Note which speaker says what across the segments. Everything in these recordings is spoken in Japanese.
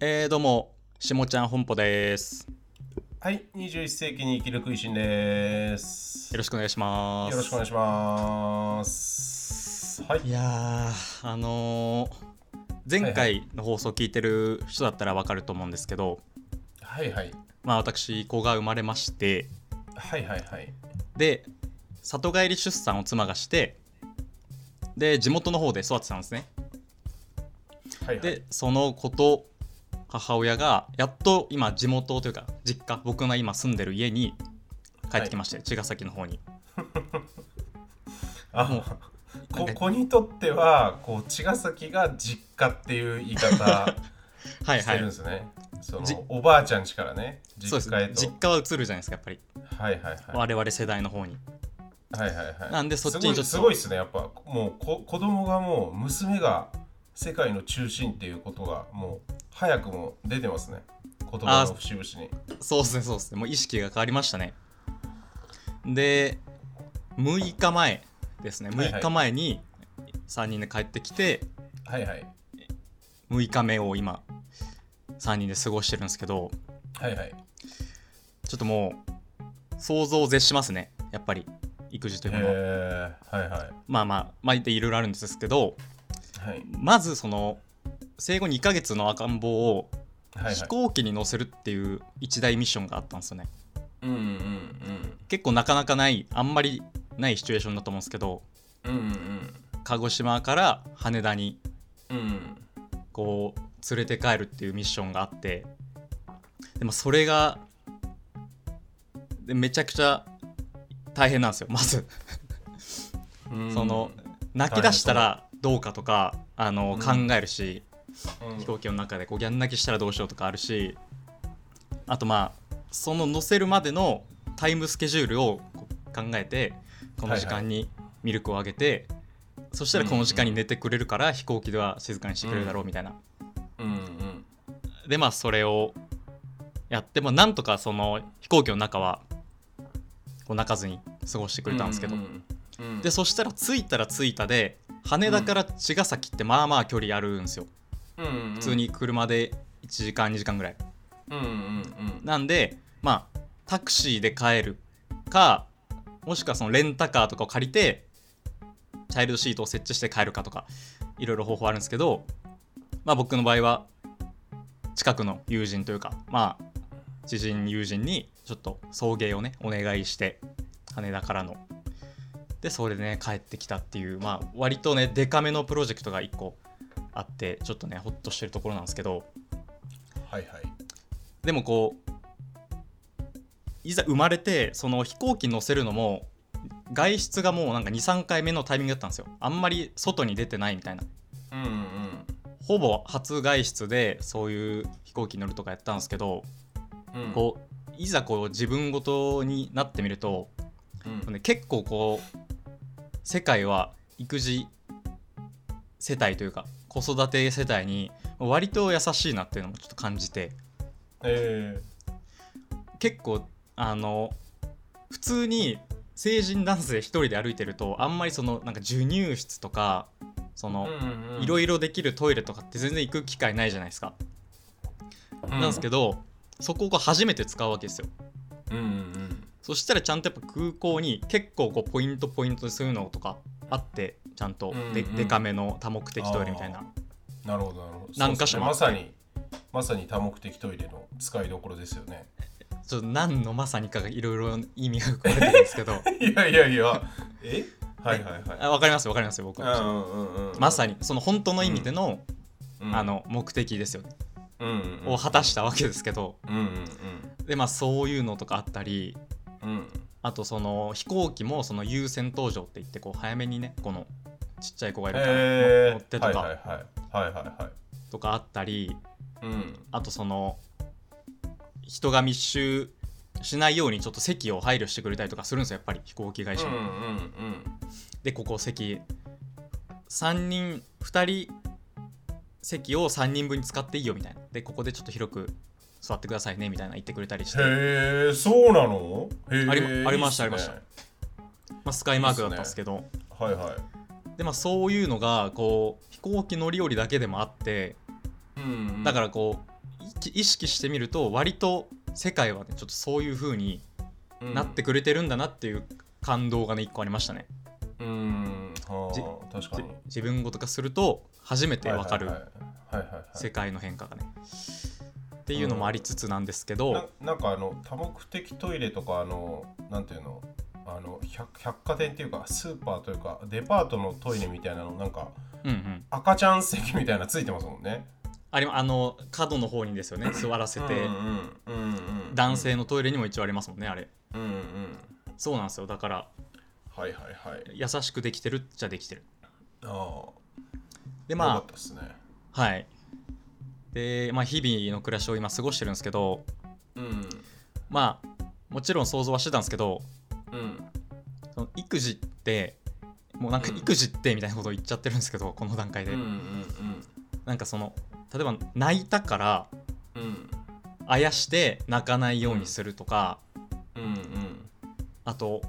Speaker 1: えー、どうも、しもちゃん本舗です。
Speaker 2: はい、21世紀に生きる食いしんです。
Speaker 1: よろしくお願いします。
Speaker 2: よろしくお願いします。はい、
Speaker 1: いやー、あのー前
Speaker 2: はい
Speaker 1: 回の放送聞いてる人だったらわかると思うんですけど、
Speaker 2: はいはい、
Speaker 1: まあ私、子が生まれまして、
Speaker 2: はいはいはい、
Speaker 1: で、里帰り出産を妻がして、で、地元の方で育てたんですね。
Speaker 2: はいはい、
Speaker 1: で、その子と母親が、やっと今、地元というか、実家、僕が今住んでる家に帰ってきまして、茅ヶ崎の方に。もう
Speaker 2: あ、 こ
Speaker 1: なんか
Speaker 2: 子にとってはこう茅ヶ崎が実家っていう言い方
Speaker 1: はい
Speaker 2: して
Speaker 1: は
Speaker 2: るん
Speaker 1: い
Speaker 2: で。すね。そ
Speaker 1: じ
Speaker 2: のおばあちゃんちからね、
Speaker 1: そう
Speaker 2: 実
Speaker 1: です
Speaker 2: 家へと。
Speaker 1: 実家は移るじゃないですかやっぱり、
Speaker 2: はいはいはい。
Speaker 1: 我々世代の方に
Speaker 2: はいはいはい。
Speaker 1: なんでそっちに
Speaker 2: すごい
Speaker 1: ちょっと
Speaker 2: すごいですね、やっぱもうこ子供がもう娘が世界の中心っていうことがもう早くも出てますね。言葉の節々に。
Speaker 1: そうですねそうですねもう意識が変わりましたねで6日前ですね
Speaker 2: はいは
Speaker 1: 6
Speaker 2: い
Speaker 1: 日前に3人で帰ってきて
Speaker 2: はいはい。
Speaker 1: 6日目を今3人で過ごしてるんですけど
Speaker 2: はいはい。
Speaker 1: ちょっともう想像を絶しますねやっぱり育児というものは
Speaker 2: えー、はいは
Speaker 1: まあまあまあいろいろあるんですけど
Speaker 2: い。はい
Speaker 1: まずその生後2ヶ月の赤ん坊を
Speaker 2: はいはい
Speaker 1: 飛。行機に乗せるっていう一大ミッションがあったんですよね
Speaker 2: うんうん
Speaker 1: 結構なかなかないあんまりないシチュエーションだと思うんですけど
Speaker 2: うん。うん
Speaker 1: 鹿児島から羽田に
Speaker 2: うんうん。うん。
Speaker 1: こう連れて帰るっていうミッションがあってでもそれがでめちゃくちゃ大変なんですよまず
Speaker 2: うん
Speaker 1: その、泣き出したらどうかとかあの
Speaker 2: うん
Speaker 1: 考えるし、
Speaker 2: うん
Speaker 1: 飛行機の中でこうギャン泣きしたらどうしようとかあるしあとまあその乗せるまでのタイムスケジュールをこう考えてこの時間にミルクをあげて、そしたらこの時間に寝てくれるから飛行機では静かにしてくれるだろうみたいな、
Speaker 2: うんうん。
Speaker 1: でまあそれをやって、まあ、なんとかその飛行機の中はこう泣かずに過ごしてくれたんですけど、
Speaker 2: うんうんうん、
Speaker 1: でそしたら着いたら着いたで羽田から茅ヶ崎ってまあまあ距離あるんですよ
Speaker 2: うんうんうん
Speaker 1: 普通。に車で1時間2時間ぐらい
Speaker 2: うんうん
Speaker 1: なんでまあタクシーで帰るかもしくはそのレンタカーとかを借りてチャイルドシートを設置して帰るかとかいろいろ方法あるんですけどまあ僕の場合は近くの友人というかまあ知人友人にちょっと送迎をねお願いして羽田からのでそれでね帰ってきたっていうまあ割とねデカめのプロジェクトが1個あってちょっとねほっとしてるところなんですけど
Speaker 2: うん。はいはい。
Speaker 1: でもこういざ生まれてその飛行機に乗せるのも外出がもうなんか23回目のタイミングだったんですよあんまり外に出てないみたいな
Speaker 2: うんうん
Speaker 1: ほぼ初外出でそういう飛行機に乗るとかやったんですけど、
Speaker 2: うん。うん
Speaker 1: こういざこう自分ごとになってみると、
Speaker 2: うん。
Speaker 1: ね結構こう世界は育児世帯というか子育て世帯に割と優しいなっていうのもちょっと感じて。
Speaker 2: え
Speaker 1: 結構あの普通に成人男性一人で歩いてるとあんまりそのなんか授乳室とかそ
Speaker 2: ー、
Speaker 1: の
Speaker 2: うんうん
Speaker 1: いろいろできるトイレとかって全然行く機会ないじゃないですか、なんですけ
Speaker 2: ど。
Speaker 1: どそこを初めて使うわけですよ
Speaker 2: うんうん
Speaker 1: そしたらちゃんとやっぱ空港に結構こうポイントポイントでそういうのとかあってちゃんとで,、
Speaker 2: うんうん
Speaker 1: でかめの多目的トイレみたいな
Speaker 2: うん。なるほどなるほど。
Speaker 1: 何箇所もあ
Speaker 2: ま
Speaker 1: って
Speaker 2: さにまさに多目的トイレの使いどころですよね。
Speaker 1: ちょっと何のまさにかがいろいろ意味が含まれてるんですけど
Speaker 2: いやいやいや。え？はいはいはい。
Speaker 1: あわかりますわかりますよ僕は、
Speaker 2: うんうんうん。
Speaker 1: まさにその本当の意味での、
Speaker 2: うん
Speaker 1: あの目的ですよね
Speaker 2: うんうんうん
Speaker 1: を果たしたわけですけど、
Speaker 2: うんうん
Speaker 1: でまあそういうのとかあったり
Speaker 2: うんうん
Speaker 1: あとその飛行機もその優先搭乗って言ってこう早めにねこのちっちゃい子がいるから
Speaker 2: へ
Speaker 1: 乗って
Speaker 2: ー
Speaker 1: と
Speaker 2: はい
Speaker 1: か、
Speaker 2: はいはいはいはいは
Speaker 1: とかあったり
Speaker 2: いうん
Speaker 1: あとその人が密集しないようにちょっと席を配慮してくれたりとかするんですよやっぱり飛行機会社
Speaker 2: う
Speaker 1: も。
Speaker 2: んうん
Speaker 1: でここ席3人2人席を3人分に使っていいよみたいなでここでちょっと広く座ってくださいねみたいな言ってくれたりして
Speaker 2: うんへえそうなのへー
Speaker 1: ありまありました
Speaker 2: いいっすね
Speaker 1: ありまあ、スカイマークだったんですけど
Speaker 2: はいはい
Speaker 1: で、まあ、そういうのがこう飛行機乗り降りだけでもあって
Speaker 2: うんうん
Speaker 1: だからこうい意識してみると割と世界はねちょっとそういう風に
Speaker 2: ら
Speaker 1: なってくれてるんだなっていう感動がね一個ありましたね。
Speaker 2: うん、うんはあ、確かに
Speaker 1: じ自分ごと化すると初めてわかる
Speaker 2: はいはいはいはいはいはい
Speaker 1: 世界の変化がね。っていうのもありつつなんですけど、
Speaker 2: ななんかあの多目的トイレとかあのなんていうのあの百百貨店っていうかスーパーというかデパートのトイレみたいなのなんか
Speaker 1: うんうん、
Speaker 2: 赤ちゃん席みたいなついてますもんね。
Speaker 1: あれもあの角の方にですよね座らせて、
Speaker 2: うんうんうんうん
Speaker 1: 男性のトイレにも一応ありますもんねあれ。
Speaker 2: うんうん
Speaker 1: そうなんですよだから
Speaker 2: はいはいはい。
Speaker 1: 優しくできてるっちゃできてる。
Speaker 2: あ
Speaker 1: で
Speaker 2: あ、まあ、よか
Speaker 1: ま
Speaker 2: ったですね。
Speaker 1: あはい。でまあ日々の暮らしを今過ごしてるんですけど
Speaker 2: うん
Speaker 1: まあもちろん想像はしてたんですけど
Speaker 2: うん
Speaker 1: その育児ってもうなんか
Speaker 2: うん
Speaker 1: 育児ってみたいなことを言っちゃってるんですけど、この段階
Speaker 2: うんう
Speaker 1: で、
Speaker 2: ん
Speaker 1: なんかその例えば泣いたから
Speaker 2: うんうん
Speaker 1: あやして泣かないようにするとか、
Speaker 2: うん
Speaker 1: あと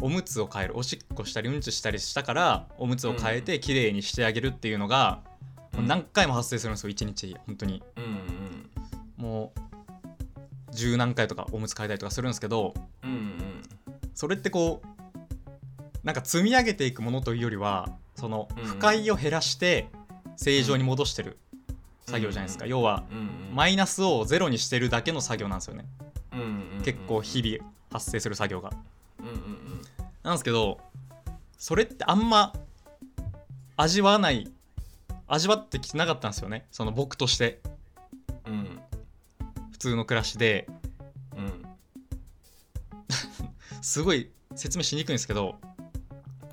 Speaker 1: おむつを変えるおしっこしたりうんちしたりしたからおむつを変えて綺麗にしてあげるっていうのが、
Speaker 2: うん
Speaker 1: もう何回も発生するんですよ一日本当に
Speaker 2: うんうん
Speaker 1: もう十何回とかおむつ変えたりとかするんですけど
Speaker 2: うんうん
Speaker 1: それってこうなんか積み上げていくものというよりはその
Speaker 2: うんうん
Speaker 1: 不快を減らして正常に戻してる作業じゃないですか、
Speaker 2: うん
Speaker 1: 要は
Speaker 2: うん
Speaker 1: マイナスをゼロにしてるだけの作業なんですよね
Speaker 2: うんうん
Speaker 1: 結構日々発生する作業が
Speaker 2: うんうんうん
Speaker 1: なんですけどそれってあんま味わわない味わってきてなかったんですよねその僕として
Speaker 2: うん
Speaker 1: 普通の暮らしで
Speaker 2: うん
Speaker 1: すごい説明しにくいんですけど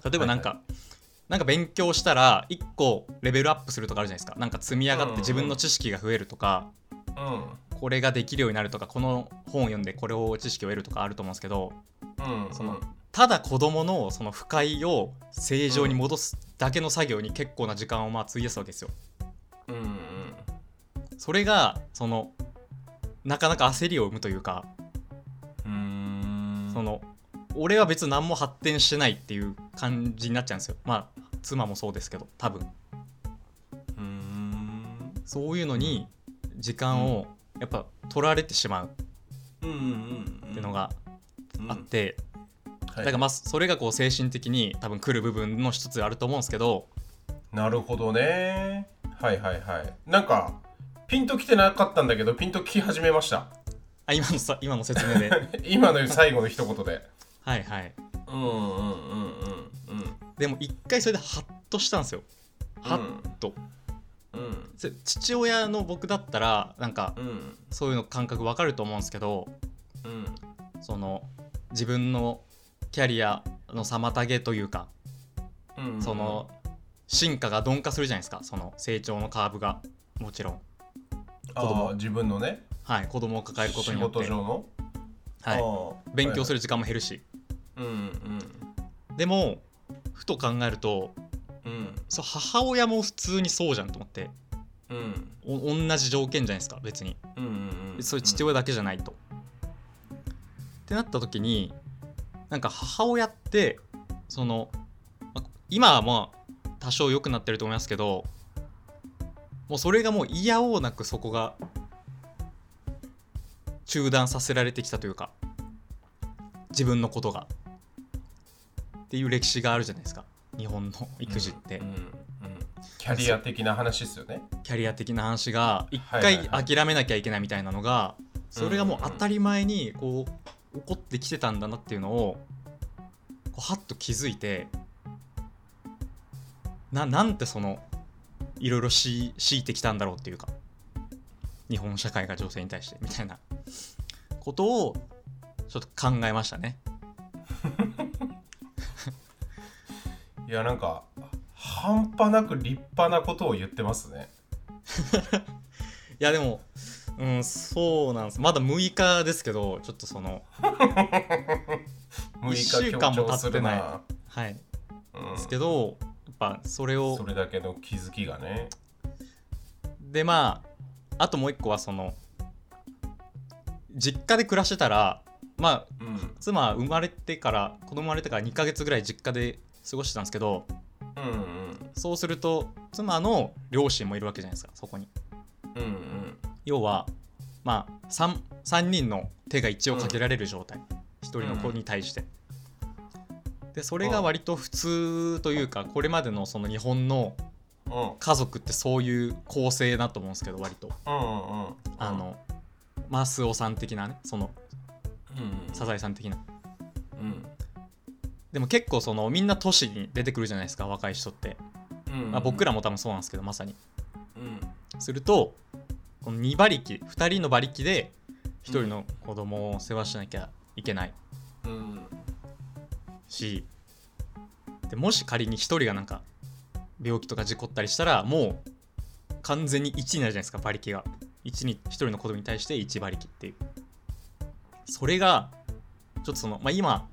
Speaker 1: 例えばなんか、なんか勉強したら1個レベルアップするとかあるじゃないですかなんか積み上がって自分の知識が増えるとか、これができるようになるとかこの本を読んでこれを知識を得るとかあると思うんですけど
Speaker 2: うんうん
Speaker 1: そのただ子供のその不快を正常に戻すだけの作業に結構な時間をまあ費やすわけですよ。
Speaker 2: うんうん
Speaker 1: それがそのなかなか焦りを生むというか、
Speaker 2: うん
Speaker 1: その俺は別に何も発展してないっていう感じになっちゃうんですよまあ妻もそうですけど多分
Speaker 2: うん
Speaker 1: そういうのに時間をやっぱ取られてしまうっ
Speaker 2: うんうん
Speaker 1: ていうのが
Speaker 2: うん
Speaker 1: あって、
Speaker 2: は
Speaker 1: だ
Speaker 2: い
Speaker 1: からまあそれがこう精神的に多分来る部分の一つあると思うんですけど
Speaker 2: なるほどねはいはいはいなんかピンときてなかったんだけどピンとき始めました
Speaker 1: あ今のさ今の説明で
Speaker 2: 今の最後の一言で
Speaker 1: はいはい
Speaker 2: うんうんうんうんうん
Speaker 1: でも一回それでハッとしたんですよハッと、
Speaker 2: うん
Speaker 1: せ父親の僕だったらなんか
Speaker 2: うん
Speaker 1: そういうの感覚わかると思うんですけど
Speaker 2: うん
Speaker 1: その自分のキャリアの妨げというか、
Speaker 2: うん
Speaker 1: その進化が鈍化するじゃないですかその成長のカーブがもちろん、
Speaker 2: あー自分のね
Speaker 1: はい、子供を抱えることによっ
Speaker 2: 仕
Speaker 1: て
Speaker 2: 事、上の、
Speaker 1: はい、
Speaker 2: い
Speaker 1: 勉強す
Speaker 2: る
Speaker 1: る時間も減るし
Speaker 2: うん
Speaker 1: でもふと考えると
Speaker 2: うんうん
Speaker 1: そう母親も普通にそうじゃんと思って
Speaker 2: うん
Speaker 1: お同じ条件じゃないですか別に
Speaker 2: うんうんうん
Speaker 1: それ父親だけじゃないと。ってなった時になんか母親ってそのま今はまあ多少良くなってると思いますけどもうそれがもう嫌おうなくそこが中断させられてきたというか自分のことがっていう歴史があるじゃないですか日本の育児って
Speaker 2: うんうんうんキャリア的な話ですよね
Speaker 1: キャリア的な話が一
Speaker 2: はい
Speaker 1: 回
Speaker 2: はいはい
Speaker 1: 諦めなきゃいけないみたいなのがそれがもう当たり前にこう起こってきてたんだなっていうのをこうハッと気づいてななんてそのいろいろし強いてきたんだろうっていうか日本社会が女性に対してみたいなことをちょっと考えましたね。
Speaker 2: いやなんか半端なく立派なことを言ってますね
Speaker 1: いやでも、うん、そうなんですまだ6日ですけどちょっとその
Speaker 2: 6
Speaker 1: 一週
Speaker 2: 日
Speaker 1: 間
Speaker 2: 強
Speaker 1: も
Speaker 2: 調
Speaker 1: 経
Speaker 2: す
Speaker 1: って
Speaker 2: る
Speaker 1: ない
Speaker 2: な、
Speaker 1: はい
Speaker 2: うん、
Speaker 1: ですけどやっぱそれを
Speaker 2: それだけの気づきがね
Speaker 1: でまああともう一個はその実家で暮らしてたらまあ
Speaker 2: うん
Speaker 1: 妻は生まれてから子供生まれてから2ヶ月ぐらい実家で過ごしてたんですけど
Speaker 2: うん
Speaker 1: そうすると妻の両親もいるわけじゃないですかそこに
Speaker 2: うんうんうん
Speaker 1: 要は、まあ、3, 三人の手が一応かけられる状態、一1人の子に対して。でそれが割と普通というかこれまでのその日本の
Speaker 2: うん
Speaker 1: 家族ってそういう構成だと思うんですけど割と
Speaker 2: うんうん
Speaker 1: あのマスオさん的なねその
Speaker 2: うん
Speaker 1: サザエさん的な
Speaker 2: うん
Speaker 1: でも結構そのみんな都市に出てくるじゃないですか若い人って、
Speaker 2: うん
Speaker 1: まあ、僕らも多分そうなんですけどまさに
Speaker 2: うん
Speaker 1: するとこの2馬力2人の馬力で1人の子供を世話しなきゃいけない
Speaker 2: うん
Speaker 1: しでもし仮に1人がなんか病気とか事故ったりしたらもう完全に1になるじゃないですか馬力が1に1人の子供に対して1馬力っていうそれがちょっとその、まあ、今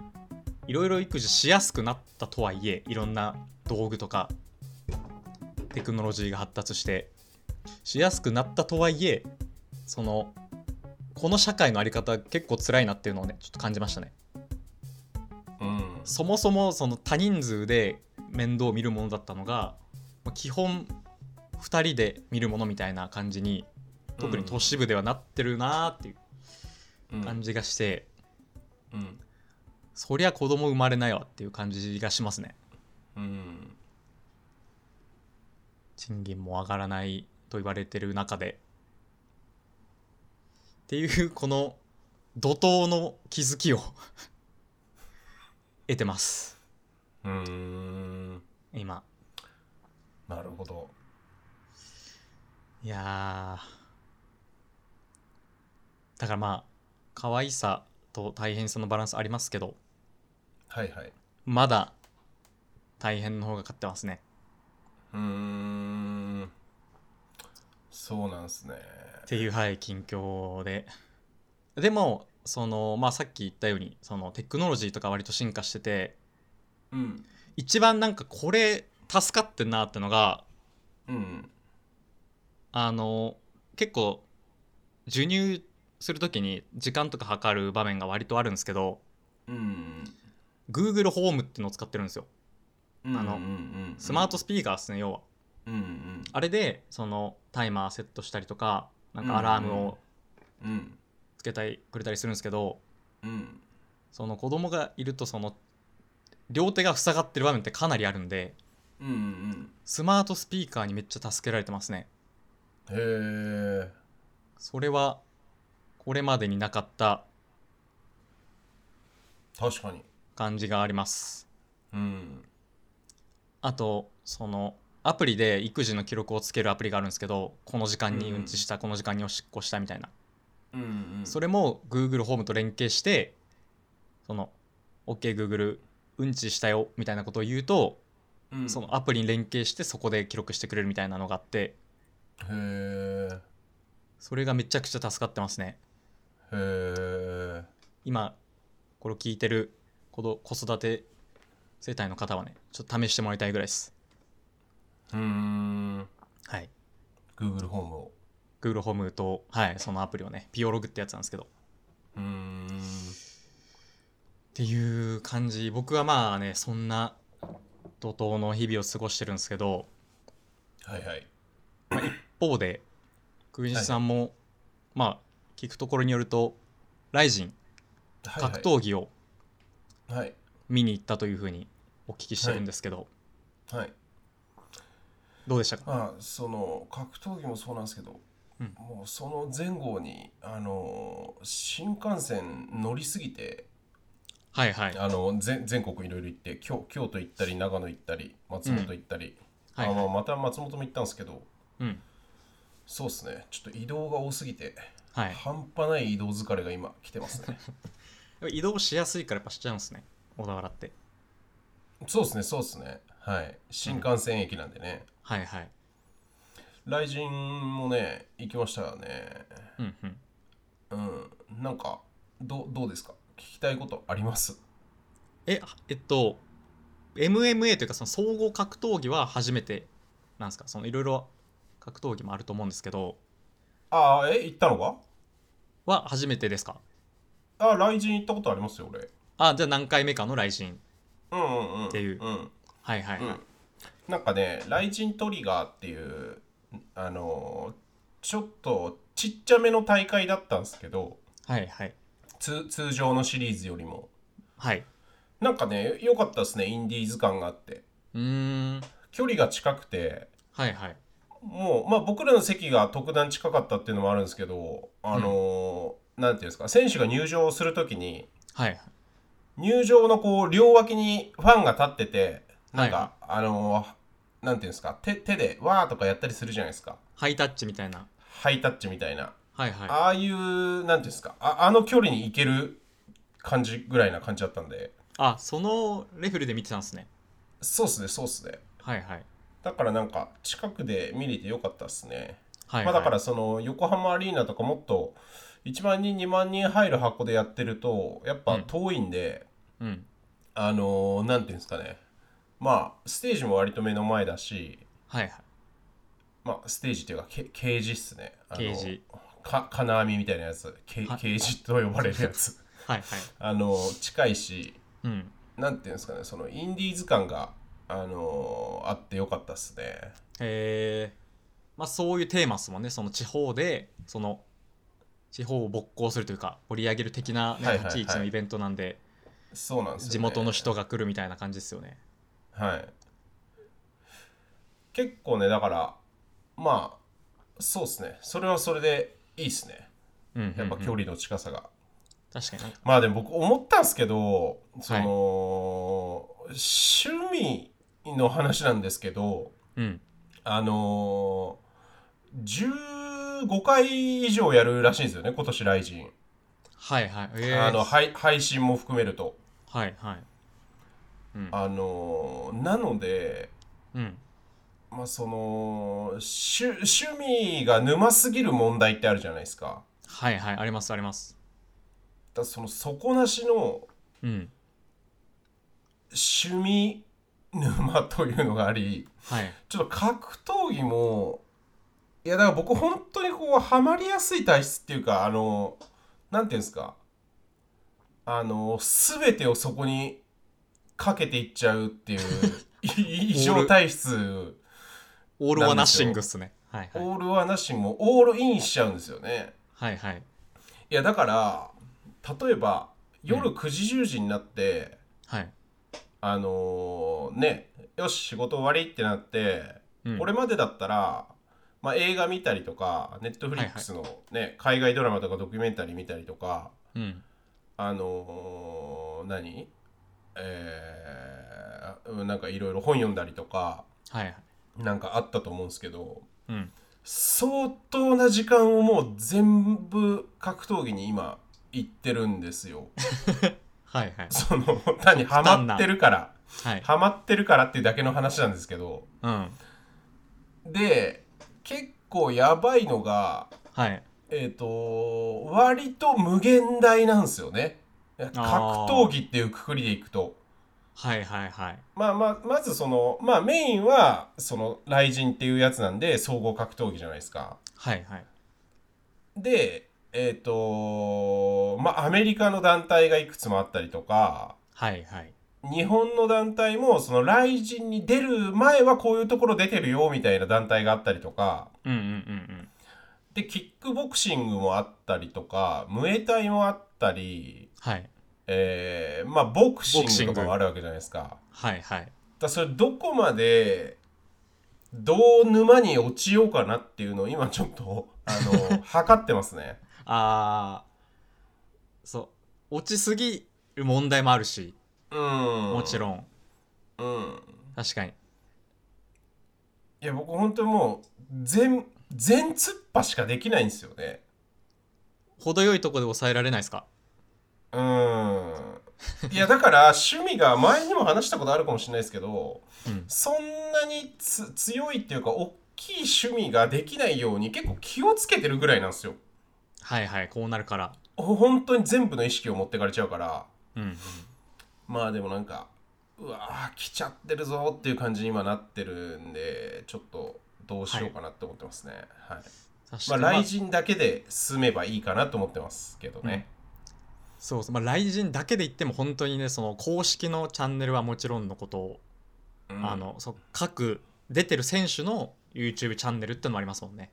Speaker 1: いろいろ育児しやすくなったとはいえいろんな道具とかテクノロジーが発達してしやすくなったとはいえそのこの社会のあり方結構辛いなっていうのをねちょっと感じましたね。
Speaker 2: うん
Speaker 1: そもそもその多人数で面倒を見るものだったのがまあ基本2人で見るものみたいな感じに特に都市部ではなってるなーっていう感じがして、
Speaker 2: うん
Speaker 1: そりゃ子供生まれないわっていう感じがしますね
Speaker 2: うん
Speaker 1: 賃金も上がらないと言われてる中でっていうこの怒涛の気づきを 得てます
Speaker 2: うん
Speaker 1: 今
Speaker 2: なるほど
Speaker 1: いやーだからまあ可愛さと大変さのバランスありますけど
Speaker 2: はいはい
Speaker 1: まだ大変の方が勝ってますね
Speaker 2: うーんそうなんすね
Speaker 1: っていうはい近況ででもそのまあさっき言ったようにそのテクノロジーとか割と進化してて
Speaker 2: うん
Speaker 1: 一番なんかこれ助かってんなってのが
Speaker 2: うん
Speaker 1: あの結構授乳する時に時間とか測る場面が割とあるんですけど
Speaker 2: うん
Speaker 1: Google ホームっていうのを使ってるんですよ
Speaker 2: うん
Speaker 1: あの
Speaker 2: うんうん
Speaker 1: スマートスピーカーですね、要は。
Speaker 2: うんうん
Speaker 1: あれで、そのタイマーセットしたりとか、なん
Speaker 2: うん
Speaker 1: かアラームを
Speaker 2: うん
Speaker 1: つけたりくれたりするんですけど、
Speaker 2: うん
Speaker 1: その子供がいると、その、両手が塞がってる場面ってかなりあるんで、
Speaker 2: うんうん
Speaker 1: スマートスピーカーにめっちゃ助けられてますね。
Speaker 2: へえ
Speaker 1: それは、これまでになかった
Speaker 2: 確かに
Speaker 1: 感じがあります。
Speaker 2: うん
Speaker 1: あと、その、アプリで育児の記録をつけるアプリがあるんですけど、この時間にうんちした、この時間におしっこしたみたいな。
Speaker 2: うんうん
Speaker 1: そ
Speaker 2: れ
Speaker 1: れも Google ホームと連携して、その、OK、Google、うんちしたよみたいなことを言うと、そのアプリに連携して、そこで記録してくれるみたいなのがあって、
Speaker 2: へえ
Speaker 1: それがめちゃくちゃ助かってますね。
Speaker 2: へえ
Speaker 1: 今、これを聞いてる子ど子育て世帯の方はね、ちょっと試してもらいたいぐらいです。
Speaker 2: うーん
Speaker 1: はい。
Speaker 2: Google ホームを
Speaker 1: Google ホームと、はい、そのアプリをね、ピオログってやつなんですけど。
Speaker 2: うーん
Speaker 1: っていう感じ僕はまあねそんな怒涛の日々を過ごしてるんですけど
Speaker 2: はいはい
Speaker 1: 一方でクインシさんも、まあ聞くところによるとライジン
Speaker 2: はいはい
Speaker 1: 格闘技を
Speaker 2: はい
Speaker 1: 見に行ったというふうにお聞きしてるんですけど、
Speaker 2: はい
Speaker 1: どうでしたか
Speaker 2: まあその格闘技もそうなんですけど、
Speaker 1: うん
Speaker 2: もうその前後にあの新幹線乗りすぎて
Speaker 1: はいはい
Speaker 2: あの全全国いろいろ行って京京都行ったり長野行ったり松本行ったり、
Speaker 1: はい
Speaker 2: あ
Speaker 1: はい
Speaker 2: のまた松本も行ったんですけど
Speaker 1: うん
Speaker 2: そうですねちょっと移動が多すぎて、
Speaker 1: はい
Speaker 2: 半端ない移動疲れが今来て ますね
Speaker 1: 移動しやすいからやっぱしちゃうんですね小田原って
Speaker 2: そうですねそうですねはい新幹線駅なんでね、
Speaker 1: はいはい
Speaker 2: 雷神もね行きましたよね
Speaker 1: うんうん
Speaker 2: うんなんかどどうですか聞きたいことあります
Speaker 1: えあえっと MMA というかその総合格闘技は初めてなんですかそのいろいろ格闘技もあると思うんですけど
Speaker 2: ああえ行ったのか
Speaker 1: は初めてですか
Speaker 2: ああ雷神行ったことありますよ俺
Speaker 1: あじゃあ何回目かの来神
Speaker 2: うんうんうん
Speaker 1: っていう
Speaker 2: うん
Speaker 1: はいはいはい、
Speaker 2: なんかね、ライジントリガーっていう、あのーちょっとちっちゃめの大会だったんですけど
Speaker 1: はいはい
Speaker 2: つ通常のシリーズよりも
Speaker 1: はい
Speaker 2: なんかね良かったですねインディーズ感があって
Speaker 1: うーん
Speaker 2: 距離が近くて
Speaker 1: はいはい
Speaker 2: もうまあ僕らの席が特段近かったっていうのもあるんですけどあのーなんていうんですか選手が入場するときに
Speaker 1: はいはい
Speaker 2: 入場のこう両脇にファンが立っててなん
Speaker 1: は
Speaker 2: か、あのーなんていうんですか手手でわーとかやったりするじゃないですか
Speaker 1: ハイタッチみたいな
Speaker 2: ハイタッチみたいな
Speaker 1: はいはいあ
Speaker 2: ああいう、なんていうんですか、ああの距離に行ける感じぐらいな感じだったんで、
Speaker 1: そのレフェルで見てたんですね
Speaker 2: そうっすね、そうっすね。
Speaker 1: はいはい
Speaker 2: だからなんか、近くで見れてよかったっすね。
Speaker 1: はいはい、
Speaker 2: まあ、だから、その、横浜アリーナとかもっと、1万人、2万人入る箱でやってると、やっぱ遠いんで、
Speaker 1: うん
Speaker 2: あのーなんていうんですかね、まあ、ステージも割と目の前だし、
Speaker 1: はいはい
Speaker 2: まあ、ステージっていうか、けケージっすね。あの
Speaker 1: ケージ
Speaker 2: か金網みたいなやつ、け
Speaker 1: はい
Speaker 2: ケージと呼ばれるやつ。
Speaker 1: はいはい
Speaker 2: あのー近いし、
Speaker 1: うん
Speaker 2: なんていうんですかねそのインディーズ感が、あのーあってよかったっすね
Speaker 1: えー、まあそういうテーマですもんねその地方でその地方を勃興するというか盛り上げる的な、ね
Speaker 2: はいはいはい
Speaker 1: 立ち位置のイベントなんで
Speaker 2: そうなんですよ、ね、
Speaker 1: 地元の人が来るみたいな感じですよね
Speaker 2: はい結構ねだからまあそうっすねそれはそれでいいっすね
Speaker 1: うん
Speaker 2: やっぱ
Speaker 1: うんうん
Speaker 2: 距離の近さが、
Speaker 1: 確かになんか
Speaker 2: まあでも僕思ったんすけどその、趣味の話なんですけど
Speaker 1: うん
Speaker 2: あのー、15回以上やるらしいんですよね今年ライジン、
Speaker 1: はいはいえー、
Speaker 2: あのはい配信も含めると
Speaker 1: はいはいうん
Speaker 2: あのーなので、
Speaker 1: うん
Speaker 2: まあ、その趣趣味が沼すぎる問題ってあるじゃないですか。
Speaker 1: はいはいありますあります
Speaker 2: だその底なしの
Speaker 1: うん
Speaker 2: 趣味沼というのがあり
Speaker 1: はい
Speaker 2: ちょっと格闘技もいやだから僕本当にこうハマりやすい体質っていうかあのなんていうんですかあの全てをそこにかけていっちゃうっていう異常体質。
Speaker 1: オールはナッシングっすねはいはい
Speaker 2: オールはなしもオールインしちゃうんですよね
Speaker 1: はいはい
Speaker 2: いやだから例えば
Speaker 1: う
Speaker 2: 夜9時10時になって、
Speaker 1: はい
Speaker 2: あのーねよし仕事終わりってなって、
Speaker 1: うん
Speaker 2: これまでだったら、まあ、映画見たりとかネットフリックスの、ね海外ドラマとかドキュメンタリー見たりとか
Speaker 1: うん
Speaker 2: あのー何えーうんなんかいろいろ本読んだりとか
Speaker 1: はいはい
Speaker 2: なんかあったと思うんですけど
Speaker 1: うん
Speaker 2: 相当な時間をもう全部格闘技に今行ってるんですよ
Speaker 1: はいはい
Speaker 2: その単にハマってるから
Speaker 1: はい
Speaker 2: ハマってるからっていうだけの話なんですけど
Speaker 1: うん
Speaker 2: で結構やばいのが
Speaker 1: はい
Speaker 2: えっ、と割と無限大なんですよね格
Speaker 1: あー
Speaker 2: 闘技っていうくくりでいくと
Speaker 1: はいはいはい
Speaker 2: まあまあまずそのまあメインはその雷神っていうやつなんで総合格闘技じゃないですか
Speaker 1: はいはい
Speaker 2: でえっ、とまあアメリカの団体がいくつもあったりとか
Speaker 1: はいはい
Speaker 2: 日本の団体もその来人に出る前はこういうところ出てるよみたいな団体があったりとか
Speaker 1: うんうんうんうん
Speaker 2: でキックボクシングもあったりとかムエタイもあったり、
Speaker 1: はい
Speaker 2: えーまあボクシングとかもあるわけじゃないですかだか
Speaker 1: はいはい
Speaker 2: らそれどこまでどう沼に落ちようかなっていうのを今ちょっとあ の測ってますね。
Speaker 1: あーそう落ちすぎる問題もあるし
Speaker 2: うん
Speaker 1: もち
Speaker 2: ん、
Speaker 1: ろん、
Speaker 2: うん、
Speaker 1: 確かに
Speaker 2: いや僕本当にもう全全突破しかできないんですよね
Speaker 1: 程よいとこで抑えられないですか
Speaker 2: うーんいやだから趣味が前にも話したことあるかもしれないですけど
Speaker 1: うん
Speaker 2: そんなにつ強いっていうか大きい趣味ができないように結構気をつけてるぐらいなんですよ
Speaker 1: はいはいこうなるから
Speaker 2: ほ本当に全部の意識を持ってかれちゃうから
Speaker 1: うんうん
Speaker 2: まあでもなんかうわー来ちゃってるぞっていう感じに今なってるんでちょっとどうしようかなって思ってますね、はい
Speaker 1: 確
Speaker 2: ま
Speaker 1: か
Speaker 2: あ
Speaker 1: に、まあ
Speaker 2: 雷神だけで済めばいいかなと思ってますけどね、
Speaker 1: うんそうそうまあ雷神だけで言っても本当にねその公式のチャンネルはもちろんのこと、
Speaker 2: うん
Speaker 1: あのそう各出てる選手の YouTube チャンネルってのもありますもんね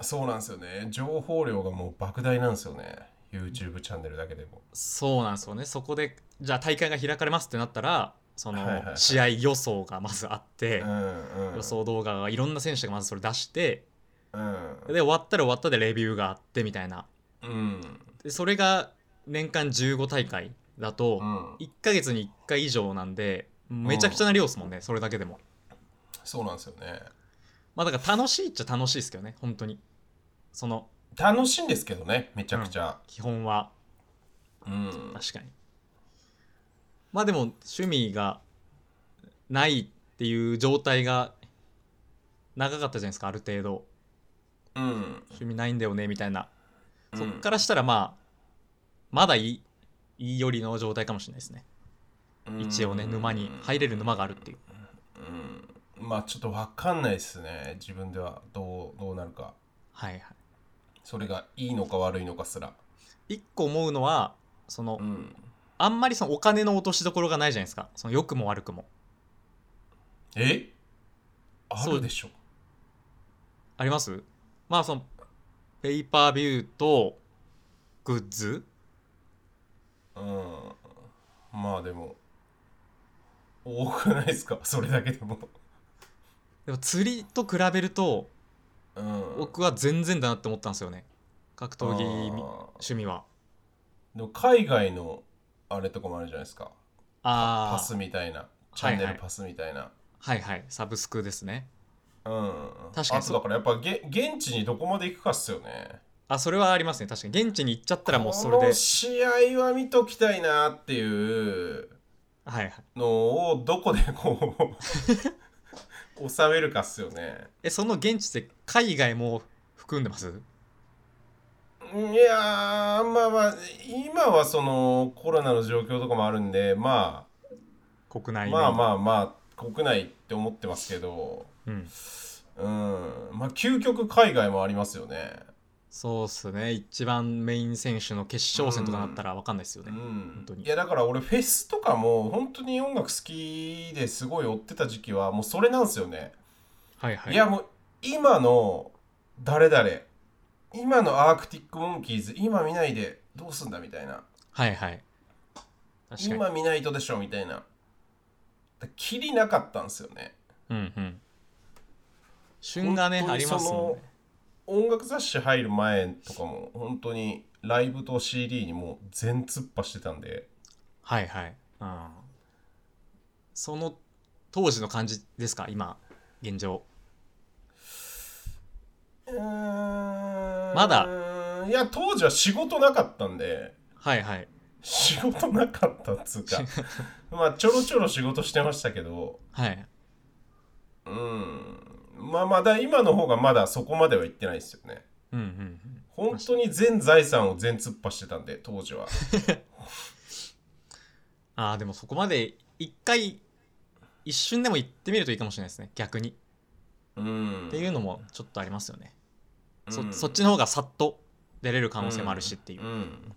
Speaker 2: そうなんですよね情報量がもう莫大なんですよね YouTube チャンネルだけでも
Speaker 1: そうなんですよねそこでじゃあ大会が開かれますってなったらその
Speaker 2: はいはいはい
Speaker 1: 試合予想がまずあって、
Speaker 2: うんうん
Speaker 1: 予想動画がいろんな選手がまずそれ出して
Speaker 2: うん
Speaker 1: で終わったら終わったでレビューがあってみたいな
Speaker 2: うん
Speaker 1: でそれが年間15大会だと
Speaker 2: うん
Speaker 1: 1ヶ月に1回以上なんでめちゃくちゃな量ですもんね、それだけでも
Speaker 2: そうなんですよね
Speaker 1: まあだから楽しいっちゃ楽しいですけどね本当にその
Speaker 2: 楽しいんですけどねめちゃくちゃ
Speaker 1: 基本は
Speaker 2: うん、
Speaker 1: 確かにまあでも趣味がないっていう状態が長かったじゃないですかある程度
Speaker 2: うん、
Speaker 1: 趣味ないんだよねみたいな
Speaker 2: うん
Speaker 1: そっからしたらまあまだいいいいよりの状態かもしれないですね一応ね沼に入れる沼があるっていう
Speaker 2: うんまあちょっとわかんないですね自分ではどうどうなるか
Speaker 1: はいは
Speaker 2: それがいいのか悪いのかすら
Speaker 1: い一個思うのはその
Speaker 2: うん
Speaker 1: あんまりそのお金の落としどころがないじゃないですかその良くも悪くも
Speaker 2: えあ
Speaker 1: そう
Speaker 2: るでしょ
Speaker 1: ありますまあそのペイパービューとグッズ
Speaker 2: うんまあでも多くないですか それだけでも
Speaker 1: でも釣りと比べると
Speaker 2: うん
Speaker 1: 僕は全然だなって思ったんですよね格闘技み
Speaker 2: あー
Speaker 1: 趣味は
Speaker 2: でも海外のあれとかもあるじゃないですかパ
Speaker 1: あ
Speaker 2: ス
Speaker 1: あ
Speaker 2: みたいなチ
Speaker 1: は
Speaker 2: ャ
Speaker 1: い
Speaker 2: ン
Speaker 1: はい
Speaker 2: ネルパスみたいな、
Speaker 1: はいはいサブスクですね
Speaker 2: うん
Speaker 1: 確かに
Speaker 2: あとだからやっぱげ現地にどこまで行くかっすよね
Speaker 1: あそれはありますね確かに現地に行っちゃったらもうそれ
Speaker 2: こ
Speaker 1: で
Speaker 2: の試合は見ときたいなっていう
Speaker 1: はいはい
Speaker 2: のをどこでこ う収めるかっすよね
Speaker 1: えその現地って海外も含んでます
Speaker 2: いやーまあまあ今はそのコロナの状況とかもあるんでま
Speaker 1: 国
Speaker 2: あ
Speaker 1: 内
Speaker 2: まあまあまあ国内って思ってますけど
Speaker 1: あ、うん、
Speaker 2: うんまあ究極海外もありますよね
Speaker 1: そうっすね一番メイン選手の決勝戦とかなったら分かんないですよ
Speaker 2: う
Speaker 1: ね、
Speaker 2: ん
Speaker 1: 本当に
Speaker 2: いやだから俺フェスとかも本当に音楽好きですごい追ってた時期はもうそれなんですよね
Speaker 1: はいはい
Speaker 2: いやもう今の誰々今のアークティックモンキーズ今見ないでどうすんだみたいな
Speaker 1: はいはい確かに
Speaker 2: 今見ないとでしょみたいなだキリなかったんですよね
Speaker 1: うんうん旬がね
Speaker 2: 本当
Speaker 1: あ
Speaker 2: に
Speaker 1: り
Speaker 2: その
Speaker 1: ますもんね
Speaker 2: 音楽雑誌入る前とかも本当にライブと CD にもう全突っ走してたんで
Speaker 1: はいはい、うん、その当時の感じですか今現状
Speaker 2: ま
Speaker 1: まだ
Speaker 2: いや当時は仕事なかったんで
Speaker 1: はいはい
Speaker 2: 仕事なかったっつ うかまあちょろちょろ仕事してましたけど
Speaker 1: はい
Speaker 2: うんまあまだ今の方がまだそこまでは行ってないですよね。
Speaker 1: うんうんうん
Speaker 2: 本当に全財産を全突っ走してたんで、当時は。
Speaker 1: ああでもそこまで一回一瞬でも行ってみるといいかもしれないですね逆に
Speaker 2: うん。
Speaker 1: っていうのもちょっとありますよね、
Speaker 2: うん
Speaker 1: そそっちの方がさっと出れる可能性もあるしっていう、
Speaker 2: うん。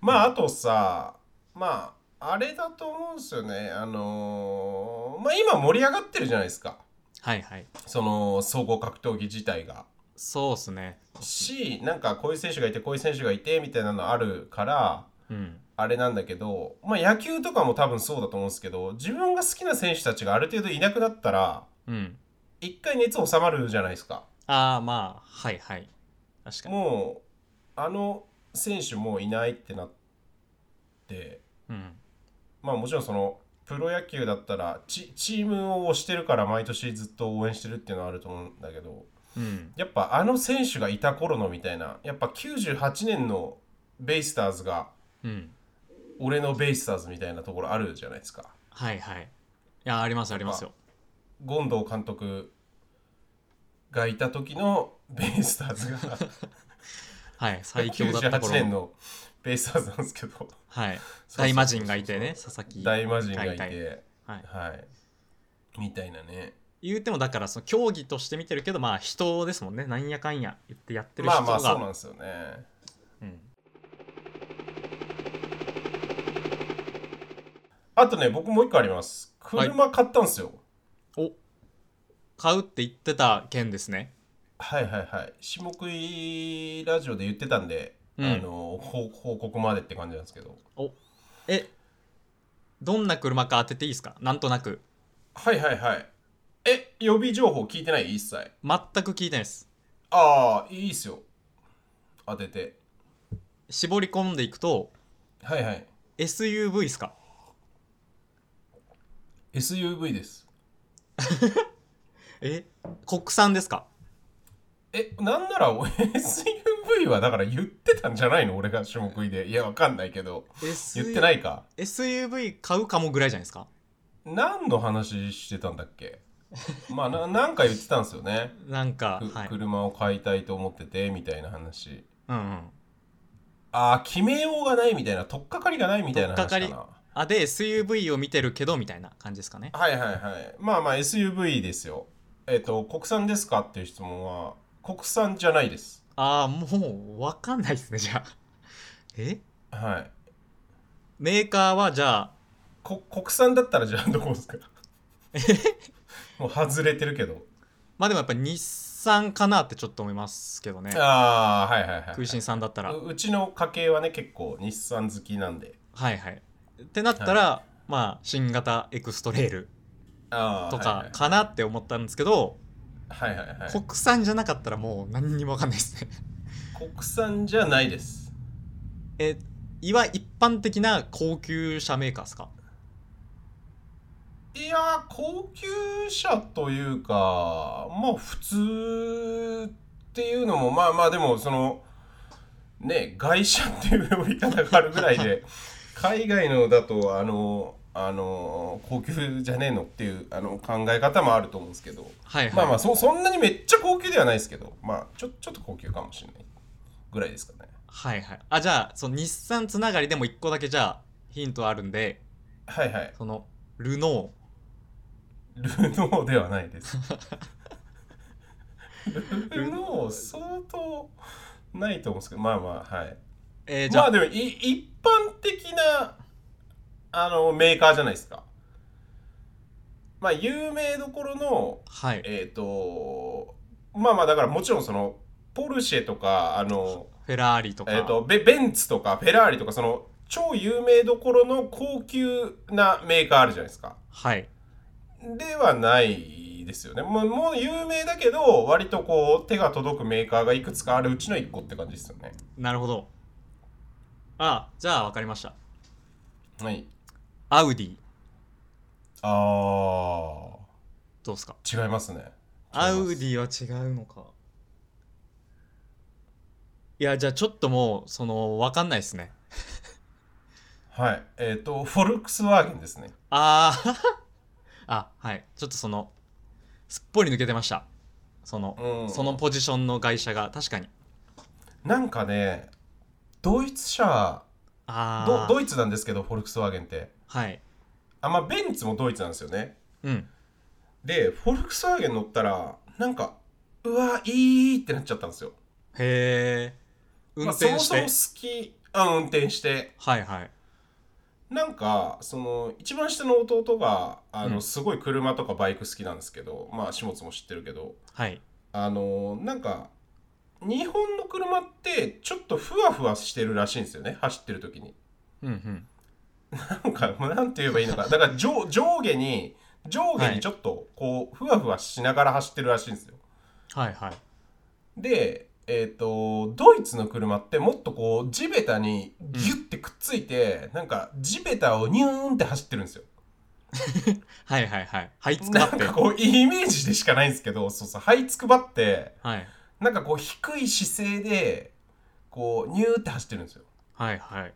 Speaker 2: まあ、あとさ、まあ、あれだと思うんですよね。あのーまあ今盛り上がってるじゃないですか。
Speaker 1: はいはい
Speaker 2: その総合格闘技自体が。
Speaker 1: そうっすね
Speaker 2: し、なんかこういう選手がいて、こういう選手がいて、みたいなのあるから、
Speaker 1: うん
Speaker 2: あれなんだけど、まあ野球とかも多分そうだと思うんですけど、自分が好きな選手たちがある程度いなくなったら、
Speaker 1: うん
Speaker 2: 一回熱収まるじゃないですか。
Speaker 1: ああまあはいはい確かに
Speaker 2: もうあの選手もういないってなって
Speaker 1: うん
Speaker 2: まあもちろんそのプロ野球だったらチチームを推してるから毎年ずっと応援してるっていうのはあると思うんだけど
Speaker 1: うん
Speaker 2: やっぱあの選手がいた頃のみたいなやっぱ98年のベイスターズが
Speaker 1: うん
Speaker 2: 俺のベイスターズみたいなところあるじゃないですか
Speaker 1: はいはいいやありますありますよ
Speaker 2: 権藤監督がいた時のベイスターズ が
Speaker 1: はい最強だった
Speaker 2: 98
Speaker 1: 頃
Speaker 2: 年
Speaker 1: の
Speaker 2: のベイスターズなんですけど
Speaker 1: はい大魔神がいてね佐々木
Speaker 2: 大魔神が
Speaker 1: 大
Speaker 2: い
Speaker 1: 体
Speaker 2: て
Speaker 1: はい
Speaker 2: はいみたいなね
Speaker 1: 言うてもだからその競技として見てるけどまあ人ですもんねなんやかんや言ってやってる
Speaker 2: ま
Speaker 1: 人
Speaker 2: あ
Speaker 1: が、
Speaker 2: まあそうなんですよね
Speaker 1: うん
Speaker 2: あとね僕もう一個あります車買ったんですよ
Speaker 1: お買うって言ってた件ですね
Speaker 2: はいはいはい下食いラジオで言ってたんで、
Speaker 1: うん
Speaker 2: あの報報告までって感じなんですけど
Speaker 1: えどんな車か当てていいですかなんとなく
Speaker 2: はいはいはいえ予備情報聞いてない一切
Speaker 1: 全く聞いてないです
Speaker 2: ああいいっすよ当てて
Speaker 1: 絞り込んでいくと
Speaker 2: はいはい
Speaker 1: SUV ですか
Speaker 2: SUV です
Speaker 1: え国産ですか
Speaker 2: えなんなら お SUV はだから言ってたんじゃないの俺が下食いでいやわかんないけど言ってないいか
Speaker 1: SUV 買うかもぐらいじゃないですか
Speaker 2: 何の話してたんだっけ まあななんか言ってたんですよね
Speaker 1: なんか
Speaker 2: く
Speaker 1: はい、うん
Speaker 2: 車を買いたいと思っててみたいな話
Speaker 1: うん、
Speaker 2: ああ決めようがないみたいな取っかかりがないみたいな話か
Speaker 1: 取
Speaker 2: な
Speaker 1: っかあで SUV を見てるけどみたいな感じですかね
Speaker 2: はいはいはいまあまあ SUV ですよえっ、と国産ですかっていう質問は国産じゃないです
Speaker 1: ああもう分かんないですねじゃあえ
Speaker 2: はい
Speaker 1: メーカーはじゃあ
Speaker 2: こ国産だったらじゃあどこ ですかもう外れてるけど
Speaker 1: まあでもやっぱ日産かなってちょっと思いますけどね
Speaker 2: ああはいはいはい
Speaker 1: 空心さんだったら
Speaker 2: ううちの家系はね結構日産好きなんで
Speaker 1: はいはいってなったら、まあ新型エクストレール
Speaker 2: あー
Speaker 1: とかかなって思ったんですけど、
Speaker 2: はいはいはいはいはい
Speaker 1: 国産じゃなかったらもう何にも分かんないですね
Speaker 2: 国産じゃないです
Speaker 1: えいわ一般的な高級車メーカーですか
Speaker 2: いやー高級車というかまあ普通っていうのもまあまあでもそのね外車っていう呼び方があるぐらいで海外のだとあのあの高級じゃねえのっていうあの考え方もあると思うんですけど
Speaker 1: はいはい、
Speaker 2: まあまあそそんなにめっちゃ高級ではないですけどまあちょちょっと高級かもしれないぐらいですかね
Speaker 1: はいはいあじゃあその日産つながりでも1個だけじゃあヒントあるんで
Speaker 2: はいはい
Speaker 1: そのルノ
Speaker 2: ルノーではない です。ルノー相当ないと思うんですけど、まあまあ、はい。
Speaker 1: ーえーじゃ
Speaker 2: ま
Speaker 1: あ、
Speaker 2: あでもい、一般的なあのメーカーじゃないですか。まあ、有名どころの、
Speaker 1: はい
Speaker 2: えっ、と、まあまあ、だからもちろんその、ポルシェとか、あの、
Speaker 1: フェラーリとか、
Speaker 2: えっ、とベ、ベンツとか、フェラーリとか、その、超有名どころの高級なメーカーあるじゃないですか。
Speaker 1: はい
Speaker 2: ではないですよね。もうもう有名だけど、割とこう手が届くメーカーがいくつかあるうちの1個って感じですよね。
Speaker 1: なるほどあじゃあ分かりました
Speaker 2: はい。
Speaker 1: アウディ
Speaker 2: あ
Speaker 1: どうですか
Speaker 2: ー、違いますね。
Speaker 1: アウディは違うのかいやじゃあちょっともうその分かんないですね
Speaker 2: はい。えっ、と、フォルクスワーゲンですね。
Speaker 1: あーあはいちょっとそのすっぽり抜けてましたその、
Speaker 2: うん。
Speaker 1: そのポジションの会社が確かに
Speaker 2: なんかね、ドイツ車、
Speaker 1: あ
Speaker 2: ド
Speaker 1: あ
Speaker 2: ドイツなんですけど、フォルクスワーゲンって。
Speaker 1: はい
Speaker 2: あ、まあ、ベンツもドイツなんですよね。
Speaker 1: うん
Speaker 2: で、フォルクスワーゲン乗ったら、なんか、うわ、いいってなっちゃったんですよ。
Speaker 1: へえ運転して、
Speaker 2: まあ、そもそも好き、あ運転して。
Speaker 1: はいはい
Speaker 2: なんかその一番下の弟があの、
Speaker 1: うん
Speaker 2: すごい車とかバイク好きなんですけどまあ始末も知ってるけど
Speaker 1: はい
Speaker 2: あのなんか日本の車ってちょっとふわふわしてるらしいんですよね走ってる時に
Speaker 1: うんうん
Speaker 2: なんかもうなんて言えばいいのかだから上上下に上下
Speaker 1: はい
Speaker 2: にちょっとこうふわふわしながら走ってるらしいんですよ
Speaker 1: はいはい
Speaker 2: でえっ、とドイツの車ってもっとこう地べたにギュッてくっついて、なんか地べたをニューンって走ってるんですよ
Speaker 1: はいはいはいはいつくば
Speaker 2: な
Speaker 1: っ
Speaker 2: ん
Speaker 1: て
Speaker 2: かこうイメージでしかないんですけどそうそう這いつくばって
Speaker 1: はい
Speaker 2: なんかこう低い姿勢でこうニューって走ってるんですよ
Speaker 1: はいはい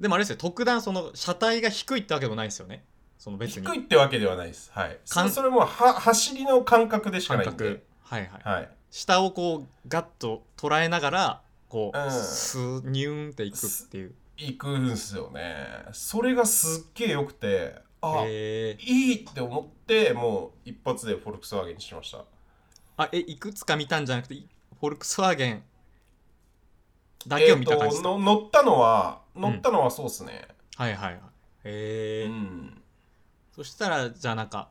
Speaker 1: でもあれですよ特段その車体が低いってわけでもないですよねその別
Speaker 2: 低
Speaker 1: に
Speaker 2: いってわけではないですはい
Speaker 1: かん
Speaker 2: そそれもは走りの感覚でしか
Speaker 1: 感
Speaker 2: ないん
Speaker 1: 覚
Speaker 2: で
Speaker 1: はいはい
Speaker 2: はい
Speaker 1: 下をこうガッと捉えながらこう、
Speaker 2: うん
Speaker 1: スーニューンっていくっていう
Speaker 2: 行くんですよねそれがすっげえ良くてあ
Speaker 1: へえ
Speaker 2: いいって思ってもう一発でフォルクスワーゲンにしました
Speaker 1: あえいくつか見たんじゃなくていフォルクスワーゲンだけを見た感じ
Speaker 2: え
Speaker 1: で
Speaker 2: ーとの乗ったのは乗ったのはそうっすね
Speaker 1: はいはいはいへえ、
Speaker 2: うん
Speaker 1: そしたらじゃあなんか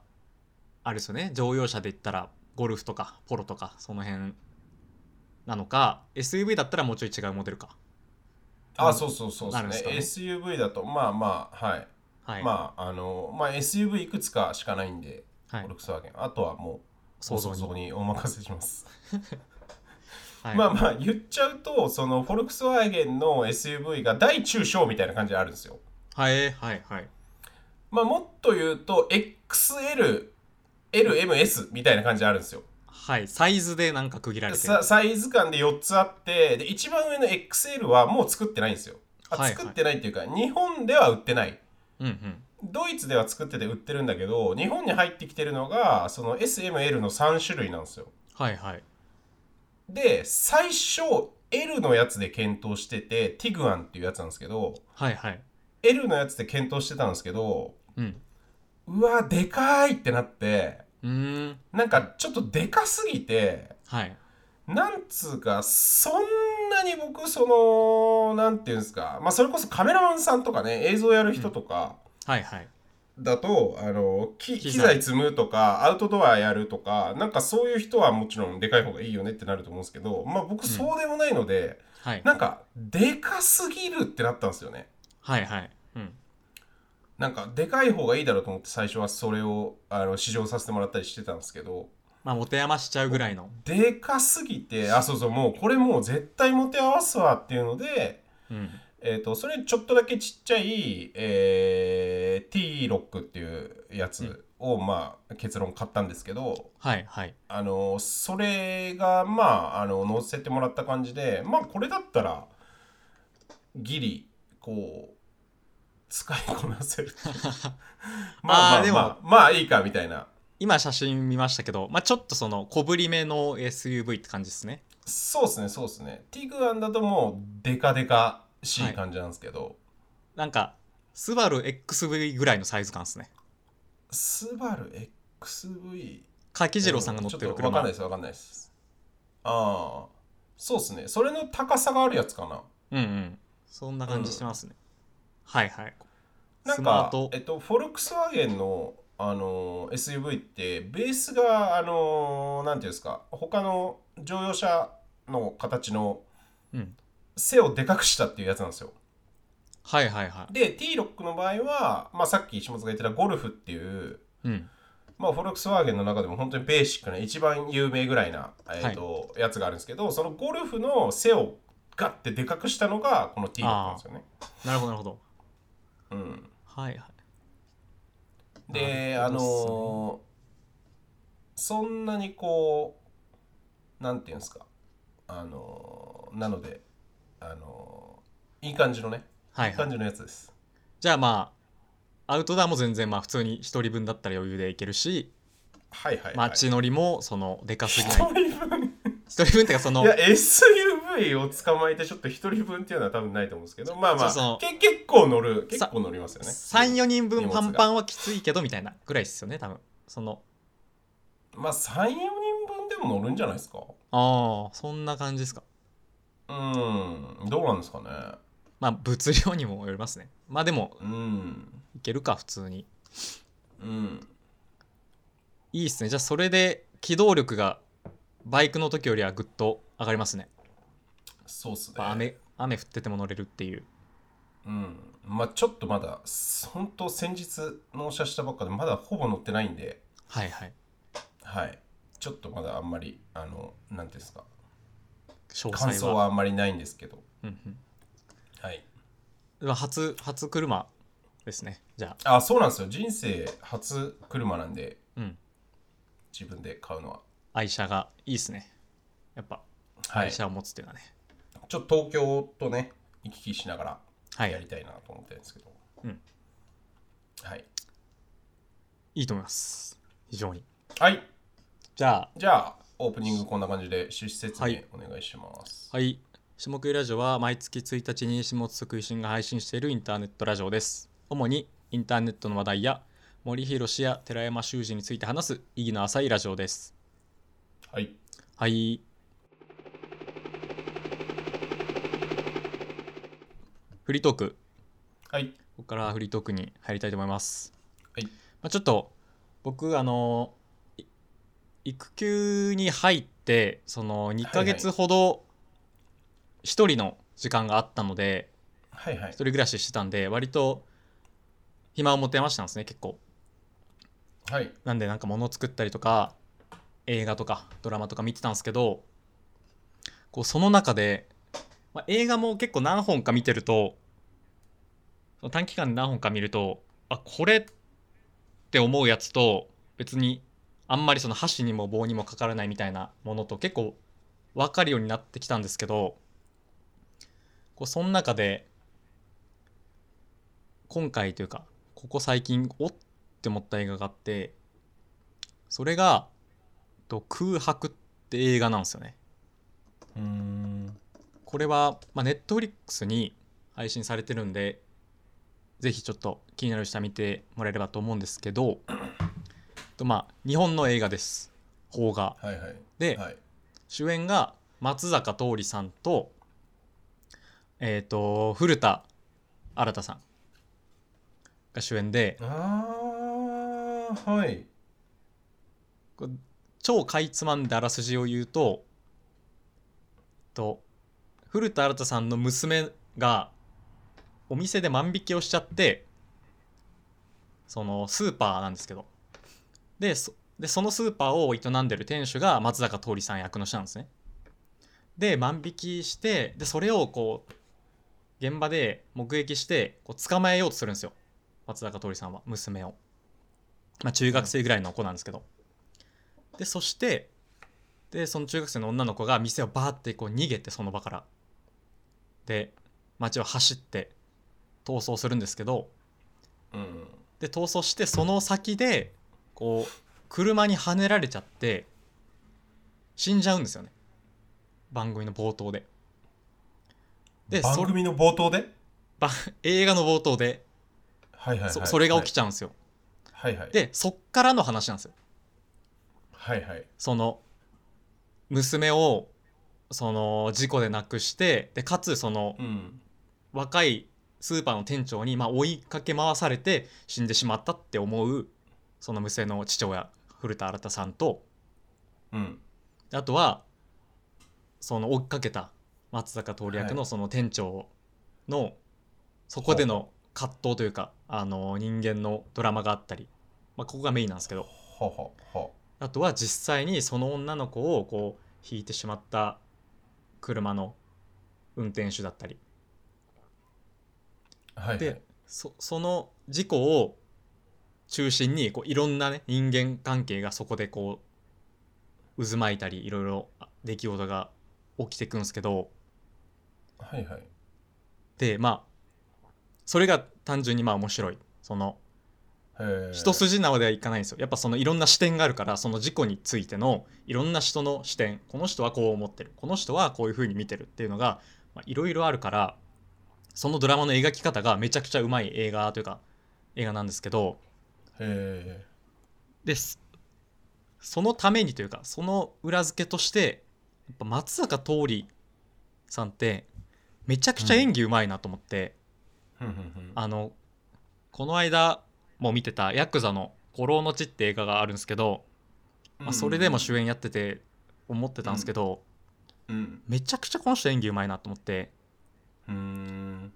Speaker 1: あれですよね乗用車で言ったらゴルフとかポロとかその辺なのか SUV だったらもうちょい違うモデルか、
Speaker 2: あ、そうそうそう
Speaker 1: なるんですかね
Speaker 2: ですね。SUV だと、まあまあ、はい。
Speaker 1: はい
Speaker 2: まあ、あの、まあ、SUV いくつかしかないんで、
Speaker 1: はい
Speaker 2: フォルクスワーゲン。あとはもう、
Speaker 1: 想像に
Speaker 2: 想にお任せします。
Speaker 1: はい
Speaker 2: まあまあ、言っちゃうと、その、フォルクスワーゲンの SUV が大中小みたいな感じであるんですよ。
Speaker 1: はいはいはい
Speaker 2: まあ、もっと言うと、XL、LMS みたいな感じであるんですよ。
Speaker 1: はいサイズでなんか区切られてる
Speaker 2: さサイズ感で4つあってで一番上の XL はもう作ってないんですよあ
Speaker 1: はいはい
Speaker 2: 作ってないっていうか、日本では売ってない
Speaker 1: うんうん
Speaker 2: ドイツでは作ってて売ってるんだけど日本に入ってきてるのがその SML の3種類なんですよ
Speaker 1: はいはい
Speaker 2: で最初 L のやつで検討しててティグアンっていうやつなんですけど
Speaker 1: はいはい
Speaker 2: L のやつで検討してたんですけど
Speaker 1: うん
Speaker 2: うわでかいってなって
Speaker 1: うーん
Speaker 2: なんかちょっとでかすぎて
Speaker 1: はい
Speaker 2: なんつうか、そんなに僕、その、なんていうんですか、まあ、それこそカメラマンさんとかね、映像やる人とか
Speaker 1: はいはい
Speaker 2: だと、あの、機
Speaker 1: 機材
Speaker 2: 機材積むとか、アウトドアやるとか、なんかそういう人はもちろんでかい方がいいよねってなると思うんですけど、まあ、僕、そうでもないので、
Speaker 1: はい
Speaker 2: なんか、でかすぎるってなったんですよね。
Speaker 1: はいはいうん
Speaker 2: なんか、でかい方がいいだろうと思って、最初はそれを、あの、試乗させてもらったりしてたんですけど、
Speaker 1: まあ持て余しちゃうぐらいの
Speaker 2: でかすぎて、あ、そうそう、もう、これもう絶対持て合わすわっていうので、
Speaker 1: うん
Speaker 2: えー、とそれにちょっとだけちっちゃい、えー、T-ROC っていうやつを、まあ、結論買ったんですけど、
Speaker 1: はいはい
Speaker 2: あのそれが、まあ、あの乗せてもらった感じで、まあ、これだったらギリこう使いこ なせるまあま
Speaker 1: あー
Speaker 2: あ
Speaker 1: でも
Speaker 2: まあまあいいかみたいな
Speaker 1: 今写真見ましたけど、まあ、ちょっとその小ぶりめの SUV って感じですね
Speaker 2: そうですねそうですねティグアンだともうデカデカし
Speaker 1: はい
Speaker 2: い感じなんですけど、
Speaker 1: なんかスバル XV ぐらいのサイズ感ですね
Speaker 2: スバル XV
Speaker 1: 柿次郎さんが乗ってる
Speaker 2: ちょっとわか
Speaker 1: 車
Speaker 2: んないですわかんないですああそうですねそれの高さがあるやつかな
Speaker 1: うんうんそんな感じしますね、はいはい
Speaker 2: なん
Speaker 1: スマー
Speaker 2: か
Speaker 1: ト
Speaker 2: えっとフォルクスワーゲンのあのー SUV ってベースがあのーなんていうんですか他の乗用車の形の
Speaker 1: うん
Speaker 2: 背をでかくしたっていうやつなんですよ
Speaker 1: はいはいは
Speaker 2: で T6 の場合は、まあ、さっき石本が言ってたゴルフっていう
Speaker 1: いうん
Speaker 2: まあ、フォルクスワーゲンの中でも本当にベーシックな一番有名ぐらいな、えーとやつがあるんですけどそのゴルフの背をガッてでかくしたのがこの T なんですよね。
Speaker 1: なるほどなるほど
Speaker 2: うん、
Speaker 1: はいはい
Speaker 2: で
Speaker 1: な
Speaker 2: あ
Speaker 1: る
Speaker 2: の
Speaker 1: ほ
Speaker 2: ーそんなにこうなんていうんですかあのーなのであのーいい感じのね
Speaker 1: はい
Speaker 2: いい
Speaker 1: は
Speaker 2: 感
Speaker 1: い
Speaker 2: じのやつです。
Speaker 1: じゃあまあアウトドアも全然まあ普通に一人分だったら余裕で行けるし
Speaker 2: はいはい、はい。
Speaker 1: 街乗りもそのでかすぎ
Speaker 2: 一
Speaker 1: ない
Speaker 2: 人分
Speaker 1: 一人分っていうかその
Speaker 2: い や SUV を捕まえてちょっと一人分っていうのは多分ないと思うんですけどまあまあ
Speaker 1: そうそう
Speaker 2: け結構乗る結構乗りますよね
Speaker 1: 34人分
Speaker 2: 荷物
Speaker 1: パ
Speaker 2: が
Speaker 1: ンパンはきついけどみたいなぐらいですよね多分その
Speaker 2: まあ34人分でも乗るんじゃないですか
Speaker 1: ああそんな感じですか
Speaker 2: うんどうなんですかね
Speaker 1: まあ物量にもよりますねまあでも
Speaker 2: うん
Speaker 1: いけるか普通に
Speaker 2: うん
Speaker 1: いいっすねじゃあそれで機動力がバイクの時よりはぐっと上がりますね
Speaker 2: そうっすね、
Speaker 1: やっぱ雨雨降ってても乗れるっていう
Speaker 2: うんまあちょっとまだ本当先日納車したばっかでまだほぼ乗ってないんで
Speaker 1: はいはい
Speaker 2: はいちょっとまだあんまりあのなんていうんですか
Speaker 1: 詳細は
Speaker 2: 感想はあんまりないんですけど
Speaker 1: うんうん
Speaker 2: はい
Speaker 1: では初初車ですねじゃあ
Speaker 2: あそうなんですよ人生初車なんで
Speaker 1: うん
Speaker 2: 自分で買うのは
Speaker 1: 愛車がいいっすねやっぱ
Speaker 2: はい
Speaker 1: 愛
Speaker 2: ち
Speaker 1: 車を持つっていうのはね
Speaker 2: ょっと東京とね行き来しなが
Speaker 1: は
Speaker 2: ら
Speaker 1: い、
Speaker 2: やり
Speaker 1: い、
Speaker 2: たいなと思ってるんですけど
Speaker 1: うん
Speaker 2: はい
Speaker 1: いと思います非常に
Speaker 2: はい
Speaker 1: じゃあ
Speaker 2: じゃあオープニングこんな感じで趣旨説
Speaker 1: は
Speaker 2: 明
Speaker 1: い
Speaker 2: お願いします
Speaker 1: はい下食いラジオは毎月1日に下津食いしんが配信しているインターネットラジオです主にインターネットの話題や森博氏や寺山修司について話す意義の浅いラジオです
Speaker 2: はい
Speaker 1: はいフリートーク
Speaker 2: はい
Speaker 1: ここからフリートークに入りたいと思います。
Speaker 2: はい
Speaker 1: まあ、ちょっと僕あのい育休に入ってその2ヶ
Speaker 2: は
Speaker 1: 月ほど一人の時間があったので
Speaker 2: はいはい
Speaker 1: 一人暮らししてたんで割と暇を持てましたんですね結構
Speaker 2: はい
Speaker 1: なんでなんか物を作ったりとか映画とかドラマとか見てたんですけどこうその中で、まあ、映画も結構何本か見てるとその短期間で何本か見るとあこれって思うやつと別にあんまりその箸にも棒にもかからないみたいなものと結構分かるようになってきたんですけどこうその中で今回というかここ最近おっって思った映画があってそれがと空白って映画なんですよね
Speaker 2: うーん
Speaker 1: これは、まあ、Netflix に配信されてるんでぜひちょっと気になる人は見てもらえればと思うんですけどとまあ日本の映画です邦画
Speaker 2: はいはい
Speaker 1: で、
Speaker 2: はい
Speaker 1: 主演が松坂桃李さんとえっ、と古田新太さんが主演で
Speaker 2: あーはい
Speaker 1: こう超かいつまんであらすじを言うとと古田新太さんの娘がお店で万引きをしちゃってそのスーパーなんですけどでそでそのスーパーを営んでる店主が松坂桃李さん役の人なんですねで万引きしてでそれをこう現場で目撃してこう捕まえようとするんですよ松坂桃李さんは娘を、まあ、中学生ぐらいの子なんですけどでそしてでその中学生の女の子が店をバーってこう逃げてその場からで街を走って逃走するんですけど
Speaker 2: うん
Speaker 1: で逃走してその先でこう車にはねられちゃって死んじゃうんですよね番組の冒頭ででそ
Speaker 2: 番組の冒頭で
Speaker 1: ば映画の冒頭で
Speaker 2: はいはいはい
Speaker 1: そそれが起きちゃうんですよ、
Speaker 2: はいはい
Speaker 1: でそっからの話なんですよ
Speaker 2: はいはい
Speaker 1: その娘をその事故で亡くしてでかつその
Speaker 2: うん
Speaker 1: 若いスーパーの店長にまあ追いかけ回されて死んでしまったって思うその娘の父親古田新太さんと
Speaker 2: うん
Speaker 1: であとはその追っかけた松坂桃李役
Speaker 2: は
Speaker 1: の
Speaker 2: い
Speaker 1: その店長のそこでの葛藤というかあの人間のドラマがあったり、まあ、ここがメインなんですけど
Speaker 2: ほほほ
Speaker 1: あとは実際にその女の子をこう引いてしまった車の運転手だったり
Speaker 2: はいはい
Speaker 1: でそその事故を中心にこういろんなね人間関係がそこでこう渦巻いたりいろいろ出来事が起きてくんですけど
Speaker 2: はいはい
Speaker 1: でまあそれが単純にまあ面白いその
Speaker 2: へー
Speaker 1: 一筋縄ではいかないんですよやっぱそのいろんな視点があるからその事故についてのいろんな人の視点この人はこう思ってるこの人はこういうふうに見てるっていうのがまあいろいろあるからそのドラマの描き方がめちゃくちゃうまい映画というか映画なんですけど
Speaker 2: へ
Speaker 1: ですそのためにというかその裏付けとしてやっぱ松坂桃李さんってめちゃくちゃ演技うまいなと思って、
Speaker 2: ーふんふんふん
Speaker 1: あのこの間も見てたヤクザの「古老の地」って映画があるんですけど、まあ、それでも主演やってて思ってたんですけど、
Speaker 2: うん
Speaker 1: めちゃくちゃこの人演技うまいなと思って
Speaker 2: うーん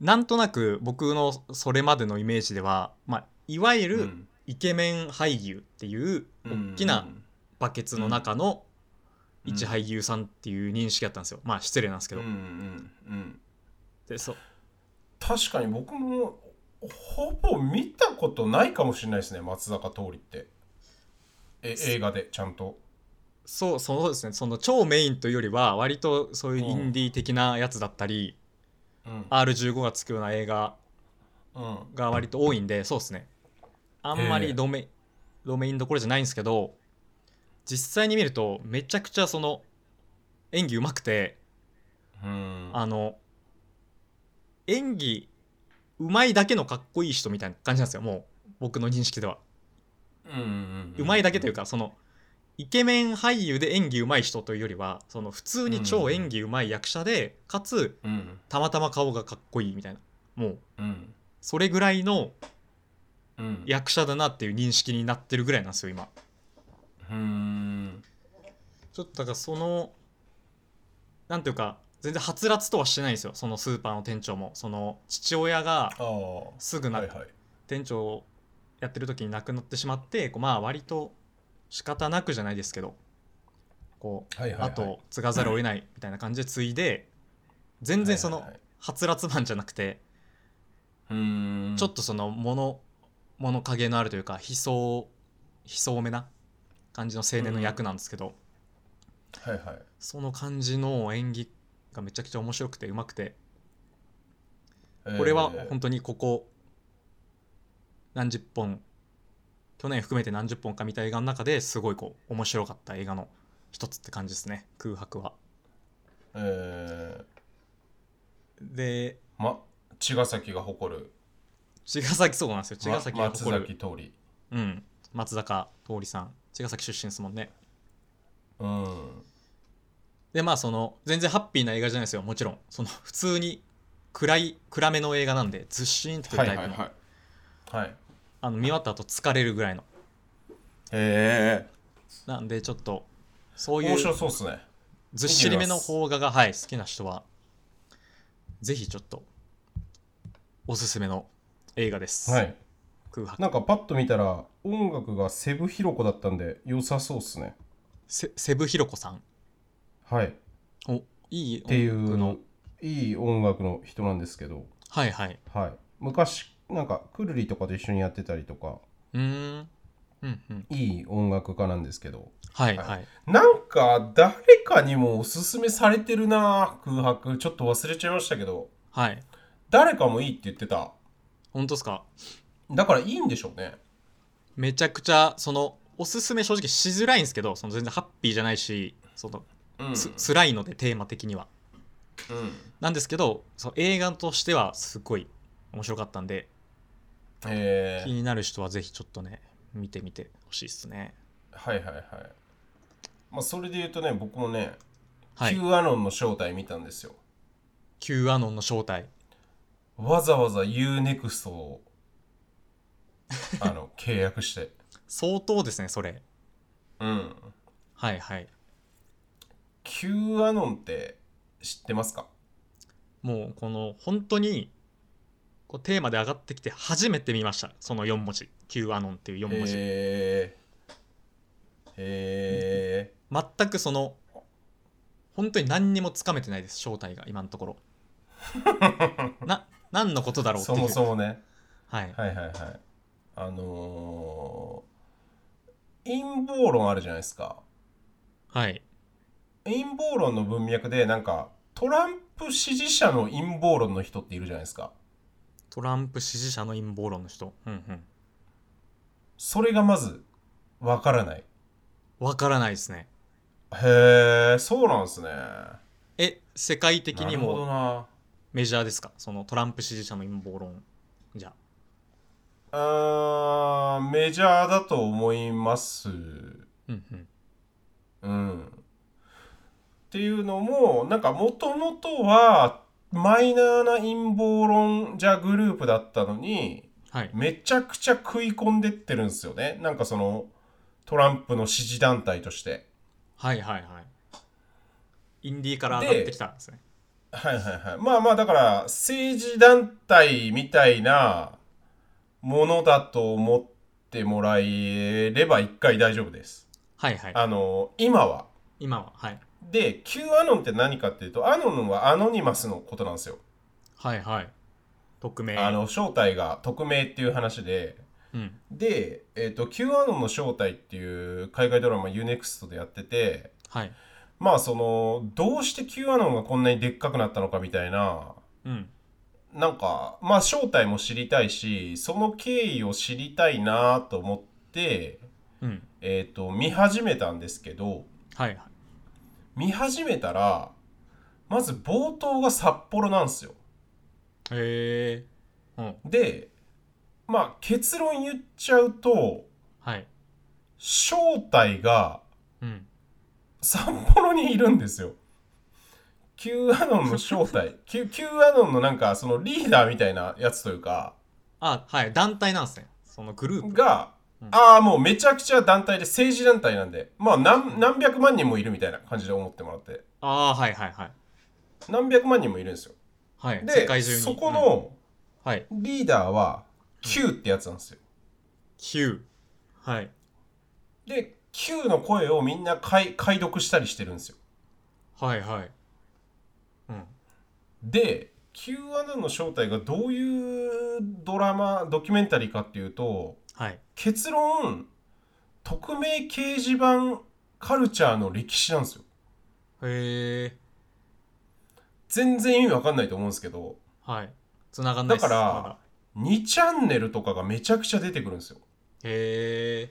Speaker 1: なんとなく僕のそれまでのイメージでは、まあ、いわゆるイケメン俳優っていう
Speaker 2: うん
Speaker 1: 大きなバケツの中の一俳優さんっていう認識だったんですよまあ失礼なんですけ
Speaker 2: うん
Speaker 1: ど、
Speaker 2: うんうんうん
Speaker 1: でそう
Speaker 2: 確かに僕もほぼ見たことないかもしれないですね松坂桃李ってえ映画でちゃんと
Speaker 1: そうそうですねその超メインというよりは割とそういうインディー的なやつだったり、
Speaker 2: うん、
Speaker 1: R15 がつくような映画
Speaker 2: うん、
Speaker 1: が割と多いんでそうですねあんま
Speaker 2: ええ
Speaker 1: りドメ,、ドメインどころじゃないんですけど実際に見るとめちゃくちゃその演技うまくて
Speaker 2: うん
Speaker 1: あの演技うまいだけのかっこいい人みたいな感じなんですよもう僕の認識では
Speaker 2: うん
Speaker 1: うまいだけというかそのイケメン俳優で演技うまい人というよりはその普通に超演技うまい役者でかつ
Speaker 2: うん
Speaker 1: たまたま顔がかっこいいみたいなもう
Speaker 2: うん
Speaker 1: それぐらいの
Speaker 2: うん
Speaker 1: 役者だなっていう認識になってるぐらいなんですよ今
Speaker 2: ううーん
Speaker 1: ちょっとだからそのなんていうか全然はつらつとはしてないんですよそのスーパーの店長もその父親が
Speaker 2: ああは
Speaker 1: すぐ
Speaker 2: い
Speaker 1: な、
Speaker 2: はい
Speaker 1: 店長をやってる時に亡くなってしまってこうまあ割と仕方なくじゃないですけどこ
Speaker 2: はいうはい
Speaker 1: 後を継がざるを得ないみたいな感じで継いで全然その
Speaker 2: はいはいは
Speaker 1: はつらつマンじゃなくて
Speaker 2: いうーん
Speaker 1: ちょっとその物物影のあるというか悲壮悲壮めな感じの青年の役なんですけど、
Speaker 2: はいはい
Speaker 1: その感じの演技がめちゃくちゃ面白くてうまくて
Speaker 2: えー
Speaker 1: これは本当にここ何十本去年含めて何十本か見た映画の中ですごいこう面白かった映画の一つって感じですね空白は。
Speaker 2: え
Speaker 1: で
Speaker 2: ー、ま茅ヶ崎が誇る
Speaker 1: 茅ヶ崎そうなんですよ茅ヶ崎が誇
Speaker 2: ま
Speaker 1: る、
Speaker 2: 松崎通り
Speaker 1: うん、松坂桃李さん茅ヶ崎出身ですもんね。
Speaker 2: うん
Speaker 1: でまあその全然ハッピーな映画じゃないですよもちろんその普通に暗い暗めの映画なんでずっしんとくるタイプの,、
Speaker 2: いはい
Speaker 1: あの見終わった後疲れるぐらいの
Speaker 2: へえ
Speaker 1: なんでちょっとそうい
Speaker 2: 面
Speaker 1: う
Speaker 2: 白そうっすね
Speaker 1: ずっしりめの邦画が、はい、好きな人は、ぜひちょっと、おすすめの映画です。
Speaker 2: はい
Speaker 1: 空白
Speaker 2: なんかパッと見たら音楽がセブヒロコだったんで良さそうっすね
Speaker 1: セセブヒロコさん。
Speaker 2: はいっ
Speaker 1: おいい
Speaker 2: てい
Speaker 1: 音楽の
Speaker 2: う。いい音楽の人なんですけど
Speaker 1: はいはい。
Speaker 2: はい昔なんかくるりとかと一緒にやってたりとか
Speaker 1: うーん。うんうん。
Speaker 2: いい音楽家なんですけど
Speaker 1: はい
Speaker 2: はい
Speaker 1: はい。
Speaker 2: なんか誰かにもおすすめされてるな空白ちょっと忘れちゃいましたけど
Speaker 1: はい。
Speaker 2: 誰かもいいって言ってた
Speaker 1: 本当ですか
Speaker 2: だからいいんでしょうね
Speaker 1: めちゃくちゃ、その、おすすめ正直しづらいんですけど、その全然ハッピーじゃないし、その、
Speaker 2: うん
Speaker 1: つ辛いので、テーマ的には。
Speaker 2: うん
Speaker 1: なんですけど、その映画としてはすごい面白かったんで、
Speaker 2: え
Speaker 1: 気
Speaker 2: ー、
Speaker 1: になる人はぜひちょっとね、見てみてほしいですね。
Speaker 2: はいはいはいまあそれで言うとね僕もね、
Speaker 1: はい。
Speaker 2: Q アノンの正体見たんですよ
Speaker 1: Q アノンの正体。
Speaker 2: わざわざ UNEXT をあの契約して
Speaker 1: 相当ですね、それ。
Speaker 2: うん
Speaker 1: はいはい。
Speaker 2: Q アノンって知ってますか
Speaker 1: もう、この、本当に、こうテーマで上がってきて初めて見ました。その4文字。Q アノンっていう4文字。
Speaker 2: えー、え
Speaker 1: 全くその、本当に何にもつかめてないです、正体が、今のとこ ろ。な、何のことだろ
Speaker 2: ー、
Speaker 1: うってい。
Speaker 2: そうもそもね
Speaker 1: はい。
Speaker 2: はいはいはいあのー、陰謀論あるじゃないですか
Speaker 1: はい。
Speaker 2: 陰謀論の文脈でなんかトランプ支持者の陰謀論の人っているじゃないですか
Speaker 1: トランプ支持者の陰謀論の人。うんうん。
Speaker 2: それがまずわからない
Speaker 1: わからないですね。
Speaker 2: へえそうなんですね
Speaker 1: え、世界的
Speaker 2: な
Speaker 1: に
Speaker 2: るほど
Speaker 1: も
Speaker 2: な
Speaker 1: メジャーですかそのトランプ支持者の陰謀論。じゃあ。
Speaker 2: あーメジャーだと思います
Speaker 1: うんうん。
Speaker 2: うんっていうのもなんかもともとはマイナーな陰謀論者グループだったのに
Speaker 1: はい。
Speaker 2: めちゃくちゃ食い込んでってるんですよねなんかそのトランプの支持団体として
Speaker 1: はいはいはい。インディーから上がってきたんですね。
Speaker 2: はいはいはいまあまあだから政治団体みたいなものだと思ってもらえれば一回大丈夫です
Speaker 1: はいはい。
Speaker 2: あの今は
Speaker 1: 今は、はい。
Speaker 2: で Q アノンって何かっていうとアノンはアノニマスのことなんですよ
Speaker 1: はいはい。匿名。
Speaker 2: あの正体が匿名っていう話で
Speaker 1: うん。
Speaker 2: で、えっと Q アノンの正体っていう海外ドラマ UNEXT でやってて
Speaker 1: はい。
Speaker 2: まあそのどうして Q アノンがこんなにでっかくなったのかみたいな
Speaker 1: うん。
Speaker 2: なんかまあ正体も知りたいしその経緯を知りたいなと思って、
Speaker 1: うん。
Speaker 2: えっと見始めたんですけど
Speaker 1: はいはい。
Speaker 2: 見始めたらまず冒頭が札幌なんですよ。
Speaker 1: へえ。うん。
Speaker 2: でまあ結論言っちゃうと
Speaker 1: はい。
Speaker 2: 正体が
Speaker 1: うん。
Speaker 2: 札幌にいるんですよ。Q アノンの正 体 Q, Q アノンのなんかそのリーダーみたいなやつというか
Speaker 1: あ、はい。団体なんですね。そのグループ。
Speaker 2: がああもうめちゃくちゃ団体で政治団体なんでまあ何何百万人もいるみたいな感じで思ってもらって
Speaker 1: ああはいはいはい
Speaker 2: 何百万人もいるんですよ
Speaker 1: はい世
Speaker 2: で
Speaker 1: 界中に
Speaker 2: そこ
Speaker 1: うん
Speaker 2: の
Speaker 1: はい
Speaker 2: リーダーは Q ってやつなんですよ
Speaker 1: Q はい
Speaker 2: で Q の声をみんな解解読したりしてるんですよ
Speaker 1: はいはいうん
Speaker 2: で Q アナの正体がどういうドラマドキュメンタリーかっていうと
Speaker 1: はい
Speaker 2: 結論匿名掲示板カルチャーの歴史なんですよ
Speaker 1: へえ
Speaker 2: 全然意味わかんないと思うんですけど
Speaker 1: はい繋がんないっす
Speaker 2: だから
Speaker 1: ま
Speaker 2: 2チャンネルとかがめちゃくちゃ出てくるんですよ
Speaker 1: へ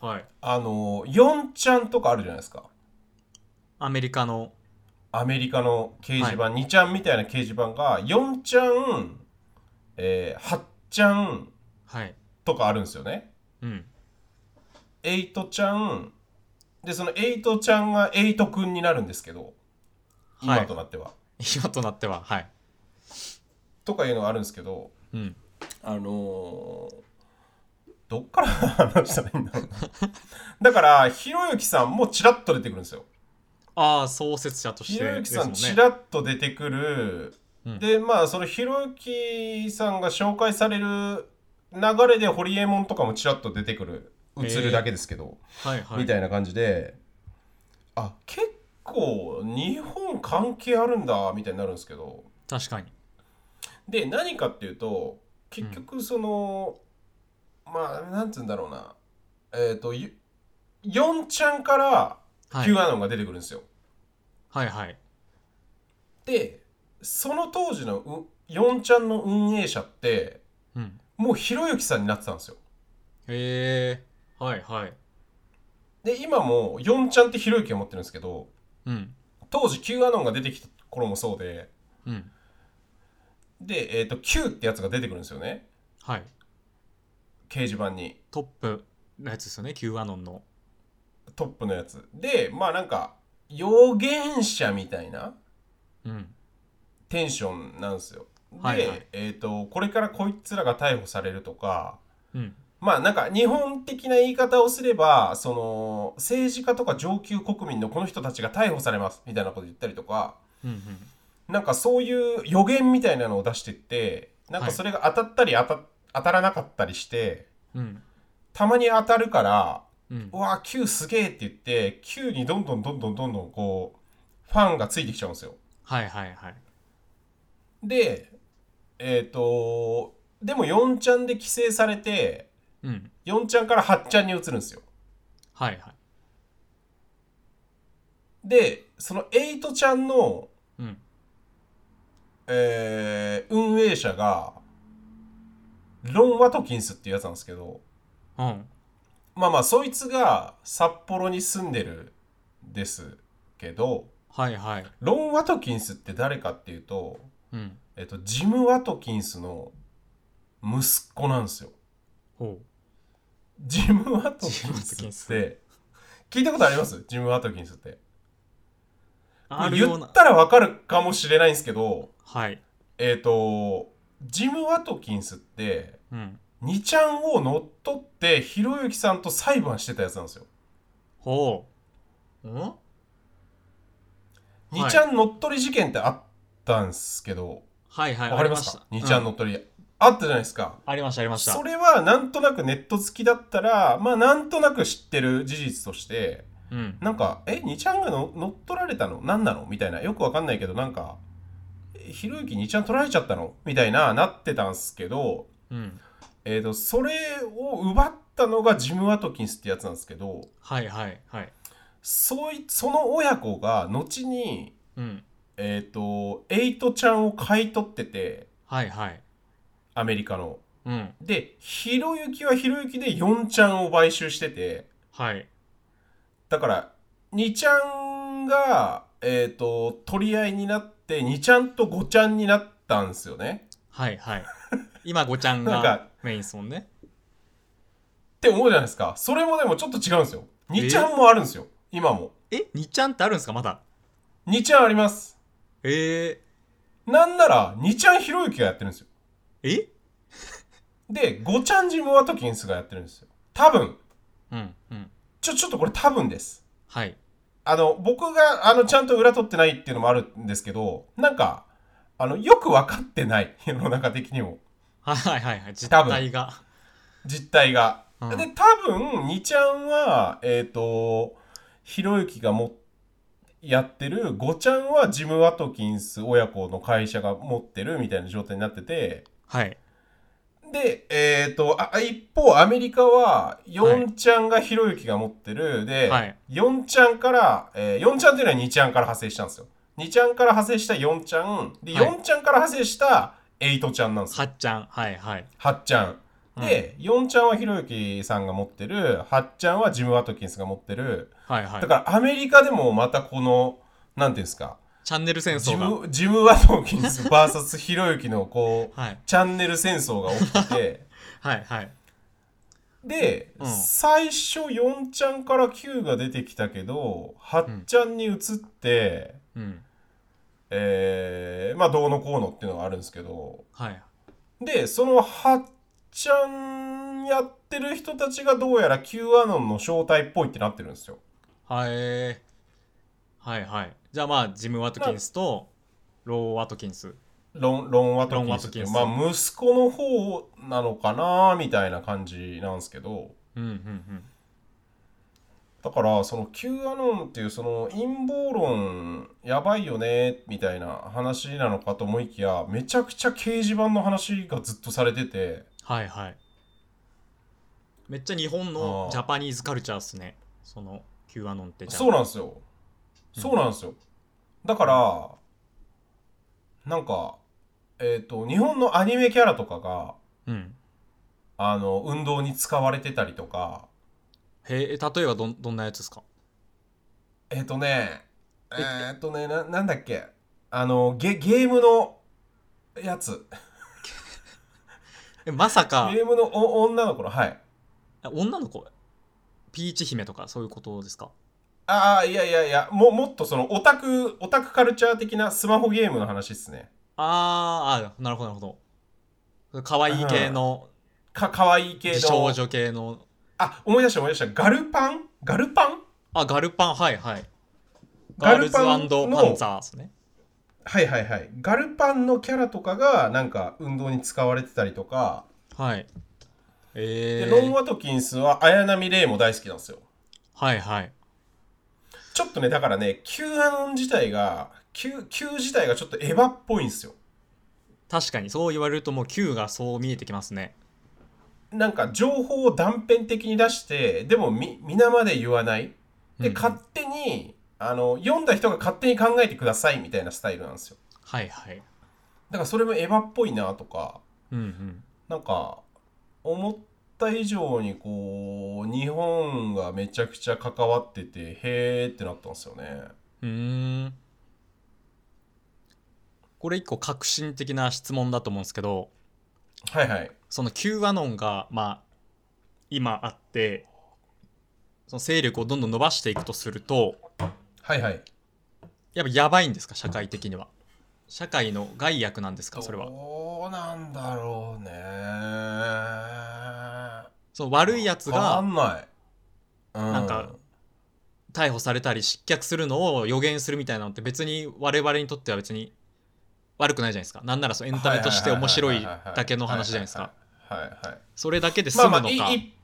Speaker 1: えはい
Speaker 2: あの4ちゃんとかあるじゃないですか
Speaker 1: アメリカの
Speaker 2: アメリカの掲示板、2ちゃんみたいな掲示板が4ちゃん、えー、8ちゃん
Speaker 1: はい
Speaker 2: とかあるんですよね
Speaker 1: うん
Speaker 2: 8ちゃんでその8ちゃんが8くんになるんですけど
Speaker 1: はい
Speaker 2: 今となっては、
Speaker 1: 今となってははい
Speaker 2: とかいうのがあるんですけど
Speaker 1: うん
Speaker 2: あのーどっから話したらいいんだ ろうなだからひろゆきさんもちらっと出てくるんですよ
Speaker 1: ああ創設者とし
Speaker 2: ひ
Speaker 1: て
Speaker 2: ろゆ
Speaker 1: で
Speaker 2: き
Speaker 1: すも
Speaker 2: さん
Speaker 1: ん
Speaker 2: ち
Speaker 1: ね
Speaker 2: らっと出てくる、
Speaker 1: うん
Speaker 2: でまあそのひろゆきさんが紹介される流れでホリエモンとかもちらっと出てくる映るだけですけど、
Speaker 1: はいはい
Speaker 2: みたいな感じであ結構日本関係あるんだみたいになるんですけど
Speaker 1: 確かに
Speaker 2: で何かっていうと結局その、まあなんつうんだろうなえっ、と4ちゃんから
Speaker 1: はい
Speaker 2: Q アノンが出てくるんですよ。
Speaker 1: はいはい
Speaker 2: でその当時のう4ちゃんの運営者って
Speaker 1: うん
Speaker 2: もうひろゆきさんになってたんですよ
Speaker 1: へえはいはい
Speaker 2: で今も4ちゃんってひろゆきが持ってるんですけど
Speaker 1: うん
Speaker 2: 当時 Q アノンが出てきた頃もそうで
Speaker 1: うん
Speaker 2: で、えー、と Q ってやつが出てくるんですよね
Speaker 1: はい
Speaker 2: 掲示板に
Speaker 1: トップのやつですよね Q アノンの
Speaker 2: トップのやつでまあなんか予言者みたいな
Speaker 1: うん
Speaker 2: テンションなんですよで、
Speaker 1: はいはい
Speaker 2: えっ、とこれからこいつらが逮捕されるとか
Speaker 1: うん
Speaker 2: まあなんか日本的な言い方をすればその政治家とか上級国民のこの人たちが逮捕されますみたいなこと言ったりとか
Speaker 1: うんうん
Speaker 2: なんかそういう予言みたいなのを出してってなんかそれが当たったり当た,、当たらなかったりして
Speaker 1: うん
Speaker 2: たまに当たるから
Speaker 1: うん
Speaker 2: うわ Q すげえって言って Q にどんどんどんどんどんどんこうファンがついてきちゃうんですよ。
Speaker 1: はいはいはい
Speaker 2: でえっ、とでも4ちゃんで規制されて
Speaker 1: うん
Speaker 2: 4ちゃんから8ちゃんに移るんですよ。
Speaker 1: はいはい
Speaker 2: でその8ちゃんの、
Speaker 1: うん
Speaker 2: えー運営者がロン・ワトキンスっていうやつなんですけど
Speaker 1: うん
Speaker 2: まあまあそいつが札幌に住んでるですけど
Speaker 1: はいはい
Speaker 2: ロン・ワトキンスって誰かっていうと、
Speaker 1: うん
Speaker 2: えっと、ジム・ワトキンスの息子なんですよ。
Speaker 1: ほう
Speaker 2: ジム・ワトキン
Speaker 1: ジムワトキン
Speaker 2: スっ
Speaker 1: ス
Speaker 2: て聞いたことありますジム・ワトキンスって。
Speaker 1: あるよう
Speaker 2: 言
Speaker 1: な
Speaker 2: ったらわかるかもしれないんですけど
Speaker 1: はい
Speaker 2: えっ、とジム・ワトキンスって
Speaker 1: うん
Speaker 2: 2ちゃんを乗っ取ってひろゆきさんと裁判してたやつなんですよ。
Speaker 1: ほうんははい
Speaker 2: 2ちゃん乗っ取り事件ってあったんですけど、
Speaker 1: いはい
Speaker 2: わかりますか
Speaker 1: あり
Speaker 2: ?2
Speaker 1: ました
Speaker 2: ちゃん乗っ取り、あったじゃないですか。
Speaker 1: ありましたありました
Speaker 2: それはなんとなくネット好きだったらまあなんとなく知ってる事実として
Speaker 1: うん
Speaker 2: なんか「え2ちゃんがの乗っ取られたの何なの?」みたいなよくわかんないけどなんか「えひろゆき2ちゃん取られちゃったの?」みたいななってたんすけど、
Speaker 1: うん
Speaker 2: えー、とそれを奪ったのがジム・ワトキンスってやつなんですけど
Speaker 1: はいはいはい
Speaker 2: そいその親子が後に
Speaker 1: うん
Speaker 2: えっ、とエイトちゃんを買い取ってて
Speaker 1: はいはい
Speaker 2: アメリカの。
Speaker 1: うん
Speaker 2: でひろゆきはひろゆきで4ちゃんを買収してて。
Speaker 1: はい
Speaker 2: だから2ちゃんが、えー、と取り合いになって2ちゃんと5ちゃんになったんですよね。
Speaker 1: はいはい 今ごちゃん
Speaker 2: なん
Speaker 1: が
Speaker 2: か
Speaker 1: メインですもんね
Speaker 2: って思うじゃないですかそれもでもちょっと違うんですよ。2ちゃんもあるんですよ今も。
Speaker 1: えにちゃんってあるんですかまだ
Speaker 2: 2ちゃんあります。
Speaker 1: え
Speaker 2: なんなら2ちゃんひろゆきがやってるんですよ。
Speaker 1: ー、え
Speaker 2: で5ちゃんジムワトキンスがやってるんですよ。多分
Speaker 1: うんうん
Speaker 2: ちょちょっとこれ多分です
Speaker 1: はい
Speaker 2: あの僕があのちゃんと裏取ってないっていうのもあるんですけどなんかあのよく分かってない世の中的にも
Speaker 1: はいはいはいはい実
Speaker 2: 多分
Speaker 1: 態が
Speaker 2: 実態が、
Speaker 1: うん
Speaker 2: で多分にちゃんはえっ、とひろゆきがもやってるごちゃんはジム・ワトキンス親子の会社が持ってるみたいな状態になってて
Speaker 1: はい
Speaker 2: でえっ、とああ一方アメリカは4ちゃんがひろゆきが持ってる、で、
Speaker 1: はい
Speaker 2: 4ちゃんから、え4ちゃんっていうのは2ちゃんから派生したんですよ2ちゃんから派生した4ちゃんで
Speaker 1: はい
Speaker 2: 4ちゃんから派生した8ちゃんなんですよ
Speaker 1: はっちゃんはいはい
Speaker 2: はっちゃん。で、ヨンちゃんはひろゆきさんが持ってる、はっちゃんはジム・ワトキンスが持ってる。
Speaker 1: はいはい
Speaker 2: だからアメリカでもまたこの、なんていうんですか、
Speaker 1: チャンネル戦
Speaker 2: ジ
Speaker 1: 争が
Speaker 2: ムジム・ワトキンス VS ひろゆきのこう、
Speaker 1: はい
Speaker 2: チャンネル戦争が起きて て、
Speaker 1: はいはい
Speaker 2: で、
Speaker 1: うん
Speaker 2: 最初ヨンちゃんから Q が出てきたけど、はっちゃんに移って、
Speaker 1: うん
Speaker 2: えー、まあどうのこうのっていうのがあるんですけど、
Speaker 1: はい
Speaker 2: でそのはっちゃんやってる人たちがどうやら Q アノンの正体っぽいってなってるんですよ
Speaker 1: はいえーはいはいじゃあまあジム・ワトキンスとロー・ワトキンス
Speaker 2: ロンロン・ワトキンスっていう
Speaker 1: ロンワトキンス
Speaker 2: まあ息子の方なのかなみたいな感じなんですけど
Speaker 1: うんうんうん
Speaker 2: だからその Q アノンっていうその陰謀論やばいよねみたいな話なのかと思いきやめちゃくちゃ掲示板の話がずっとされてて
Speaker 1: はいはいめっちゃ日本
Speaker 2: あ
Speaker 1: の
Speaker 2: ー
Speaker 1: ジャパニーズカルチャーっすねその Q アノンってじゃあ
Speaker 2: そうなんですよ。
Speaker 1: うん
Speaker 2: そうなんですよ。だから、なんか、えっ、と、日本のアニメキャラとかが、
Speaker 1: うん
Speaker 2: あの、運動に使われてたりとか、
Speaker 1: へえ例えばどんどんなやつですか
Speaker 2: えっ、とね、えっ、とねな、なんだっけ、あの、ゲ、ゲームの、やつ。
Speaker 1: えまさか
Speaker 2: ゲームのお女の子の、はい。
Speaker 1: 女の子ピーチ姫とかそういうことですか
Speaker 2: ああ、いやいやいや、も、もっとその、オタク、オタクカルチャー的なスマホゲームの話っすね。
Speaker 1: あーあーなるほどなるほど可愛い系の
Speaker 2: か、可愛い系の。
Speaker 1: 美少女系の
Speaker 2: あ、思い出した思い出した。ガルパンガルパン
Speaker 1: あガルパンはいはいガ
Speaker 2: ガ
Speaker 1: ール
Speaker 2: ル
Speaker 1: ズ
Speaker 2: パン
Speaker 1: パン
Speaker 2: の
Speaker 1: ザーですね
Speaker 2: はいはいはいガルパンのキャラとかがなんか運動に使われてたりとか、
Speaker 1: はいえ
Speaker 2: でロン・
Speaker 1: ー、
Speaker 2: ワトキンスは綾波レイも大好きなんですよ
Speaker 1: はいはい
Speaker 2: ちょっとねだからね Q アノン自体が Q, Q 自体がちょっとエヴァっぽいんですよ
Speaker 1: 確かにそう言われるともう Q がそう見えてきますね
Speaker 2: なんか情報を断片的に出してでもみ皆まで言わないで、
Speaker 1: うん
Speaker 2: 勝手にあの読んだ人が勝手に考えてくださいみたいなスタイルなんですよ
Speaker 1: はいはい
Speaker 2: だからそれもエヴァっぽいなとか
Speaker 1: うんうん
Speaker 2: なんか思った以上にこう日本がめちゃくちゃ関わっててへえってなったんですよね
Speaker 1: うーんこれ一個革新的な質問だと思うんですけど
Speaker 2: はいはい
Speaker 1: その Q アノンがまあ今あってその勢力をどんどん伸ばしていくとすると
Speaker 2: はいはい
Speaker 1: やっぱやばいんですか社会的には社会の害悪なんですかそれは
Speaker 2: どうなんだろうね
Speaker 1: その悪いやつ
Speaker 2: わか
Speaker 1: が
Speaker 2: んない、う
Speaker 1: なんか逮捕されたり失脚するのを予言するみたいなのって別に我々にとっては別に悪くないじゃないですかなんならそのエンタメとして面白いだけの話じゃないですか
Speaker 2: はいはいはいはい
Speaker 1: それだけで済
Speaker 2: まあ
Speaker 1: む
Speaker 2: ま
Speaker 1: の
Speaker 2: あ
Speaker 1: か
Speaker 2: い一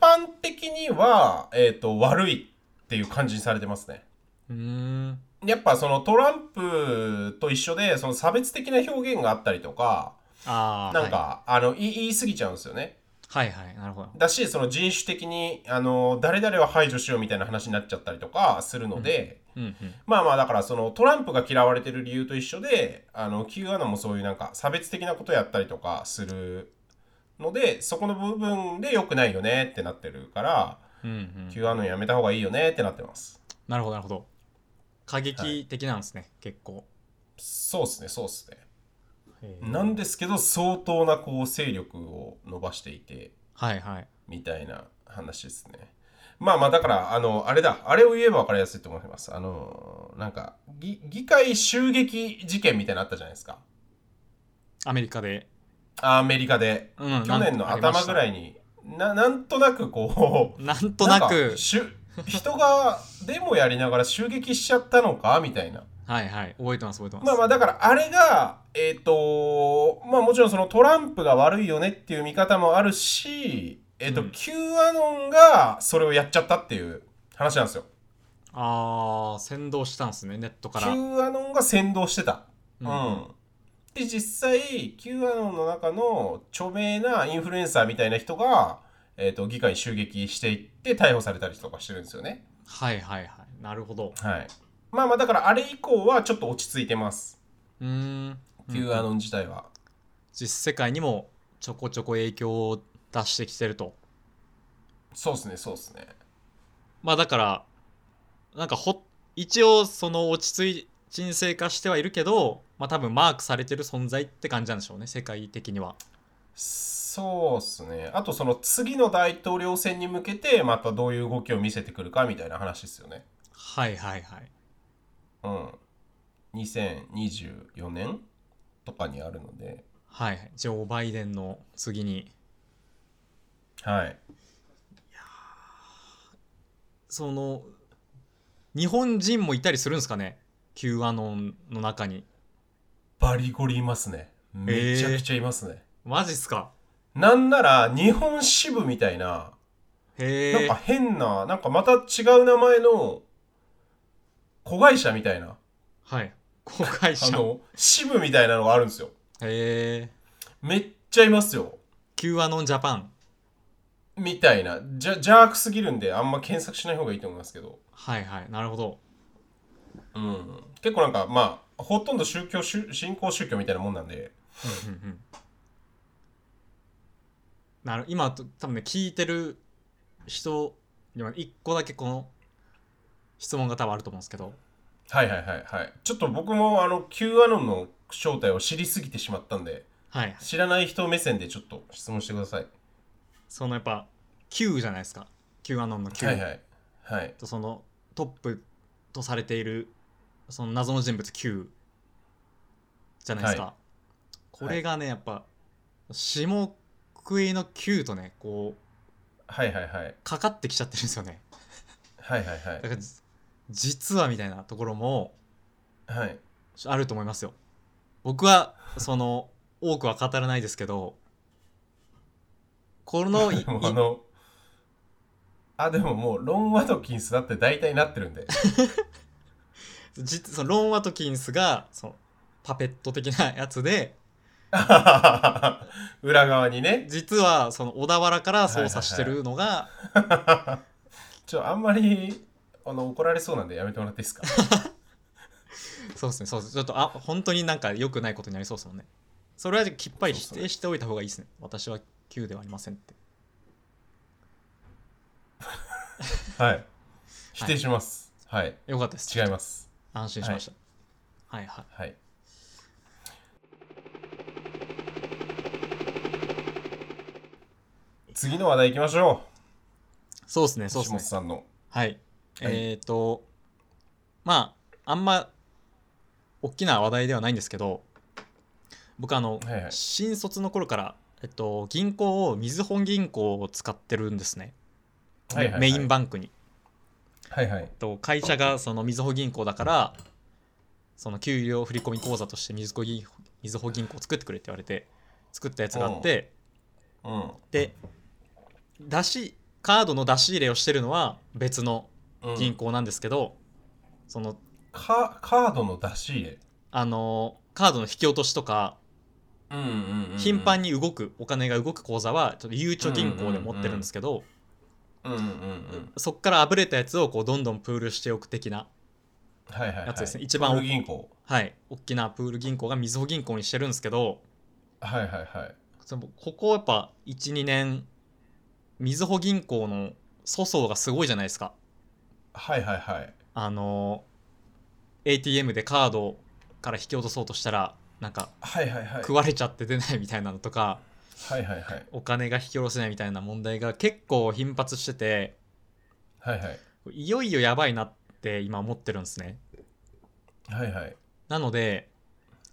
Speaker 2: 般的には、えー、と悪いっていう感じにされてますね
Speaker 1: うーん
Speaker 2: やっぱそのトランプと一緒でその差別的な表現があったりとか
Speaker 1: ああ
Speaker 2: なんか、あのい言い過ぎちゃうんですよね
Speaker 1: はいはいはいなるほど
Speaker 2: だしその人種的にあの誰々は排除しようみたいな話になっちゃったりとかするので、
Speaker 1: うんうん
Speaker 2: まあまあだからそのトランプが嫌われてる理由と一緒であの Q アノンもそういうなんか差別的なことやったりとかするのでそこの部分で良くないよねってなってるから、
Speaker 1: うんうん
Speaker 2: Q アノンやめた方がいいよねってなってます
Speaker 1: なるほどなるほど過激的なんですね、結構
Speaker 2: そうっすねそうっすねなんですけど相当なこう勢力を伸ばしていて
Speaker 1: はいはい
Speaker 2: みたいな話ですね。まあまあだからあのあれだあれを言えば分かりやすいと思います。あのなんか議議会襲撃事件みたいなのあったじゃないですか。
Speaker 1: アメリカで、
Speaker 2: アメリカで
Speaker 1: うん
Speaker 2: 去年の頭ぐら
Speaker 1: い
Speaker 2: いにななんとなくこう
Speaker 1: なんとな
Speaker 2: なん
Speaker 1: く
Speaker 2: かしゅ人がデモやりながら襲撃しちゃったのかみたいな
Speaker 1: はいはい覚えてます覚えてます、
Speaker 2: まあまあだからあれがえっ、とまあもちろんそのトランプが悪いよねっていう見方もあるしえっ、と、
Speaker 1: うん
Speaker 2: Q アノンがそれをやっちゃったっていう話なんですよ
Speaker 1: あー先導したんですねネットか
Speaker 2: Q
Speaker 1: ら、うん
Speaker 2: アノンが先導してたうん、
Speaker 1: は
Speaker 2: で実際 Q アノンの中の著名なインフルエンサーみたいな人が、えっと議会に襲撃していって逮捕されたりとかしてるんですよね
Speaker 1: いはいはいなるほど
Speaker 2: はいまあまあだからあれ以降はちょっと落ち着いてます
Speaker 1: うーん
Speaker 2: Q アノン自体は、
Speaker 1: 実世界にもちょこちょこ影響を出してきてると
Speaker 2: そうっすねそうっすね
Speaker 1: まあだからなんかほ一応その落ち着い沈静化してはいるけどまあ多分マークされてる存在って感じなんでしょうね世界的には
Speaker 2: そうっすねあとその次の大統領選に向けてまたどういう動きを見せてくるかみたいな話ですよね
Speaker 1: はいはいはい
Speaker 2: うん2024年とかにあるので
Speaker 1: はいはいジョー・バイデンの次に
Speaker 2: はい
Speaker 1: その日本人もいたりするんですかね Q アノンの中に
Speaker 2: バリゴリいますねめちゃくちゃいますね、
Speaker 1: マジっすか
Speaker 2: なんなら日本支部みたいな
Speaker 1: へ
Speaker 2: なん
Speaker 1: え
Speaker 2: か変ななんかまた違う名前の子会社みたいな
Speaker 1: はい公開
Speaker 2: あ
Speaker 1: 者へ
Speaker 2: の支部みたいなのがあるんですよ
Speaker 1: え
Speaker 2: めっちゃいますよ
Speaker 1: Q アノンジャパン
Speaker 2: みたいなじゃ邪悪すぎるんであんま検索しない方がいいと思いますけど、
Speaker 1: はいはいなるほど
Speaker 2: うん、結構なんかまあほとんど宗教宗信仰宗教みたいなもんなんで
Speaker 1: うんうんうんなる今と多分ね聞いてる人には1個だけこの質問が多分あると思うんですけど
Speaker 2: はいはいはいはいちょっと僕もあの Q アノンの正体を知りすぎてしまったんで
Speaker 1: はい
Speaker 2: 知らない人目線でちょっと質問してください
Speaker 1: そのやっぱ Q じゃないですか Q アノンの Q、
Speaker 2: はいはいはい
Speaker 1: とそのトップとされているその謎の人物 Q じゃないですか、
Speaker 2: は
Speaker 1: これがねやっぱ下食いの Q とねこう
Speaker 2: はいはいはい
Speaker 1: かかってきちゃってるんですよね
Speaker 2: はいはいは
Speaker 1: だからじ実はみたいなところも
Speaker 2: いはい
Speaker 1: あると思いますよ僕はその多くは語らないですけどこのいい
Speaker 2: でも あのあでももうロン・ワトキンスだって大体なってる んで
Speaker 1: 実そのロン・ワトキンスがそのパペット的なやつで
Speaker 2: 裏側にね
Speaker 1: 実はその小田原から操作してるのが
Speaker 2: ちょあんまりあの怒られそうなんでやめてもらっていいです か
Speaker 1: そうですねそうですちょっとあ本当になんか良くないことになりそうですもんねそれはきっぱり否定しておいた方がいいですね私は Q ではありませんって
Speaker 2: はい否定しますはい、
Speaker 1: よかったです
Speaker 2: 違います
Speaker 1: 安心しました、はい、はい
Speaker 2: はい次の話題いきましょ
Speaker 1: そうですね
Speaker 2: う
Speaker 1: そうです
Speaker 2: 下
Speaker 1: ね
Speaker 2: 津さんの
Speaker 1: はい、
Speaker 2: はい
Speaker 1: えっ、とまああんま大きな話題ではないんですけど僕あの、
Speaker 2: はいはい
Speaker 1: 新卒の頃から、えっと、銀行をみずほ銀行を使ってるんですね、
Speaker 2: はいはいはい
Speaker 1: メインバンクに、
Speaker 2: はいはい
Speaker 1: えっと、会社がそのみずほ銀行だからその給料振込口座としてみずほ銀みずほ銀行を作ってくれって言われて作ったやつがあって
Speaker 2: うん
Speaker 1: で出しカードの出し入れをしてるのは別の
Speaker 2: うん
Speaker 1: 銀行なんですけど、その
Speaker 2: かカードの出し入れ
Speaker 1: あのカードの引き落としとか
Speaker 2: うんうんうんうん
Speaker 1: 頻繁に動くお金が動く口座はちょっとゆうちょ銀行で持ってるんですけど、
Speaker 2: うんうんうんうん
Speaker 1: そこからあぶれたやつをこうどんどんプールしておく的な
Speaker 2: はいはい、はい、
Speaker 1: やつですね一番
Speaker 2: プール銀行
Speaker 1: はい大きなプール銀行がみずほ銀行にしてるんですけど
Speaker 2: はいはいはい
Speaker 1: そのここやっぱ12年みずほ銀行の粗相がすごいじゃないですか
Speaker 2: はいはいはい
Speaker 1: あの ATM でカードから引き落とそうとしたらなんか
Speaker 2: はいはいはい
Speaker 1: 食われちゃって出ないみたいなのとか、
Speaker 2: はいはいはい
Speaker 1: お金が引き下ろせないみたいな問題が結構頻発してて
Speaker 2: はいはい
Speaker 1: いよいよやばいなって今思ってるんですね
Speaker 2: はいはい
Speaker 1: なので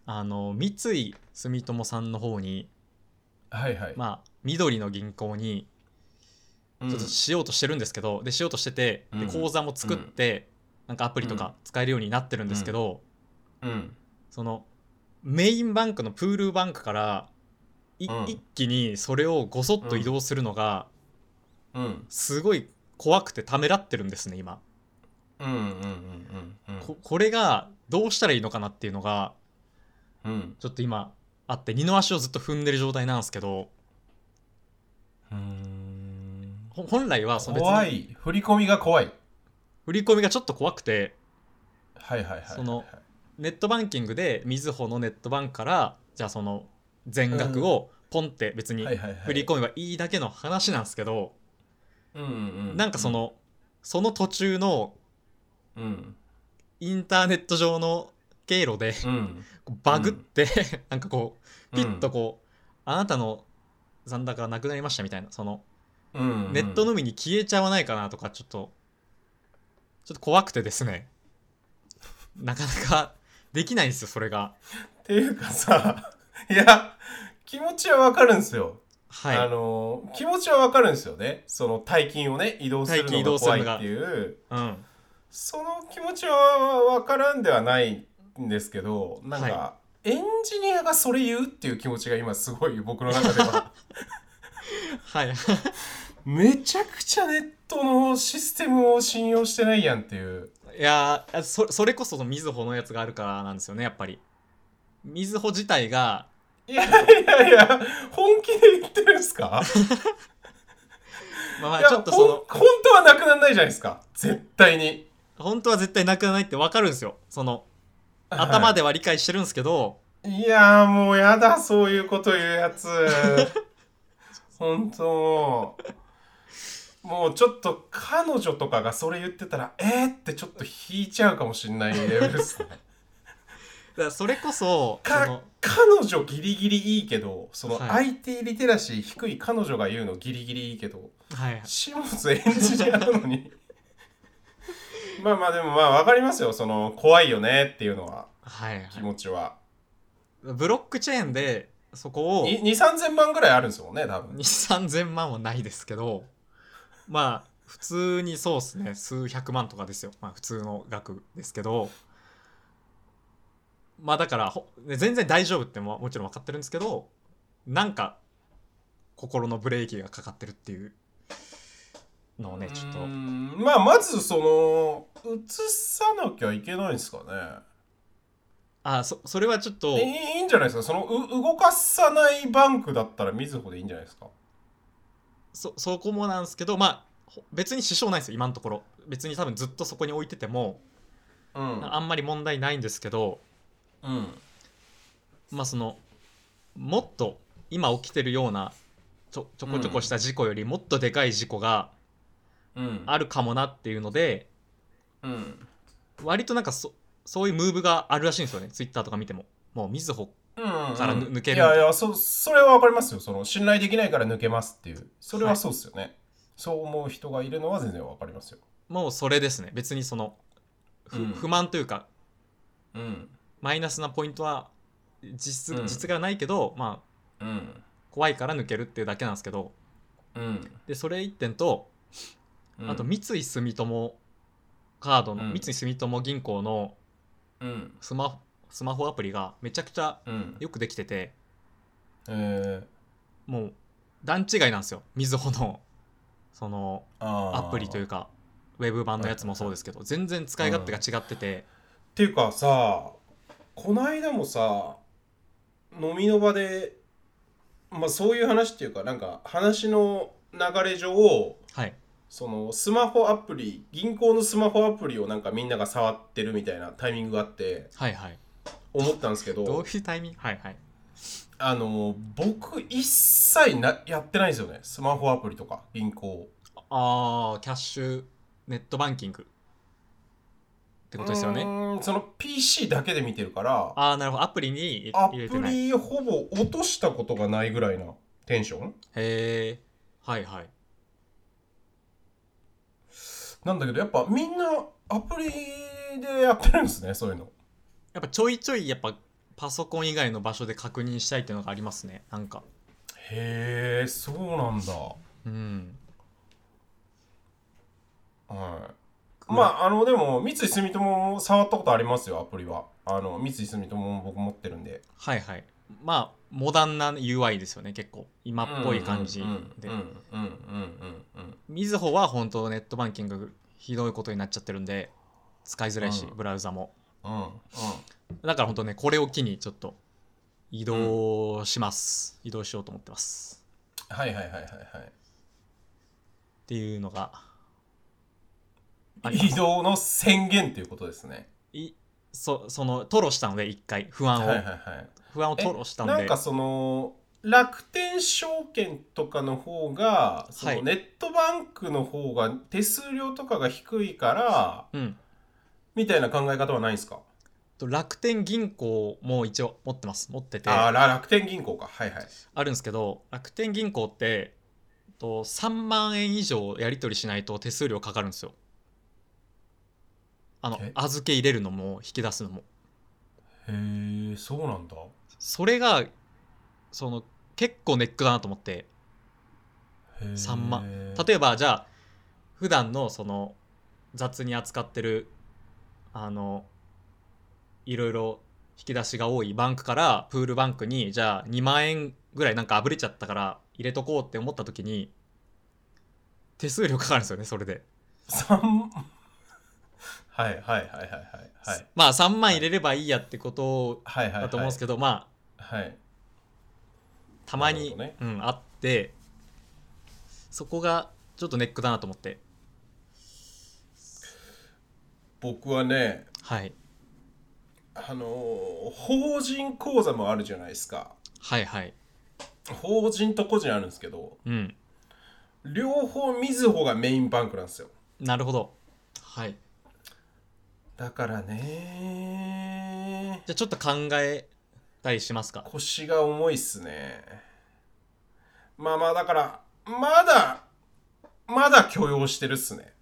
Speaker 1: あの三井住友さんの方に
Speaker 2: はいはい
Speaker 1: まあ緑の銀行に
Speaker 2: うん
Speaker 1: ちょっとしようとしてるんですけど、でしようとしてて
Speaker 2: う
Speaker 1: で
Speaker 2: ん
Speaker 1: 講座も作って、なんかアプリとか使えるようになってるんですけど、
Speaker 2: うん
Speaker 1: そのメインバンクのプールバンクからい
Speaker 2: うん
Speaker 1: 一気にそれをごそっと移動するのが
Speaker 2: うん
Speaker 1: すごい怖くてためらってるんですね今
Speaker 2: うんうんうんうん
Speaker 1: ここれがどうしたらいいのかなっていうのが
Speaker 2: うん
Speaker 1: ちょっと今あって二の足をずっと踏んでる状態なんですけど
Speaker 2: うん
Speaker 1: ほ本来はその別
Speaker 2: 怖
Speaker 1: に
Speaker 2: い振り込みが怖い
Speaker 1: 振り込みがちょっと怖くて
Speaker 2: はいはいはい
Speaker 1: そのネットバンキングでみずほのネットバンクからじゃあその全額をポンって別に振
Speaker 2: 振
Speaker 1: り込めばいいだけの話なんですけど
Speaker 2: うんうんう
Speaker 1: なんかそのその途中の
Speaker 2: うん
Speaker 1: インターネット上の経路で
Speaker 2: うん
Speaker 1: こうバグって なんかこうピッと
Speaker 2: こ
Speaker 1: こうあなたの残高がなくなりましたみたいなその
Speaker 2: うんうんうん
Speaker 1: ネットのみに消えちゃわないかなとかちょっとちょっと怖くてです ねなかなかできないんですよそれが
Speaker 2: っていうかさいや気持ちはわかるんですよ、
Speaker 1: はい
Speaker 2: あの気持ちはわかるんですよねその大金をね移動する
Speaker 1: 大金移動
Speaker 2: のが
Speaker 1: する
Speaker 2: 怖
Speaker 1: の
Speaker 2: い
Speaker 1: が
Speaker 2: っていう
Speaker 1: うん
Speaker 2: その気持ちはわからんではないんですけどなんか、
Speaker 1: は
Speaker 2: エンジニアがそれ言うっていう気持ちが今すごい僕の中 では
Speaker 1: はい
Speaker 2: めちゃくちゃネットのシステムを信用してないやんっていう
Speaker 1: いやーそそれこそそのみずほのやつがあるからなんですよねやっぱりみずほ自体が
Speaker 2: いやいやいや本気で言ってるんすか
Speaker 1: まあま
Speaker 2: い
Speaker 1: あ
Speaker 2: や
Speaker 1: ちょっとその
Speaker 2: ほん本当はなくならないじゃないですか絶対に
Speaker 1: 本当は絶対なくならないってわかるんですよその頭では理解してるんですけど、
Speaker 2: いやーもうやだそういうこと言う やつ本当もうもうちょっと彼女とかがそれ言ってたらえー、ってちょっと引いちゃうかもしんないレベル ですね
Speaker 1: だからそれこそそ
Speaker 2: か
Speaker 1: の
Speaker 2: 彼女ギリギリいいけどその
Speaker 1: は
Speaker 2: IT リテラシー低い彼女が言うのギリギリいいけど
Speaker 1: はい
Speaker 2: シモスエンジニアなのに まあまあでもまあわかりますよその怖いよねっていうのは
Speaker 1: はい、
Speaker 2: 気
Speaker 1: は
Speaker 2: 持ちは、
Speaker 1: い、ブロックチェーンでそこを
Speaker 2: に2 3 0 0 0万ぐらいあるんですもんね多分
Speaker 1: 23000万はないですけどまあ普通にそうですね数百万とかですよまあ普通の額ですけどまあだからほね全然大丈夫ってももちろん分かってるんですけどなんか心のブレーキがかかってるっていうのをねちょっと
Speaker 2: うーんまあまずその移さなきゃいけないんですか
Speaker 1: あそそれはちょっと
Speaker 2: ねいいいいんじゃないですかそのう動かさないバンクだったらみずほでいいんじゃないですか
Speaker 1: そそこもなんですけどまあほ別に支障ないですよ今のところ別に多分ずっとそこに置いてても
Speaker 2: うん
Speaker 1: あんまり問題ないんですけど
Speaker 2: うん
Speaker 1: まあそのもっと今起きてるようなちょちょこちょこした事故よりもっとでかい事故が
Speaker 2: うん
Speaker 1: あるかもなっていうので
Speaker 2: うん
Speaker 1: 割となんかそそういうムーブがあるらしいんですよねツイッターとか見てももうみずほ
Speaker 2: うん
Speaker 1: からぬ抜ける
Speaker 2: いやいやそそれはわかりますよその信頼できないから抜けますっていうそれはそうですよね、そう思う人がいるのは全然わかりますよ
Speaker 1: もうそれですね別にそのふ
Speaker 2: うん
Speaker 1: 不満というか
Speaker 2: うん
Speaker 1: マイナスなポイントは実
Speaker 2: うん
Speaker 1: 実がないけど、まあ
Speaker 2: うん
Speaker 1: 怖いから抜けるっていうだけなんですけど
Speaker 2: うん
Speaker 1: でそれ一点とあと三井住友カードの、
Speaker 2: うん
Speaker 1: 三井住友銀行の
Speaker 2: うん
Speaker 1: スマホスマホアプリがめちゃくちゃ
Speaker 2: うん
Speaker 1: よくできてて
Speaker 2: えー、
Speaker 1: もう段違いなんですよみずほのそのア
Speaker 2: あー
Speaker 1: プリというかウェブ版のやつもそうですけど全然使い勝手が違ってて、
Speaker 2: っていうかさこの間もさ飲みの場でまあそういう話っていうかなんか話の流れ上
Speaker 1: はい
Speaker 2: そのスマホアプリ銀行のスマホアプリをなんかみんなが触ってるみたいなタイミングがあって
Speaker 1: はいはい
Speaker 2: 思ったんですけど
Speaker 1: どういうタイミングはいはい
Speaker 2: あの僕一切なやってないんですよねスマホアプリとか銀行
Speaker 1: あーキャッシュネットバンキングってことですよ
Speaker 2: う
Speaker 1: ね
Speaker 2: ーんその PC だけで見てるから
Speaker 1: ああなるほどアプリに
Speaker 2: ア
Speaker 1: 入れて
Speaker 2: プ
Speaker 1: ないへ
Speaker 2: リほぼ落としたことがないぐらいなテンション
Speaker 1: えはいはい
Speaker 2: なんだけどやっぱみんなアプリでやってるんですねそういうの。
Speaker 1: やっぱちょいちょいやっぱパソコン以外の場所で確認したいっていうのがありますねなんか
Speaker 2: へえそうなんだ。
Speaker 1: うん
Speaker 2: はい。まあ、あの、でも、三井住友も触ったことありますよ、アプリは。あの、三井住友も僕持ってるんで。
Speaker 1: はいはいまあモダンな UI ですよね結構今っぽい感じで
Speaker 2: うんうんうんうんうん
Speaker 1: みずほは本当ネットバンキングひどいことになっちゃってるんで使いづらいし、
Speaker 2: うん
Speaker 1: ブラウザも
Speaker 2: うんうん。うん
Speaker 1: だから本当ねこれを機にちょっと移動します、移動しようと思ってます
Speaker 2: はいはいはいはい
Speaker 1: っていうのがあ
Speaker 2: は
Speaker 1: り
Speaker 2: い。
Speaker 1: ま
Speaker 2: 移
Speaker 1: す
Speaker 2: 動の宣言ということですね。
Speaker 1: いそその吐露したので一回不安
Speaker 2: はい
Speaker 1: を、
Speaker 2: はいはい。
Speaker 1: 不安を
Speaker 2: え
Speaker 1: 吐露したの
Speaker 2: なん
Speaker 1: で
Speaker 2: かその楽天証券とかの方がそ
Speaker 1: は
Speaker 2: の
Speaker 1: い
Speaker 2: ネットバンクの方が手数料とかが低いから
Speaker 1: うん
Speaker 2: みたいな考え方はないんですか、
Speaker 1: と楽天銀行も一応持ってます持ってて
Speaker 2: あ
Speaker 1: あ
Speaker 2: あら楽天銀行かはいはい
Speaker 1: るんですけど楽天銀行ってと3万円以上やり取りしないと手数料かかるんですよあの
Speaker 2: え
Speaker 1: 預け入れるのも引き出すのも
Speaker 2: へえそうなんだ
Speaker 1: それがその結構ネックだなと思って3万例
Speaker 2: え
Speaker 1: えばじゃあ普段のその雑に扱ってるあのいろいろ引き出しが多いバンクからプールバンクにじゃあ2万円ぐらいなんかあぶれちゃったから入れとこうって思った時に手数料かかるんですよねそれで、
Speaker 2: 3万 はいはいはいはいはいはい
Speaker 1: まあ3万入れればいいやってこと
Speaker 2: はいはいはい
Speaker 1: だと思うんですけど、まあ
Speaker 2: はい
Speaker 1: たま
Speaker 2: なる
Speaker 1: に、
Speaker 2: ほどね
Speaker 1: うん、あってそこがちょっとネックだなと思って
Speaker 2: 僕はね
Speaker 1: はい
Speaker 2: あのー法人口座もあるじゃないですか
Speaker 1: はいはい
Speaker 2: 法人と個人あるんですけど
Speaker 1: うん
Speaker 2: 両方みずほがメインバンクなんですよ
Speaker 1: なるほどはい
Speaker 2: だからね
Speaker 1: じゃあちょっと考えたりします か。
Speaker 2: 腰が重いっすねまあまあだからまだまだ許容してるっすね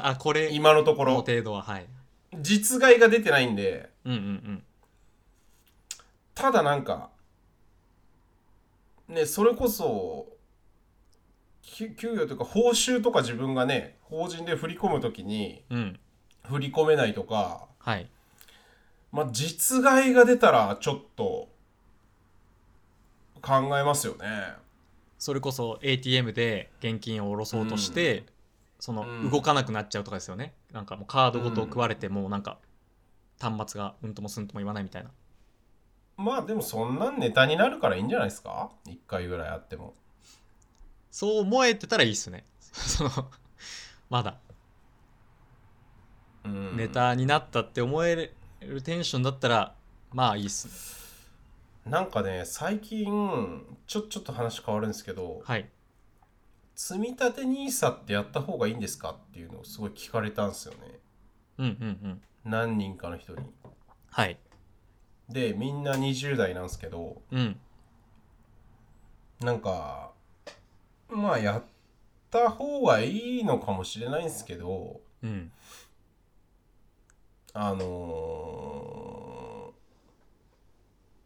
Speaker 1: あ、これ、
Speaker 2: 今のとこ
Speaker 1: この
Speaker 2: ろ
Speaker 1: 程度は、はい。
Speaker 2: 実害が出てないんで
Speaker 1: うんうんうん。
Speaker 2: ただなんかねそれこそき給与というか報酬とか自分がね法人で振り込む時に
Speaker 1: うん。
Speaker 2: 振り込めないとか
Speaker 1: はい。
Speaker 2: まあ、実害が出たらちょっと考えますよね。
Speaker 1: それこそ ATM で現金を下ろそうとして、
Speaker 2: うん
Speaker 1: そうの
Speaker 2: ん
Speaker 1: 動かなくなっちゃうとかですよね。なんかもうカードごと食われて、もうなんか端末がうんともすんとも言わないみたいな。
Speaker 2: まあでもそんなんネタになるからいいんじゃないですか一回ぐらいあっても。
Speaker 1: そう思えてたらいいっすね。 その、まだ
Speaker 2: うん
Speaker 1: ネタになったって思えるテンションだったら、まあいいっすね。
Speaker 2: なんかね最近ちょちょっと話変わるんですけど、
Speaker 1: はい。
Speaker 2: 積み立て NISA ってやった方がいいんですかっていうのをすごい聞かれたんですよね
Speaker 1: うんうんうん。
Speaker 2: 何人かの人に。
Speaker 1: はい。
Speaker 2: でみんな20代なんですけど
Speaker 1: うん。
Speaker 2: なんかまあやった方がいいのかもしれないんですけど
Speaker 1: うん。
Speaker 2: あのー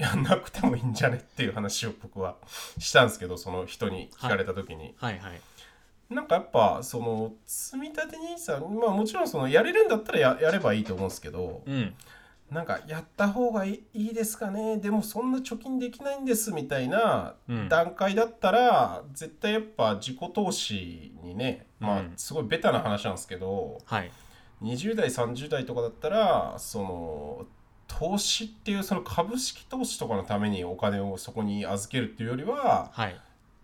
Speaker 2: やんなくてもいいんじゃねっていう話を僕はしたんですけどその人に聞かれた時に、
Speaker 1: はいはい。
Speaker 2: なんかやっぱその積み立て兄さんまあもちろんそのやれるんだったらややればいいと思うんですけど
Speaker 1: うん。
Speaker 2: なんかやった方がいいいいですかねでもそんな貯金できないんですみたいな
Speaker 1: うん
Speaker 2: 段階だったら、絶対やっぱ自己投資にねまあ
Speaker 1: うん
Speaker 2: すごいベタな話なんですけど、
Speaker 1: はい。
Speaker 2: 20代30代とかだったらその投資っていうその株式投資とかのためにお金をそこに預けるっていうよりは
Speaker 1: はい。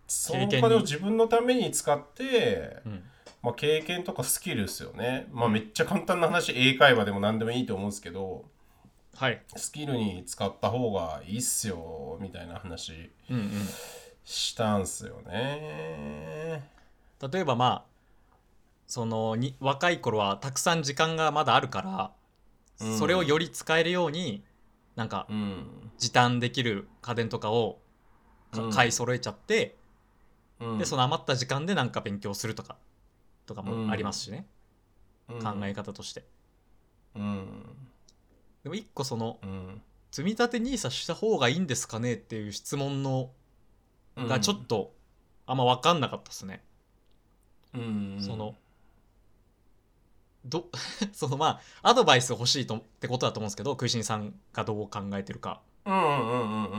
Speaker 2: その
Speaker 1: 経
Speaker 2: お
Speaker 1: 験に
Speaker 2: 金を自分のために使って、
Speaker 1: うん。
Speaker 2: まあ、経験とかスキルですよね、まあ、めっちゃ簡単な話英会話でも何でもいいと思うんですけど
Speaker 1: はい。
Speaker 2: スキルに使った方がいいっすよみたいな話
Speaker 1: うんうん。
Speaker 2: したんすよね。
Speaker 1: 例えばまあそのに若い頃はたくさん時間がまだあるから、
Speaker 2: うん
Speaker 1: それをより使えるようになんか
Speaker 2: うん、
Speaker 1: 時短できる家電とかをか
Speaker 2: うん
Speaker 1: 買い揃えちゃって、
Speaker 2: うん
Speaker 1: でその余った時間でなんか勉強するとかとかもありますしね、考え、方として。
Speaker 2: うん
Speaker 1: でも一個その
Speaker 2: うん
Speaker 1: 積み立て NISA した方がいいんですかねっていう質問の
Speaker 2: うん、
Speaker 1: がちょっとあんま分かんなかったですね。
Speaker 2: うん、
Speaker 1: そのど そのまあアドバイス欲しいとってことだと思うんですけど食いしんさんがどう考えてるか
Speaker 2: うんうんうんうんうん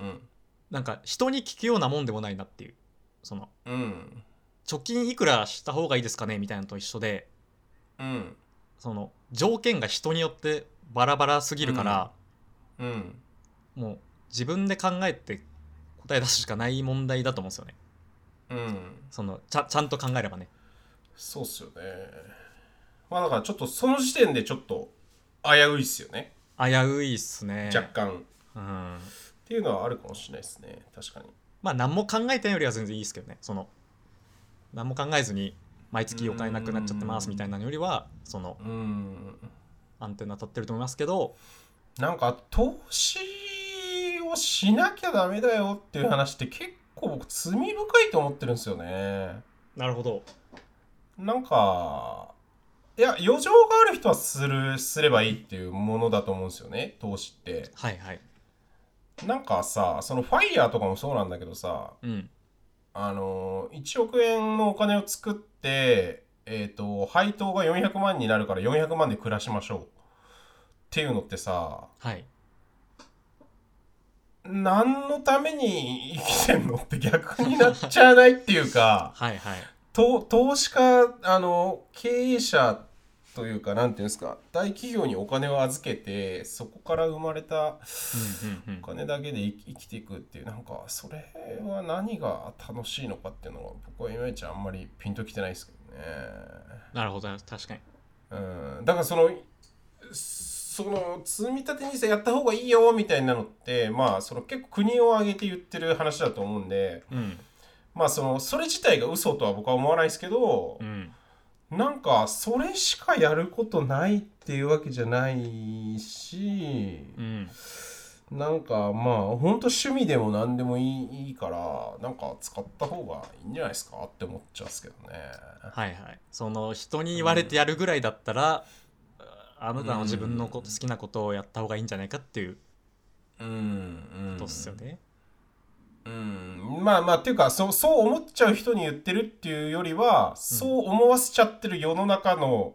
Speaker 2: うん
Speaker 1: なんか人に聞くようなもんでもないなっていうその
Speaker 2: うんうん
Speaker 1: 貯金いくらした方がいいですかねみたいなのと一緒で
Speaker 2: うん
Speaker 1: その条件が人によってバラバラすぎるから、
Speaker 2: うん
Speaker 1: もう自分で考えて答え出すしかない問題だと思うんですよね
Speaker 2: うん
Speaker 1: そのちゃちゃんと考えればね
Speaker 2: そうっすよねまあだからちょっとその時点でちょっと危ういっすよね
Speaker 1: 危ういっすね
Speaker 2: 若干
Speaker 1: うん
Speaker 2: っていうのはあるかもしれないですね確かに
Speaker 1: まあ何も考えてないよりは全然いいですけどねその何も考えずに毎月お金なくなっちゃってますみたいなのよりはその
Speaker 2: うん
Speaker 1: アンテナ立ってると思いますけど
Speaker 2: なんか投資をしなきゃダメだよっていう話って結構僕罪深いと思ってるんですよね
Speaker 1: なるほど
Speaker 2: なんかいや余剰がある人はするすればいいっていうものだと思うんですよね投資って
Speaker 1: はいはい
Speaker 2: なんかさそのファイヤーとかもそうなんだけどさ
Speaker 1: うん
Speaker 2: あの1億円のお金を作って、えっと配当が400万になるから400万で暮らしましょうっていうのってさ
Speaker 1: はい
Speaker 2: 何のために生きてんのって逆になっちゃわないっていうか
Speaker 1: はいはい
Speaker 2: と投資家あの経営者というか何ていうんですか大企業にお金を預けてそこから生まれた
Speaker 1: うんうんうん
Speaker 2: お金だけで生き生きていくっていうなんかそれは何が楽しいのかっていうのは僕はいまいちあんまりピンときてないですけどね
Speaker 1: なるほど確かに
Speaker 2: うんだからそのその積み立て NISA やった方がいいよみたいなのってまあその結構国を挙げて言ってる話だと思うんで
Speaker 1: うん
Speaker 2: まあそのそれ自体が嘘とは僕は思わないですけど
Speaker 1: うん
Speaker 2: なんかそれしかやることないっていうわけじゃないし
Speaker 1: うん
Speaker 2: なんかまあほんと趣味でも何でもいいいいからなんか使った方がいいんじゃないですかって思っちゃうんですけどね
Speaker 1: はいはいその人に言われてやるぐらいだったら、あなたの自分のこと好きなことをやった方がいいんじゃないかっていう
Speaker 2: うんうん
Speaker 1: ことっすよね、
Speaker 2: うんまあまあっていうかそうそう思っちゃう人に言ってるっていうよりは、そう思わせちゃってる世の中の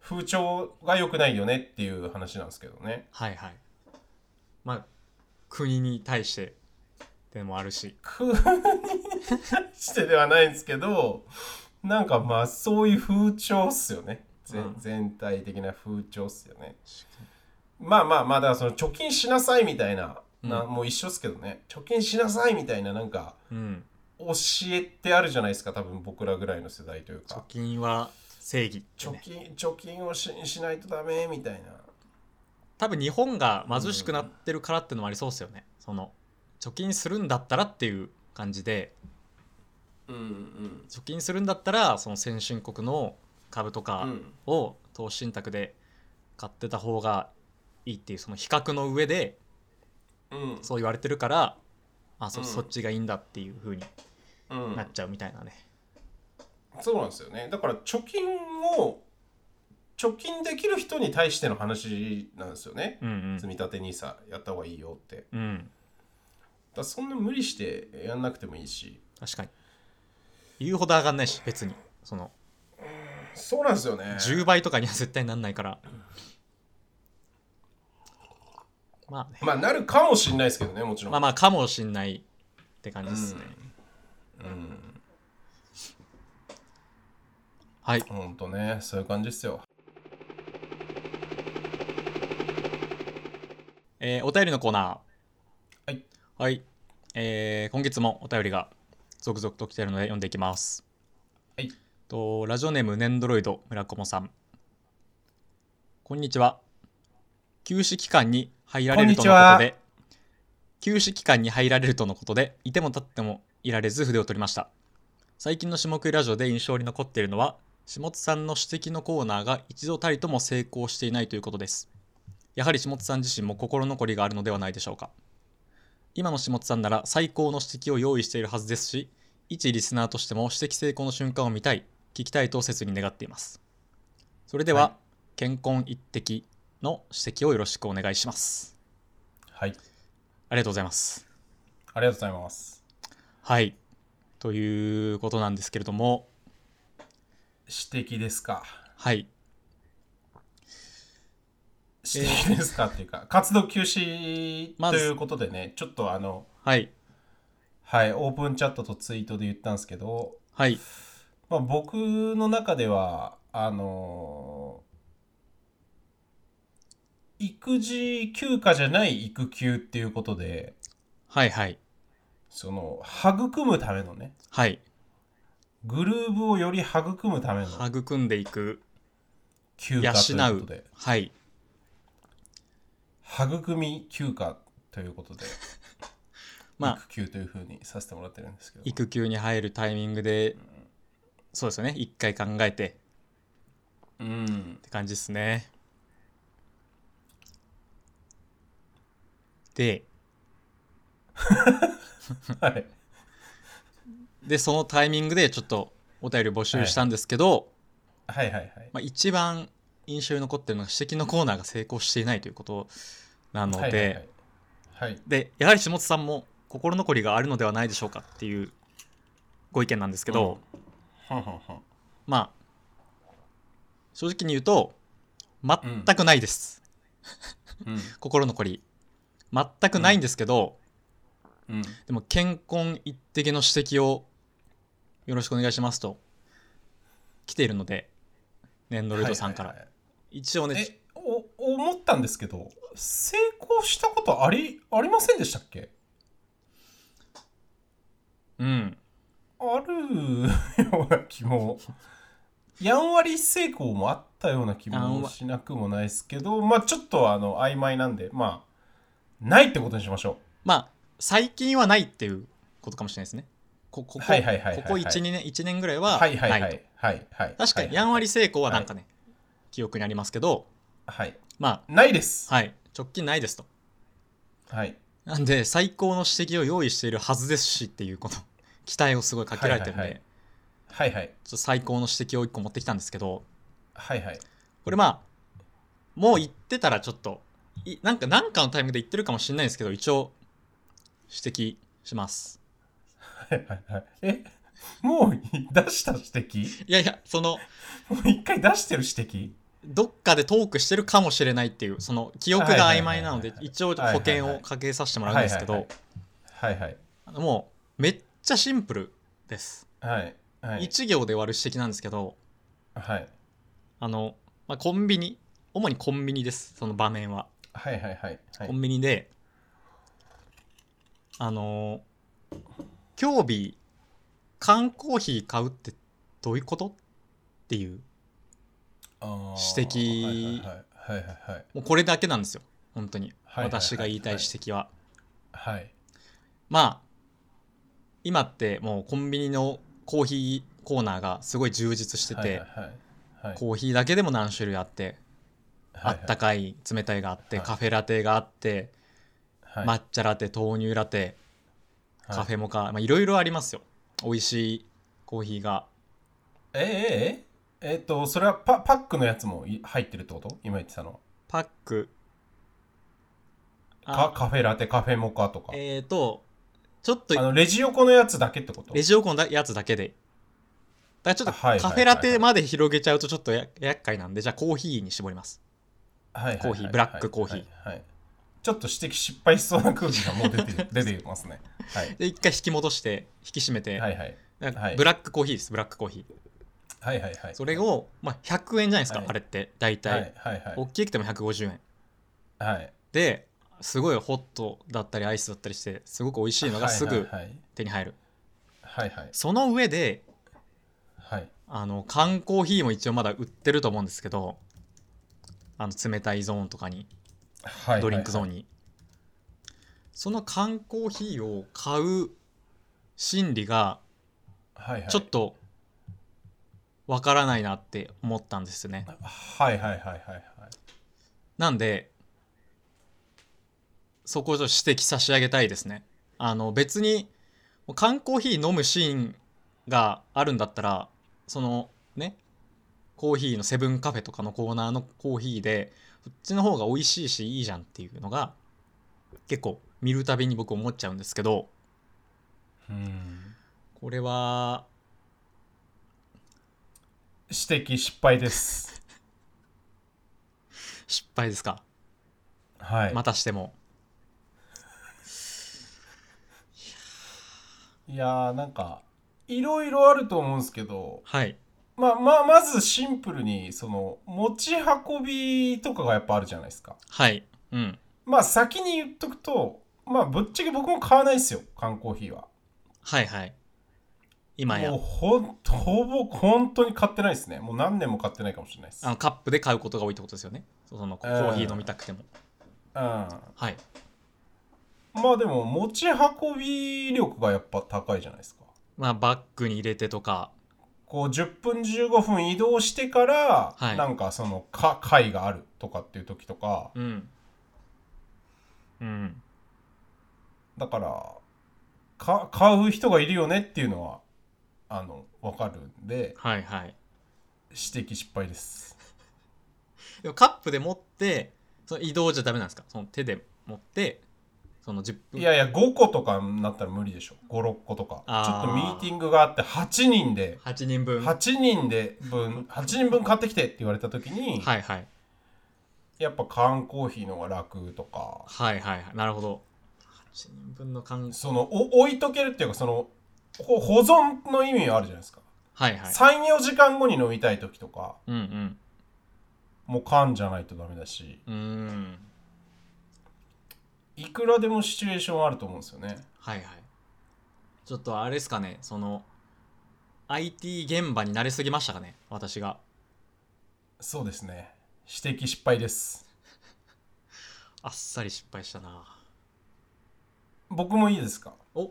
Speaker 2: 風潮が良くないよねっていう話なんですけどね
Speaker 1: はいはいまあ国に対してでもあるし
Speaker 2: 国に対してではないんですけどなんかまあそういう風潮っすよね、ぜ
Speaker 1: うん
Speaker 2: 全体的な風潮っすよねまあまあまあだからその貯金しなさいみたいな,、な
Speaker 1: うん
Speaker 2: もう一緒っすけどね貯金しなさいみたいななんか
Speaker 1: うん
Speaker 2: 教えってあるじゃないですか多分僕らぐらいの世代という
Speaker 1: 貯
Speaker 2: か
Speaker 1: 金は正義って
Speaker 2: 貯
Speaker 1: ね
Speaker 2: 金貯金をししないとダメみたいな
Speaker 1: 多分日本が貧しくなってるからってのもありそうですよね、その貯金するんだったらっていう感じで
Speaker 2: うんうん
Speaker 1: 貯金するんだったらその先進国の株とか
Speaker 2: うん
Speaker 1: を投資信託で買ってた方がいいっていうその比較の上で
Speaker 2: うん
Speaker 1: そう言われてるからあそ,、
Speaker 2: うん
Speaker 1: そっちがいいんだっていう風に
Speaker 2: うん
Speaker 1: なっちゃうみたいなね、
Speaker 2: そうなんですよねだから貯金を貯金できる人に対しての話なんですよね
Speaker 1: うん、うん
Speaker 2: 積み立て NISA やった方がいいよってだか
Speaker 1: うん
Speaker 2: らそんな無理してやんなくてもいいし
Speaker 1: 確かに言うほど上がんないし別にその
Speaker 2: そうなんですよね
Speaker 1: 10倍とかには絶対なんないからまあね
Speaker 2: まあなるかもしれないですけどねもちろん
Speaker 1: まあまあかもしんないって感じですね、
Speaker 2: うん
Speaker 1: はい
Speaker 2: ほんとねそういう感じですよ
Speaker 1: えーお便りのコーナー
Speaker 2: はい、
Speaker 1: はいえー今月もお便りが続々と来てるので読んでいきます
Speaker 2: はい
Speaker 1: とラジオネームネンドロイド村友さんこんにちは休止期間に入られるとのこと
Speaker 2: こんに
Speaker 1: で休止期間に入られるとのことでいても立ってもいられず筆を取りました最近の下食いラジオで印象に残っているのは下津さんの指摘のコーナーが一度たりとも成功していないということですやはり下津さん自身も心残りがあるのではないでしょうか今の下津さんなら最高の指摘を用意しているはずですし一リスナーとしても指摘成功の瞬間を見たい聞きたいと切に願っていますそれでは、
Speaker 2: は
Speaker 1: 健康一滴の指摘をよろしくお願いします
Speaker 2: はい
Speaker 1: ありがとうございます
Speaker 2: ありがとうございます
Speaker 1: はいということなんですけれども
Speaker 2: 指摘ですか
Speaker 1: はい
Speaker 2: していいですかっていうか、 活動休止ということでね、ちょっとあの、
Speaker 1: はい
Speaker 2: はい、オープンチャットとツイートで言ったんですけど、
Speaker 1: はい
Speaker 2: まあ、僕の中ではあのー育児休暇じゃない育休っていうことで
Speaker 1: はいはい
Speaker 2: その育むためのね
Speaker 1: はい
Speaker 2: グルーブをより育むための
Speaker 1: 育んでいく
Speaker 2: 休
Speaker 1: 養
Speaker 2: 暇というこ
Speaker 1: う
Speaker 2: とで
Speaker 1: はい
Speaker 2: 育み休暇ということで、
Speaker 1: まあ
Speaker 2: 育休というふうにさせてもらってるんですけど
Speaker 1: 育休に入るタイミングでそうですよね一回考えてっ
Speaker 2: うん
Speaker 1: て感じですねで
Speaker 2: はい
Speaker 1: でそのタイミングでちょっとお便り募集したんですけど、
Speaker 2: はいはいはい
Speaker 1: まあ、一番印象に残ってるのが指摘のコーナーが成功していないということなので、
Speaker 2: はいはいはいはい
Speaker 1: でやはり下津さんも心残りがあるのではないでしょうかっていうご意見なんですけど、
Speaker 2: はんはんはん
Speaker 1: まあ正直に言うと全くないです、
Speaker 2: うん
Speaker 1: 心残り全くないんですけど、
Speaker 2: うん
Speaker 1: でも健康一滴の指摘をよろしくお願いしますと来ているのでねンドルドさんから、
Speaker 2: はいはいはい
Speaker 1: 一応ね
Speaker 2: えお思ったんですけど成功したことありありませんでしたっけ
Speaker 1: うん
Speaker 2: あるような気もやんわり成功もあったような気
Speaker 1: やん
Speaker 2: も
Speaker 1: わ
Speaker 2: しなくもないですけどまあちょっとあの曖昧なんでまあないってことにしましょ
Speaker 1: まあ最近はないっていうことかもしれないですねここここ
Speaker 2: はいはいはいはいはい
Speaker 1: 12年1年ぐらいうは
Speaker 2: は
Speaker 1: ないいと、
Speaker 2: はいはいはいはいはい
Speaker 1: 確かにやんわり成功はなんかね、記憶にありますけど
Speaker 2: はい
Speaker 1: ま
Speaker 2: ないです
Speaker 1: あはい直近ないですと
Speaker 2: はい
Speaker 1: なんで最高の指摘を用意しているはずですしっていうこと期待をすごいかけられてるんで、
Speaker 2: はいはいはいはいはい
Speaker 1: ちょっと最高の指摘を1個持ってきたんですけど
Speaker 2: はいはい
Speaker 1: これまあもう言ってたらちょっといなんか何かのタイミングで言ってるかもしれないんですけど一応指摘します
Speaker 2: はいはいはいえ もう出した指摘
Speaker 1: いやいやその
Speaker 2: もう一回出してる指摘
Speaker 1: どっかでトークしてるかもしれないっていうその記憶が曖昧なの
Speaker 2: はい
Speaker 1: で
Speaker 2: はいはいはい
Speaker 1: 一応保険をかけさせてもらうんですけ
Speaker 2: はい
Speaker 1: ど
Speaker 2: はいはい
Speaker 1: あのもうめっちゃシンプルです、
Speaker 2: はいはい
Speaker 1: 一行で終わる指摘なんですけど
Speaker 2: はい
Speaker 1: あの、まあ、コンビニ主にコンビニですその場面は、
Speaker 2: はいはいはいはい
Speaker 1: コンビニであのー今日日缶コーヒー買うってどういうことっていう指摘
Speaker 2: はいはいはいはい
Speaker 1: もうこれだけなんですよ本当に
Speaker 2: はいはいはい
Speaker 1: 私が言いたい指摘は
Speaker 2: はい
Speaker 1: まあ今ってもうコンビニのコーヒーコーナーがすごい充実して
Speaker 2: はい
Speaker 1: て
Speaker 2: はいはい
Speaker 1: コーヒーだけでも何種類あってあ
Speaker 2: はい
Speaker 1: ったかい冷たいがあって
Speaker 2: はい
Speaker 1: カフェラテがあって
Speaker 2: はい
Speaker 1: 抹茶ラテ豆乳ラテ
Speaker 2: はい
Speaker 1: カフェモカまあいろいろありますよ美味しいコーヒーが
Speaker 2: えええええっとそれはパパックのやつもい入ってるってこと今言ってたの
Speaker 1: パック
Speaker 2: か
Speaker 1: あ
Speaker 2: カフェラテカフェモカとか
Speaker 1: えーとちょっと
Speaker 2: あのレジ横のやつだけってこと
Speaker 1: レジ横のやつだけでだからちょっと
Speaker 2: はいはいは
Speaker 1: カ
Speaker 2: い
Speaker 1: フェラテまで広げちゃうとちょっとや厄介なんでじゃあコーヒーに絞ります
Speaker 2: はいはいはい
Speaker 1: コーヒーブラックコーヒー
Speaker 2: はいはいはいちょっと指摘失敗しそうな空気がもう出て出てますねはい
Speaker 1: で一回引き戻して引き締めて、
Speaker 2: はいはい
Speaker 1: なんか
Speaker 2: はい
Speaker 1: ブラックコーヒーですブラックコーヒー
Speaker 2: はいはいはい
Speaker 1: それを、まあ、100円じゃないですか、
Speaker 2: はい
Speaker 1: あれって大体、
Speaker 2: はいはいは
Speaker 1: 大
Speaker 2: い
Speaker 1: きくても150円
Speaker 2: はい
Speaker 1: ですごいホットだったりアイスだったりしてすごく美味しいのがすぐ
Speaker 2: はいはい
Speaker 1: 手に入る、
Speaker 2: はいはい
Speaker 1: その上で
Speaker 2: はい
Speaker 1: あの缶コーヒーも一応まだ売ってると思うんですけどあの冷たいゾーンとかに
Speaker 2: はい
Speaker 1: ドリンクゾーン
Speaker 2: に
Speaker 1: に、その缶コーヒーを買う心理が
Speaker 2: はいはい
Speaker 1: ちょっとわからないなって思ったんですよね、
Speaker 2: はいはいはいはいはい
Speaker 1: なんでそこをちょっと指摘差し上げたいですねあの別に缶コーヒー飲むシーンがあるんだったらそのねコーヒーのセブンカフェとかのコーナーのコーヒーでこっちの方が美味しいしいいじゃんっていうのが結構見るたびに僕思っちゃうんですけど
Speaker 2: うん
Speaker 1: これは
Speaker 2: 指摘失敗です
Speaker 1: 失敗ですか
Speaker 2: はい、
Speaker 1: またしても
Speaker 2: いやーなんかいろいろあると思うんですけど、
Speaker 1: はい
Speaker 2: まあ、まあまずシンプルにその持ち運びとかがやっぱあるじゃないですか
Speaker 1: はいうん
Speaker 2: まあ先に言っとくとまあぶっちゃけ僕も買わないですよ缶コーヒーは
Speaker 1: はいはい今や
Speaker 2: もうほんほぼ本当に買ってないですねもう何年も買ってないかもしれないです
Speaker 1: あのカップで買うことが多いってことですよねそのコ
Speaker 2: うん
Speaker 1: ーヒー飲みたくても、
Speaker 2: うん
Speaker 1: はい
Speaker 2: まあでも持ち運び力がやっぱ高いじゃないですか
Speaker 1: まあバッグに入れてとか
Speaker 2: こう10分15分移動してから、
Speaker 1: はい
Speaker 2: なんかそのか会があるとかっていう時とか
Speaker 1: うんうん
Speaker 2: だからか買う人がいるよねっていうのはあの分かるんで
Speaker 1: はいはい
Speaker 2: 指摘失敗です
Speaker 1: でもカップで持ってその移動じゃダメなんですかその手で持ってその10分
Speaker 2: いやいや5個とかになったら無理でしょ56個とか
Speaker 1: あー
Speaker 2: ちょっとミーティングがあって8人で
Speaker 1: 8人分は
Speaker 2: 8人で分8人分買ってきてって言われた時
Speaker 1: い
Speaker 2: に、
Speaker 1: はいはい
Speaker 2: やっぱ缶コーヒーの方が楽とか
Speaker 1: はいはいなるほど8人分の缶
Speaker 2: そのお置いとけるっていうかそのほ保存の意味はあるじゃないですか、
Speaker 1: はいはい
Speaker 2: 34時間後に飲みたい時とか
Speaker 1: うん
Speaker 2: もう缶じゃないとダメだし
Speaker 1: うんうーん
Speaker 2: いくらでもシチュエーションあると思うんですよね
Speaker 1: はいはいちょっとあれですかねその IT 現場に慣れすぎましたかね私が
Speaker 2: そうですね指摘失敗です
Speaker 1: あっさり失敗したな
Speaker 2: 僕もいいですか
Speaker 1: お指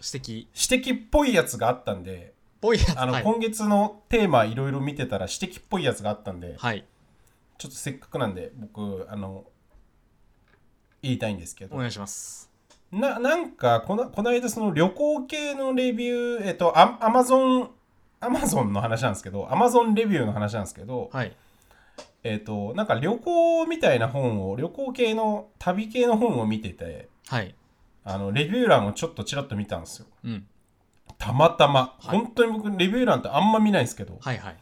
Speaker 1: 摘っ
Speaker 2: 指摘っぽいやつがあったんで
Speaker 1: ぽいやつ
Speaker 2: あの、
Speaker 1: はい、
Speaker 2: 今月のテーマいろいろ見てたら指摘っぽいやつがあったんで、
Speaker 1: はい、
Speaker 2: ちょっとせっかくなんで僕あの言いたいんですけど
Speaker 1: お願いします
Speaker 2: ななんかこのこの間その旅行系のレビューえっとアアマゾンアマゾンの話なんですけどアマゾンレビューの話なんですけど、
Speaker 1: はい
Speaker 2: えっとなんか旅行みたいな本を旅行系の旅系の本を見てて
Speaker 1: はい
Speaker 2: あのレビュー欄をちょっとちらっと見たんですよ
Speaker 1: うん
Speaker 2: たまたま、
Speaker 1: はい
Speaker 2: 本当に僕レビュー欄ってあんま見ないんですけど、
Speaker 1: はいはい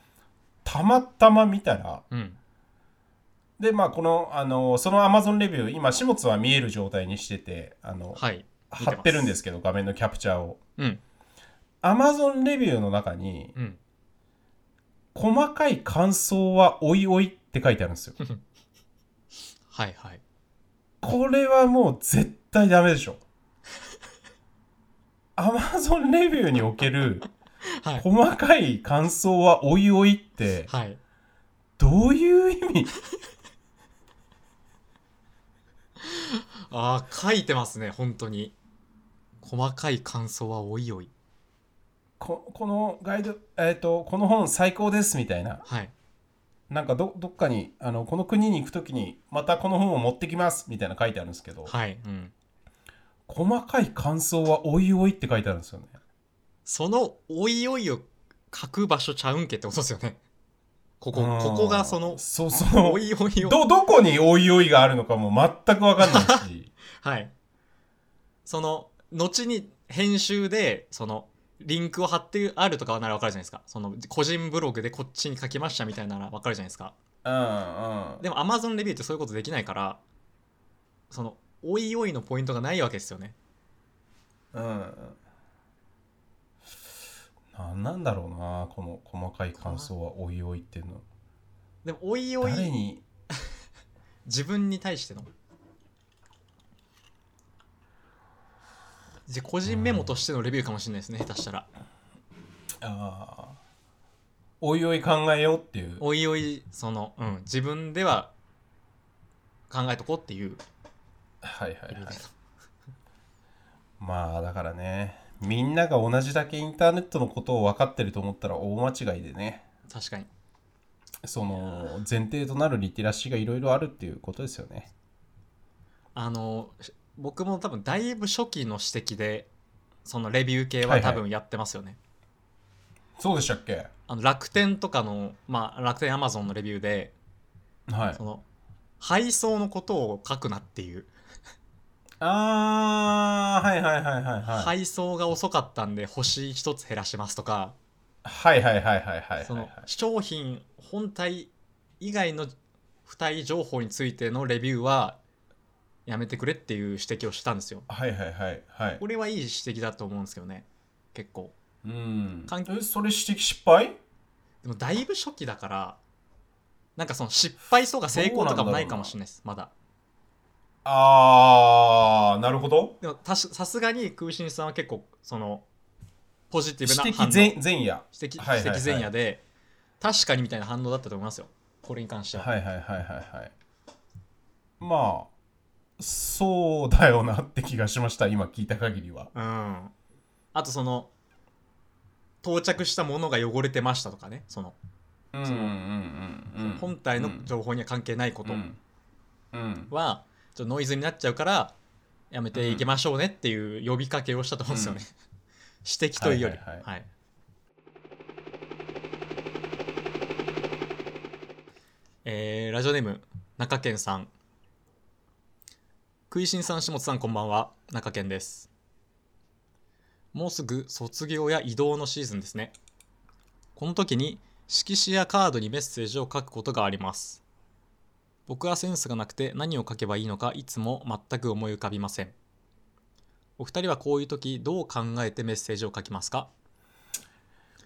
Speaker 2: たまたま見たら
Speaker 1: うん
Speaker 2: でまあこのあのそのアマゾンレビュー今始末は見える状態にしててあの、
Speaker 1: はい
Speaker 2: 貼ってるんですけど画面のキャプチャーを
Speaker 1: うん
Speaker 2: アマゾンレビューの中に
Speaker 1: うん
Speaker 2: 細かい感想はおいおいって書いてあるんですよ。
Speaker 1: はいはい
Speaker 2: これはもう絶対ダメで しょ。アマゾンレビューにおける
Speaker 1: はい
Speaker 2: 細かい感想はおいおいって
Speaker 1: はい
Speaker 2: どういう意味
Speaker 1: ああ書いてますね本当に細かい感想はおいおい
Speaker 2: ここのガイド、えっ、と、この本最高ですみたいな。
Speaker 1: はい
Speaker 2: なんかどどっかにあの、この国に行くときにまたこの本を持ってきますみたいな書いてあるんですけど、
Speaker 1: はいうん
Speaker 2: 細かい感想はおいおいって書いてあるんですよね。
Speaker 1: そのおいおいを書く場所ちゃうんけってことですよねここ
Speaker 2: うん
Speaker 1: ここがその
Speaker 2: そうその
Speaker 1: おいおいを
Speaker 2: どどこにおいおいがあるのかも全く分かんない し
Speaker 1: はいその後に編集でそのリンクを貼ってあるとかならわかるじゃないですかその個人ブログでこっちに書きましたみたいならわかるじゃないですか
Speaker 2: うんうん
Speaker 1: でも Amazon レビューってそういうことできないからそのおいおいのポイントがないわけですよね
Speaker 2: うんなんなんだろうなこの細かい感想はおいおいっていうの
Speaker 1: でもおいお
Speaker 2: 誰
Speaker 1: い
Speaker 2: に
Speaker 1: 自分に対してので個人メモとしてのレビューかもしれないですね下手したら
Speaker 2: あーおいおい考えようっていう
Speaker 1: おいおいその、うん、自分では考えとこうっていう
Speaker 2: はいはい
Speaker 1: レビュ
Speaker 2: は
Speaker 1: ー
Speaker 2: い
Speaker 1: です
Speaker 2: まあだからねみんなが同じだけインターネットのことを分かってると思ったら大間違いでね
Speaker 1: 確かに
Speaker 2: その前提となるリテラシーがいろいろあるっていうことですよね
Speaker 1: あのし僕も多分だいぶ初期の指摘でそのレビュー系は多
Speaker 2: はい
Speaker 1: 分やってますよね、
Speaker 2: そうでしたっけ
Speaker 1: あの楽天とかの、まあ、楽天アマゾンのレビューで
Speaker 2: はい
Speaker 1: その配送のことを書くなっていう、
Speaker 2: あーはいはいはいはいはい
Speaker 1: 配送が遅かったんで星1つ減らしますとか、
Speaker 2: はいはいはいはいはい
Speaker 1: そ
Speaker 2: はいはい
Speaker 1: の商品本体以外の付帯情報についてのレビューはやめてくれっていう指摘をしたんですよ。
Speaker 2: はいはいはいはい
Speaker 1: これはいい指摘だと思うんですけどね結構
Speaker 2: うん
Speaker 1: 環
Speaker 2: えそれ指摘失敗
Speaker 1: でもだいぶ初期だからなんかその失敗とか成功とかもないかもしれないですまだ
Speaker 2: ああなるほど
Speaker 1: でもたしさすがに空心さんは結構そのポジティ
Speaker 2: 指
Speaker 1: ブな
Speaker 2: 摘
Speaker 1: 反応
Speaker 2: 前前夜
Speaker 1: 指摘
Speaker 2: はいはいはい
Speaker 1: 指摘前夜で、確かにみたいな反応だったと思いますよこれに関しては、
Speaker 2: はいはいはいはいはいまあそうだよなって気がしました今聞いた限りは
Speaker 1: うんあとその到着したものが汚れてましたとかねその
Speaker 2: うんうんうんうん
Speaker 1: 本体の
Speaker 2: うん
Speaker 1: 情報には関係ないこと
Speaker 2: うんうん
Speaker 1: はちょっとノイズになっちゃうからやめていきましょうねっていう呼びかけをしたと思うんですよね、
Speaker 2: うん
Speaker 1: 指摘というより
Speaker 2: はいはいはい
Speaker 1: はいえーラジオネーム中健さん食いしんさん下津さんこんばんは中健ですもうすぐ卒業や移動のシーズンですねこの時に色紙やカードにメッセージを書くことがあります僕はセンスがなくて何を書けばいいのかいつも全く思い浮かびませんお二人はこういう時どう考えてメッセージを書きますか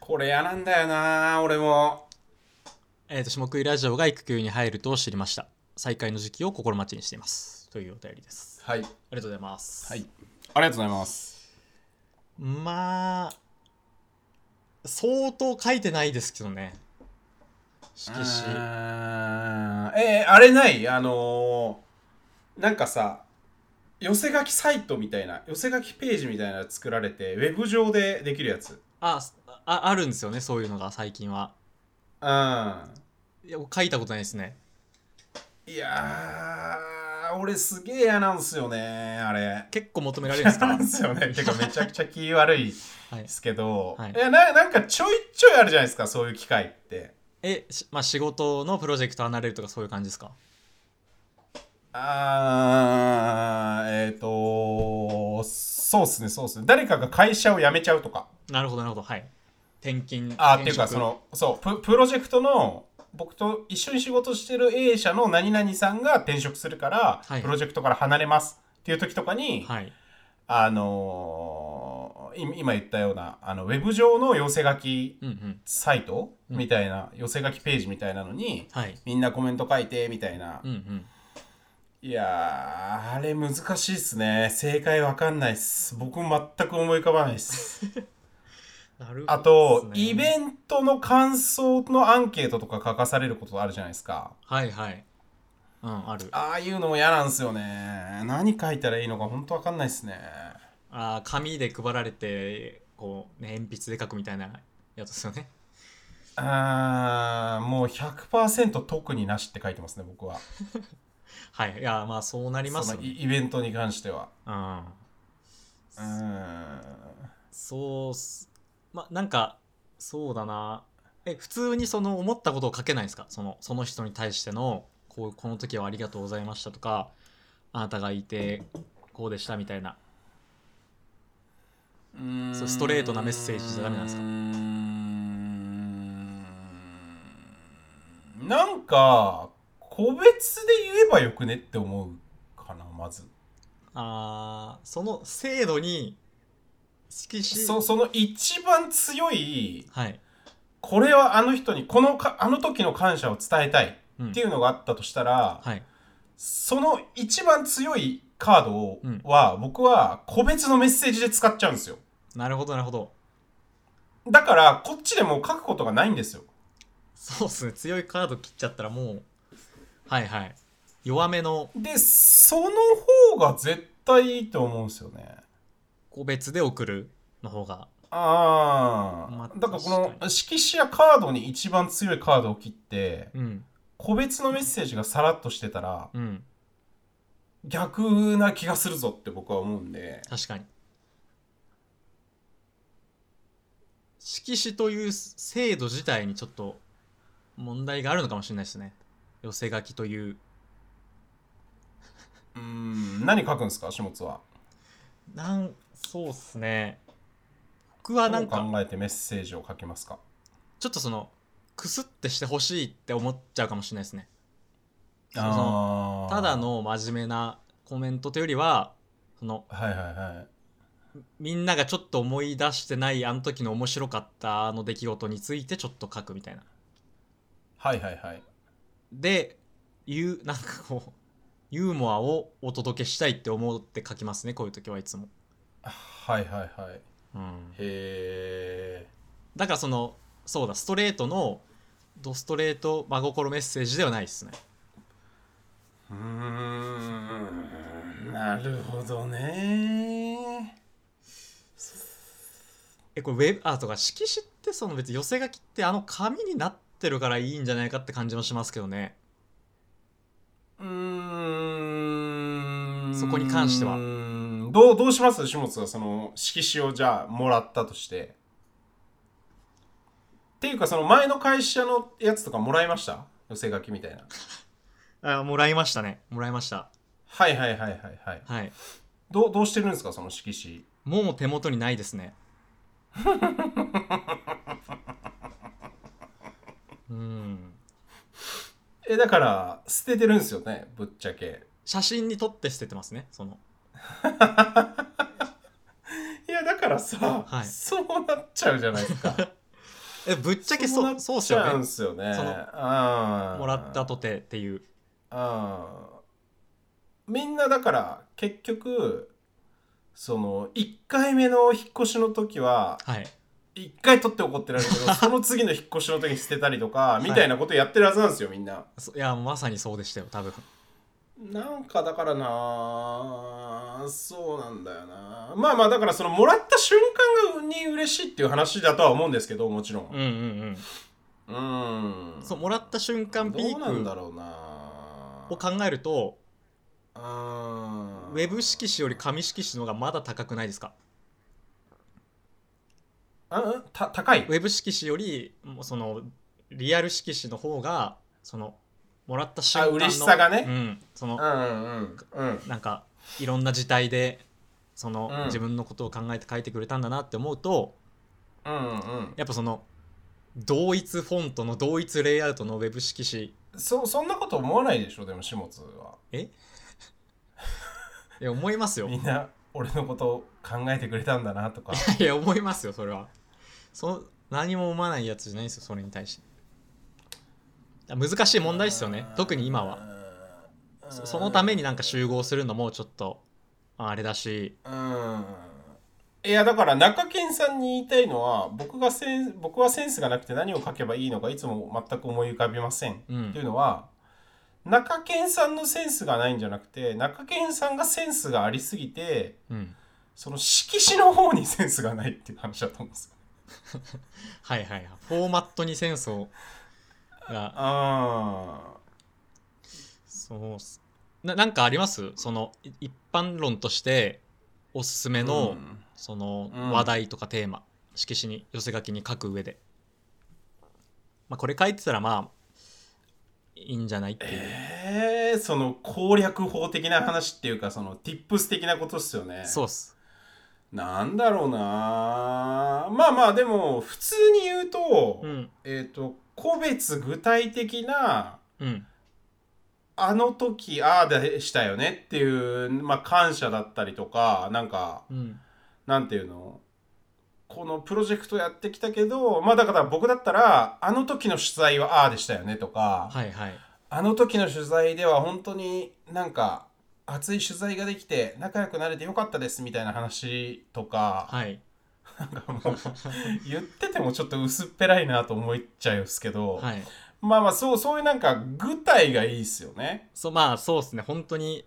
Speaker 2: これ嫌なんだよな俺も
Speaker 1: えー、と下食いラジオが育休に入ると知りました再開の時期を心待ちにしていますというお便りです
Speaker 2: は
Speaker 1: あ
Speaker 2: い
Speaker 1: りがとうございます、
Speaker 2: はいありがとうございます
Speaker 1: まあ相当書いてないですけどね色
Speaker 2: う
Speaker 1: 紙
Speaker 2: ーんえーあれないあのーなんかさ寄せ書きサイトみたいな寄せ書きページみたいなの作られてウェブ上でできるやつ
Speaker 1: あああるんですよねそういうのが最近は
Speaker 2: うん
Speaker 1: いや書いたことないですね
Speaker 2: いやー、俺すげえ嫌なんすよね、あれ。
Speaker 1: 結構求められるんで
Speaker 2: 嫌
Speaker 1: す か
Speaker 2: なんすよね。てかめちゃくちゃ気悪い
Speaker 1: はい
Speaker 2: ですけど、
Speaker 1: はい
Speaker 2: い、やな、なんかちょいちょいあるじゃないですか、そういう機会って。
Speaker 1: え、しまあ、仕事のプロジェクト離れるとかそういう感じですか
Speaker 2: あー、えっ、ー、とそうっすね、そうっすね。誰かが会社を辞めちゃうとか。
Speaker 1: なるほどなるほどはい転勤
Speaker 2: あー、っ
Speaker 1: 転
Speaker 2: ていう
Speaker 1: 職
Speaker 2: か、その、そうプ、プロジェクトの、僕と一緒に仕事してる A 社の何々さんが転職するから、
Speaker 1: はい
Speaker 2: プロジェクトから離れますっていう時とかに、
Speaker 1: はい
Speaker 2: あのーい今言ったようなあのウェブ上の寄せ書き
Speaker 1: うんうん
Speaker 2: サイト
Speaker 1: うん
Speaker 2: みたいな、寄せ書きページみたいなのに
Speaker 1: はい
Speaker 2: みんなコメント書いてみたいな、
Speaker 1: うんうん
Speaker 2: いやーあれ難しいっすね正解わかんないっす僕も全く思い浮かばないっす
Speaker 1: なるほど
Speaker 2: あと、
Speaker 1: ですね
Speaker 2: イベントの感想のアンケートとか書かされることあるじゃないですか
Speaker 1: はいはいうんある
Speaker 2: ああいうのも嫌なんすよね何書いたらいいのか本当わかんないっすね
Speaker 1: あー紙で配られてこう、ね、鉛筆で書くみたいなやつですよね
Speaker 2: あーもう100%特になしって書いてますね僕は
Speaker 1: はいいやまあそうなります
Speaker 2: そ
Speaker 1: よ
Speaker 2: の
Speaker 1: ね
Speaker 2: イイベントに関しては
Speaker 1: うん
Speaker 2: うーん
Speaker 1: そうっすまあなんかそうだなえ普通にその思ったことを書けないんですかそのその人に対してのこうこの時はありがとうございましたとかあなたがいてこうでしたみたいなそうストレートなメッセージじゃダメなんですか
Speaker 2: うーんなんか個別で言えばよくねって思うかなまず
Speaker 1: あーその制度に色紙
Speaker 2: そその一番強い
Speaker 1: はい、
Speaker 2: これはあの人にこのかあの時の感謝を伝えたい
Speaker 1: うん
Speaker 2: っていうのがあったとしたら、
Speaker 1: はい、
Speaker 2: その一番強いカードをは、僕は個別のメッセージで使っちゃうんですよ。
Speaker 1: なるほどなるほど
Speaker 2: だから、こっちでもう書くことがないんですよ。
Speaker 1: そうっすね強いカード切っちゃったらもうはいはい弱めの
Speaker 2: で、その方が絶対いいと思うんですよね。
Speaker 1: 個別で送るの方がまあ
Speaker 2: ああ。だからこ
Speaker 1: 確か
Speaker 2: の色紙やカードに一番強いカードを切って、
Speaker 1: うん
Speaker 2: 個別のメッセージがさらっとしてたら、
Speaker 1: うん
Speaker 2: 逆な気がするぞって僕は思うんで。
Speaker 1: 確かに色紙という制度自体にちょっと問題があるのかもしれないですね寄せ書きという
Speaker 2: うーん、何書くんですか、下津は。
Speaker 1: なんそうっすね僕はな
Speaker 2: どうん
Speaker 1: か
Speaker 2: 考えてメッセージを書きますか。
Speaker 1: ちょっとそのくすってしてほしいって思っちゃうかもしれないですねその
Speaker 2: あー
Speaker 1: ただ、の真面目なコメントというよりはその
Speaker 2: はいはいはい
Speaker 1: みんながちょっと思い出してないあの時の面白かったあの出来事についてちょっと書くみたいな。
Speaker 2: はいはいはい
Speaker 1: でゆうなんかこうユーモアをお届けしたいって思って書きますねこういう時はいつも。
Speaker 2: はいはいはい
Speaker 1: うん、
Speaker 2: へえ
Speaker 1: だからそのそうだストレートのドストレート真心メッセージではないですね。
Speaker 2: うーんなるほどね
Speaker 1: えこれウェブあとか色紙ってその別に寄せ書きってあの紙になってるからいいんじゃないかって感じもしますけどね。
Speaker 2: うーん
Speaker 1: そこに関しては
Speaker 2: うーんどうどうします下津はその色紙をじゃあもらったとしてっていうかその前の会社のやつとかもらいました寄せ書きみたいな
Speaker 1: あもらいましたねもらいました。
Speaker 2: はいはいはいはいはい
Speaker 1: はい。
Speaker 2: どうどうしてるんですかその色紙
Speaker 1: もう手元にないですね。うん。
Speaker 2: えだから捨ててるんですよねぶっちゃけ
Speaker 1: 写真に撮って捨ててますね。その。
Speaker 2: いやだからさ、
Speaker 1: はい
Speaker 2: そうなっちゃうじゃないですか
Speaker 1: え、ぶっちゃけ
Speaker 2: な
Speaker 1: そ
Speaker 2: っ
Speaker 1: う、そうっす
Speaker 2: ちゃ
Speaker 1: よ
Speaker 2: う
Speaker 1: ね
Speaker 2: ん。すよね
Speaker 1: その
Speaker 2: の
Speaker 1: もらったとてっていう。
Speaker 2: うんみんなだから結局その1回目の引っ越しの時は
Speaker 1: はい。
Speaker 2: 1回取って怒ってら れるけどその次の引っ越しの時に捨てたりとかみたいなことやってるはずなんですよみんな。
Speaker 1: そいや、まさにそうでしたよ、多分。
Speaker 2: なんかだからなそうなんだよなまあまあだからそのもらった瞬間に嬉しいっていう話だとは思うんですけどもちろ
Speaker 1: うん
Speaker 2: ん。
Speaker 1: うんうん。
Speaker 2: うん
Speaker 1: そう、もらった瞬間ピ
Speaker 2: どうなんだ
Speaker 1: ーク
Speaker 2: ろうな
Speaker 1: を考えると、
Speaker 2: うん
Speaker 1: ウェブ色紙より紙色紙の方がまだ高くないですか
Speaker 2: あうんた高い
Speaker 1: ウェブ色紙より、もうその、リアル色紙の方が、その、もらった瞬間の。
Speaker 2: あ嬉しさがね
Speaker 1: うん。その、
Speaker 2: うんうんうん
Speaker 1: なんかいろんな事態でその、
Speaker 2: うん
Speaker 1: 自分のことを考えて書いてくれたんだなって思うと
Speaker 2: うんうん
Speaker 1: やっぱその同一フォントの同一レイアウトのウェブ色紙
Speaker 2: そそんなこと思わないでしょでも始末は
Speaker 1: え思いますよ
Speaker 2: みんな俺のこと考えてくれたんだなとか
Speaker 1: いや思いますよそれはそ何も思わないやつじゃないですよそれに対してだから難しい問題ですよね特に今は
Speaker 2: うん
Speaker 1: そそのためになんか集合するのもちょっとあれだし
Speaker 2: うんいやだから中堅さんに言いたいのは僕がセン僕はセンスがなくて何を書けばいいのかいつも全く思い浮かびません
Speaker 1: うん
Speaker 2: っていうのは中堅さんのセンスがないんじゃなくて中堅さんがセンスがありすぎて
Speaker 1: うん
Speaker 2: その色紙の方にセンスがないっていう話だと思うんですよ
Speaker 1: はいはいはいフォーマットにセンスをが
Speaker 2: あ
Speaker 1: そうっすななんかありますそのい一般論としておすすめ
Speaker 2: あ
Speaker 1: の、
Speaker 2: うん
Speaker 1: その
Speaker 2: うん
Speaker 1: 話題とかテーマ、色紙に寄せ書きに書く上で、まあ、これ書いてたらまあいいんじゃないっていう、
Speaker 2: えー、その攻略法的な話っていうかその tips 的なことっすよね
Speaker 1: そうっす
Speaker 2: なんだろうなまあまあでも普通に言うと、
Speaker 1: うん
Speaker 2: えっ、と個別具体的な
Speaker 1: うん
Speaker 2: あの時ああでしたよねっていうまあ感謝だったりとかなんか
Speaker 1: うん
Speaker 2: なんていうのこのプロジェクトやってきたけどまあだから僕だったらあの時の取材はああでしたよねとか、
Speaker 1: はいはい
Speaker 2: あの時の取材では本当になんか熱い取材ができて仲良くなれてよかったですみたいな話とか、
Speaker 1: はい
Speaker 2: なんかもう言っててもちょっと薄っぺらいなと思っちゃうんですけど、
Speaker 1: はい
Speaker 2: まあまあそうそういうなんか具体がいいっすよね。
Speaker 1: そうまあそうっすね本当に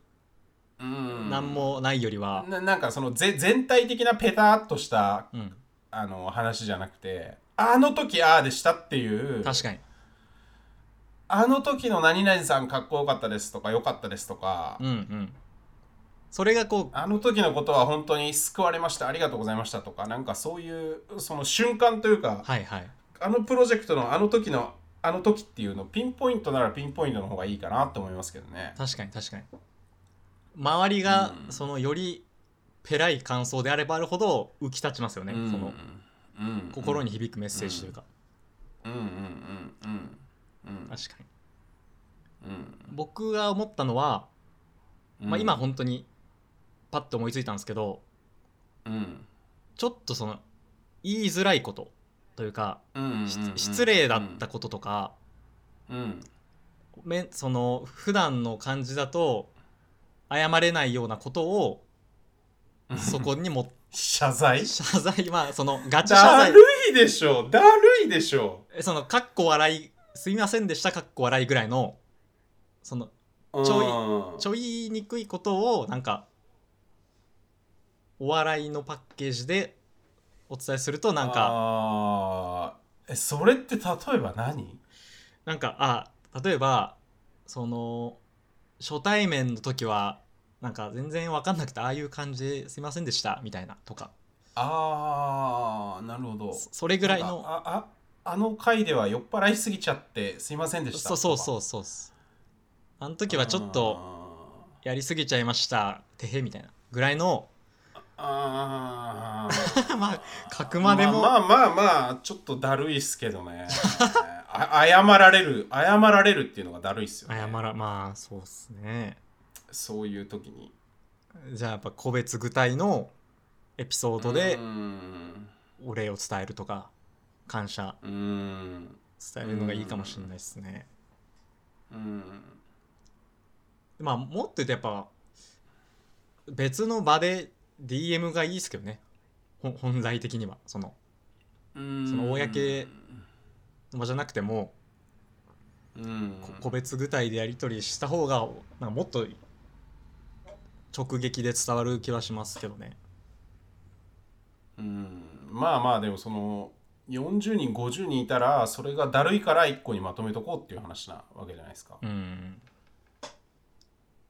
Speaker 2: うん
Speaker 1: 何もないよりは
Speaker 2: ななんかそのぜ全体的なペタっとした
Speaker 1: うん、
Speaker 2: あの話じゃなくてあの時ああでしたっていう
Speaker 1: 確かに
Speaker 2: あの時の何々さんかっこよかったですとかよかったですとか、
Speaker 1: うんうんそれがこう
Speaker 2: あの時のことは本当に救われましたありがとうございましたとかなんかそういうその瞬間というか、
Speaker 1: はいはい
Speaker 2: あのプロジェクトのあの時のあの時っていうのピンポイントならピンポイントの方がいいかなと思いますけどね。
Speaker 1: 確かに確かに周りが
Speaker 2: うん
Speaker 1: そのよりペライ感想であればあるほど浮き立ちますよね、
Speaker 2: うん
Speaker 1: その
Speaker 2: うん
Speaker 1: 心に響くメッセージというか、
Speaker 2: うんうんうんうんうん
Speaker 1: 確かに
Speaker 2: うん
Speaker 1: 僕が思ったのはまあ、今本当にパッと思いついたんですけど
Speaker 2: うん
Speaker 1: ちょっとその言いづらいことというか、
Speaker 2: うんうんうん
Speaker 1: し失礼だったこととか、
Speaker 2: うん
Speaker 1: めその普段の感じだと謝れないようなことを
Speaker 2: うん
Speaker 1: そこにも
Speaker 2: 謝罪
Speaker 1: 謝罪まあその ガチ謝
Speaker 2: だ
Speaker 1: 罪
Speaker 2: るいでしょだるいでしょ
Speaker 1: えそのかっこ笑いすみませんでしたかっこ笑いぐらいのそのちょい
Speaker 2: うん
Speaker 1: ちょいにくいことをなんかお笑いのパッケージでお伝えするとなんか
Speaker 2: あーえそれって例えば何
Speaker 1: なんかあ例えばその初対面の時はなんか全然分かんなくてああいう感じですいませんでしたみたいなとか
Speaker 2: あーなるほど
Speaker 1: そそれぐらい
Speaker 2: なんか
Speaker 1: の
Speaker 2: あああの回では酔っ払いすぎちゃってすいませんでした
Speaker 1: そうそう
Speaker 2: う
Speaker 1: そうそうっすあの時はちょっとやりすぎちゃいましたてへみたいなぐらい の
Speaker 2: あー
Speaker 1: まあ書くまでも、
Speaker 2: まあまあまあ、まあ、ちょっとだるいっすけどねあ謝られる謝られるっていうのがだるいっすよ、ね、
Speaker 1: 謝らまあそうっすね
Speaker 2: そういう時に
Speaker 1: じゃあやっぱ個別具体のエピソードで
Speaker 2: うん
Speaker 1: お礼を伝えるとか感謝
Speaker 2: うん
Speaker 1: 伝えるのがいいかもしれないですね
Speaker 2: うん
Speaker 1: まあもっと言うとやっぱ別の場で DM がいいですけどねほん本来的にはその
Speaker 2: うん
Speaker 1: その公場じゃなくても
Speaker 2: うん
Speaker 1: こ個別具体でやり取りした方がなんかもっと直撃で伝わる気はしますけどね
Speaker 2: うんまあまあでもその40人50人いたらそれがだるいから1個にまとめとこうっていう話なわけじゃないですか、
Speaker 1: うん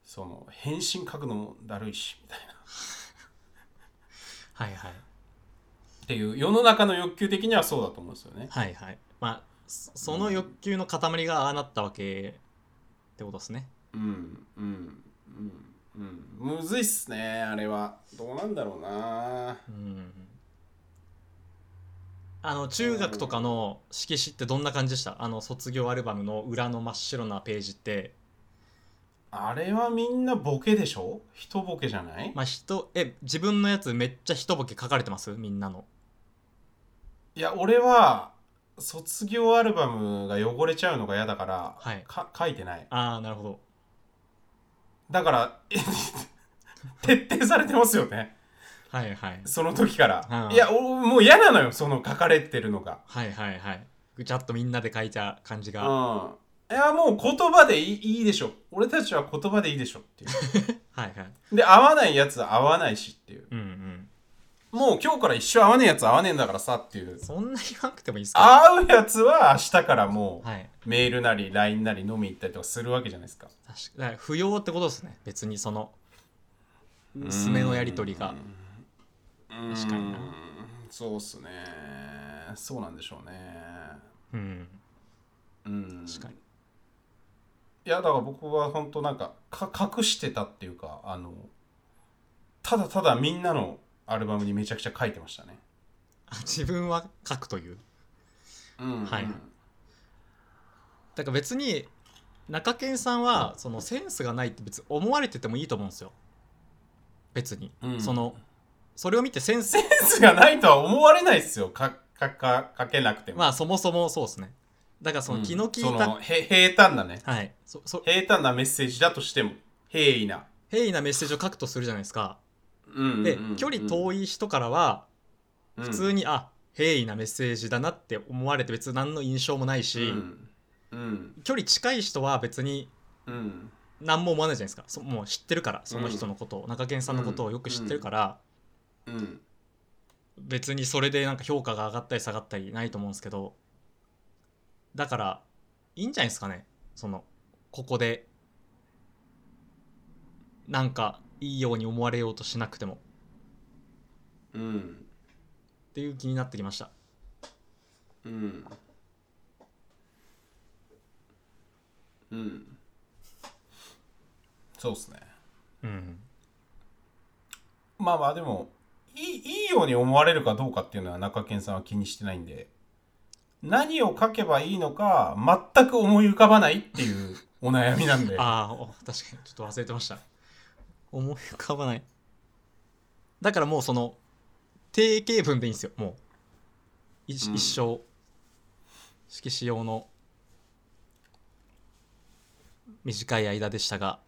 Speaker 2: その返信書くのもだるいしみたいな
Speaker 1: はいはい
Speaker 2: っていう世の中の欲求的にはそうだと思うんですよね
Speaker 1: はいはいまあそその欲求の塊がああなったわけってことですね
Speaker 2: うんうんうんうんむずいっすねあれはどうなんだろうな
Speaker 1: うんあの中学とかの色紙ってどんな感じでしたあの卒業アルバムの裏の真っ白なページって
Speaker 2: あれはみんなボケでしょ人ボケじゃない、
Speaker 1: まあ人え自分のやつめっちゃ一ボケ書かれてますみんなの
Speaker 2: いや俺は卒業アルバムが汚れちゃうのが嫌だから、
Speaker 1: はい
Speaker 2: か書いてない
Speaker 1: ああなるほど
Speaker 2: だから、 え徹底されてますよね。
Speaker 1: はいはい
Speaker 2: その時から。
Speaker 1: うん
Speaker 2: いや、おもう嫌なのよ、その書かれてるのが。
Speaker 1: はいはいはいぐちゃっとみんなで書いた感じ
Speaker 2: う
Speaker 1: が、
Speaker 2: ん。いや、もう言葉でいいいいでしょ。俺たちは言葉でいいでしょってい。
Speaker 1: はいはいう
Speaker 2: で、合わないやつは合わないしっていう。
Speaker 1: うんうん
Speaker 2: もう今日から一生合わねえやつは合わねえんだからさっていう。
Speaker 1: そんな言わなくてもいいですか
Speaker 2: 合うやつは明日からもう
Speaker 1: はい
Speaker 2: メールなり LINE なり飲み行ったりとかするわけじゃないですか。
Speaker 1: 確かだから不要ってことですね別にその娘のやり取りが確かにな
Speaker 2: うーんそうっすね。そうなんでしょうね。
Speaker 1: うん
Speaker 2: うん。
Speaker 1: 確かに
Speaker 2: いやだから僕は本当なんかか隠してたっていうかあのただただみんなのアルバムにめちゃくちゃ書いてましたね。
Speaker 1: あ自分は書くという
Speaker 2: うん
Speaker 1: はいだから別に中堅さんはそのセンスがないって別に思われててもいいと思うんですよ別に、
Speaker 2: うん
Speaker 1: そのそれを見てセン ス
Speaker 2: センスがないとは思われないですよかかか書けなくても。
Speaker 1: まあそもそもそうですねだからその気の利いた、
Speaker 2: うんそのへ平坦なね
Speaker 1: はいそそ
Speaker 2: 平坦なメッセージだとしても平易な。
Speaker 1: 平易なメッセージを書くとするじゃないですか
Speaker 2: うん
Speaker 1: で距離遠
Speaker 2: い
Speaker 1: い人からは
Speaker 2: 普
Speaker 1: 普通に、あ平易なメッセージだなって思われて別に何の印象もないし、
Speaker 2: うんうん
Speaker 1: 距離近い人は別に
Speaker 2: うん
Speaker 1: 何も思わないじゃないですかそもう知ってるからその人のことを、中堅さんのことをよく知ってるから、
Speaker 2: うん
Speaker 1: 別にそれでなんか評価が上がったり下がったりないと思うんですけどだからいいんじゃないですかねそのここでなんかいいように思われようとしなくても
Speaker 2: うん
Speaker 1: っていう気になってきました
Speaker 2: うん。うん。そうっすね。
Speaker 1: うん
Speaker 2: まあまあでも、いいいいように思われるかどうかっていうのは中堅さんは気にしてないんで、何を書けばいいのか全く思い浮かばないっていうお悩みなんで、
Speaker 1: ああ確かにちょっと忘れてました思い浮かばないだからもうその定型文でいいんですよもう一,、
Speaker 2: うん
Speaker 1: 一生色紙用の短い間でしたが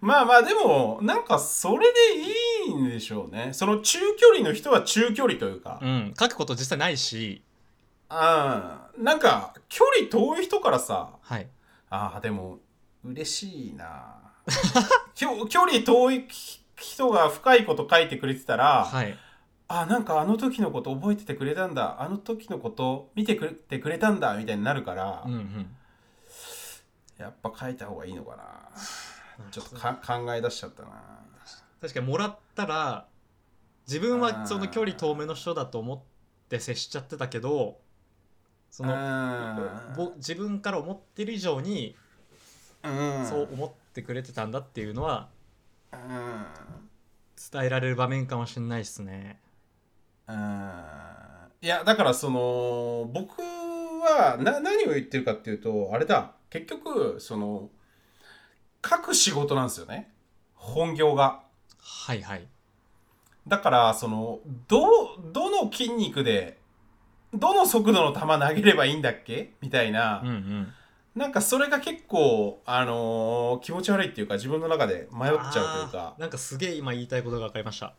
Speaker 2: まあまあでもなんかそれでいいんでしょうねその中距離の人は中距離というか、
Speaker 1: うん書くこと実際ないし
Speaker 2: ああなんか距離遠い人からさ
Speaker 1: はい
Speaker 2: ああでも嬉しい なきょ距離遠い人が深いこと書いてくれてたら、
Speaker 1: はい
Speaker 2: あなんかあの時のこと覚えててくれたんだあの時のこと見てくれてくれたんだみたいになるから、
Speaker 1: うんうん
Speaker 2: やっぱ書いた方がいいのか なちょっと
Speaker 1: なるほど
Speaker 2: か考え出しちゃったな
Speaker 1: 確かにもらったら自分
Speaker 2: あー
Speaker 1: はその距離遠めの人だと思って接しちゃってたけどそのぼ
Speaker 2: の
Speaker 1: 自分から思ってる以上に
Speaker 2: うん
Speaker 1: そう思ってくれてたんだっていうのは
Speaker 2: うん
Speaker 1: 伝えられる場面かもしれないですね。
Speaker 2: うんいやだからその僕はな何を言ってるかっていうとあれだ結局その書く仕事なんですよね本業が。
Speaker 1: はいはい。
Speaker 2: だからそのどどの筋肉でどの速度の球投げればいいんだっけみたいな、
Speaker 1: うんうん。
Speaker 2: なんかそれが結構、あのー気持ち悪いっていうか自分の中で迷っちゃうという
Speaker 1: あ
Speaker 2: か
Speaker 1: ーなんかすげえ今言いたいことが分かりました。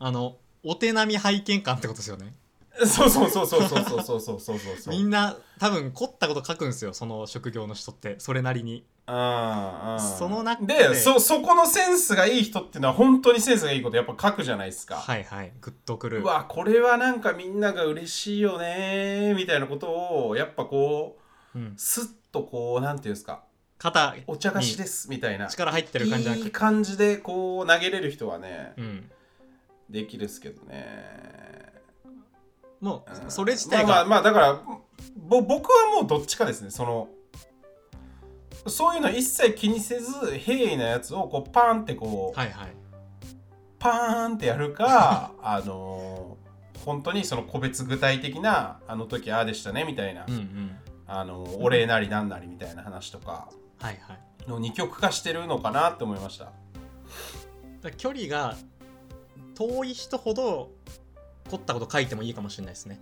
Speaker 1: あの、お手並み拝見感ってことですよね。
Speaker 2: そうそうそうそうそうそうそうそうそうそう
Speaker 1: みんな多分凝ったこと書くんですよ、その職業の人って、それなりに。
Speaker 2: うんうん
Speaker 1: その中で
Speaker 2: でそそこのセンスがいい人っていうのは本当にセンスがいいことやっぱ書くじゃないですか、
Speaker 1: はいはい。グッとくる。
Speaker 2: うわこれはなんかみんなが嬉しいよねみたいなことをやっぱこう
Speaker 1: うん、
Speaker 2: スッとこうなんていうんですか
Speaker 1: 肩
Speaker 2: お茶菓子ですみたいな
Speaker 1: 力入ってる感じじゃないく
Speaker 2: い
Speaker 1: て。
Speaker 2: 感じでこう投げれる人はね、
Speaker 1: うん。
Speaker 2: できるですけどね、
Speaker 1: も
Speaker 2: うん
Speaker 1: う、それ自体
Speaker 2: まあまあ
Speaker 1: が、
Speaker 2: まあだからぼ僕はもうどっちかですねそのそういうの一切気にせず平易なやつをこうパーンってこう、
Speaker 1: はいはい。
Speaker 2: パーンってやる かあのー本当にその個別具体的なあの時ああでしたねみたいな、
Speaker 1: うんうん。
Speaker 2: あのーお礼なりなんなりみたいな話とか
Speaker 1: はいはい。
Speaker 2: の二極化してるのかなって思いました
Speaker 1: だから距離が遠い人ほど凝ったこと書いてもいいかもしれないですね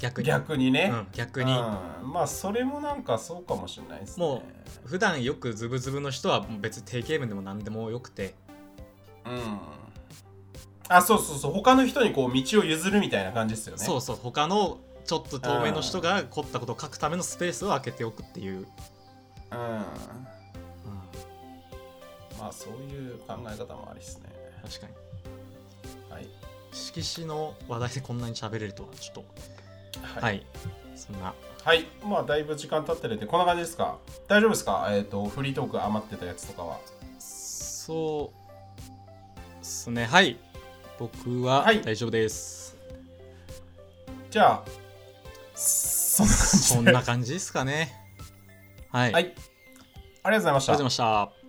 Speaker 1: 逆に
Speaker 2: 逆にね、
Speaker 1: うん、逆に
Speaker 2: うんまあそれもなんかそうかもしれないですね
Speaker 1: も普段よくズブズブの人はもう別に定型文でも何でもよくて
Speaker 2: う、ん、あそうそうそう他の人にこう道を譲るみたいな感じですよね
Speaker 1: そうそう他のちょっと遠めの人が凝ったことを書くためのスペースを空けておくっていう、
Speaker 2: うんまあそういう考え方もありですね
Speaker 1: 確かに
Speaker 2: はい
Speaker 1: 色紙の話題でこんなに喋れるとはちょっとはい、
Speaker 2: はい、
Speaker 1: そんな
Speaker 2: はいまあだいぶ時間経ってるんでこんな感じですか大丈夫ですかえっ、とフリートーク余ってたやつとかは
Speaker 1: そうですねはい僕は
Speaker 2: はい
Speaker 1: 大丈夫です、
Speaker 2: じゃあそん
Speaker 1: そ
Speaker 2: な感じで
Speaker 1: んな感じですかねはい、
Speaker 2: はいありがとうございまし
Speaker 1: ありがとうご
Speaker 2: た
Speaker 1: ざいました。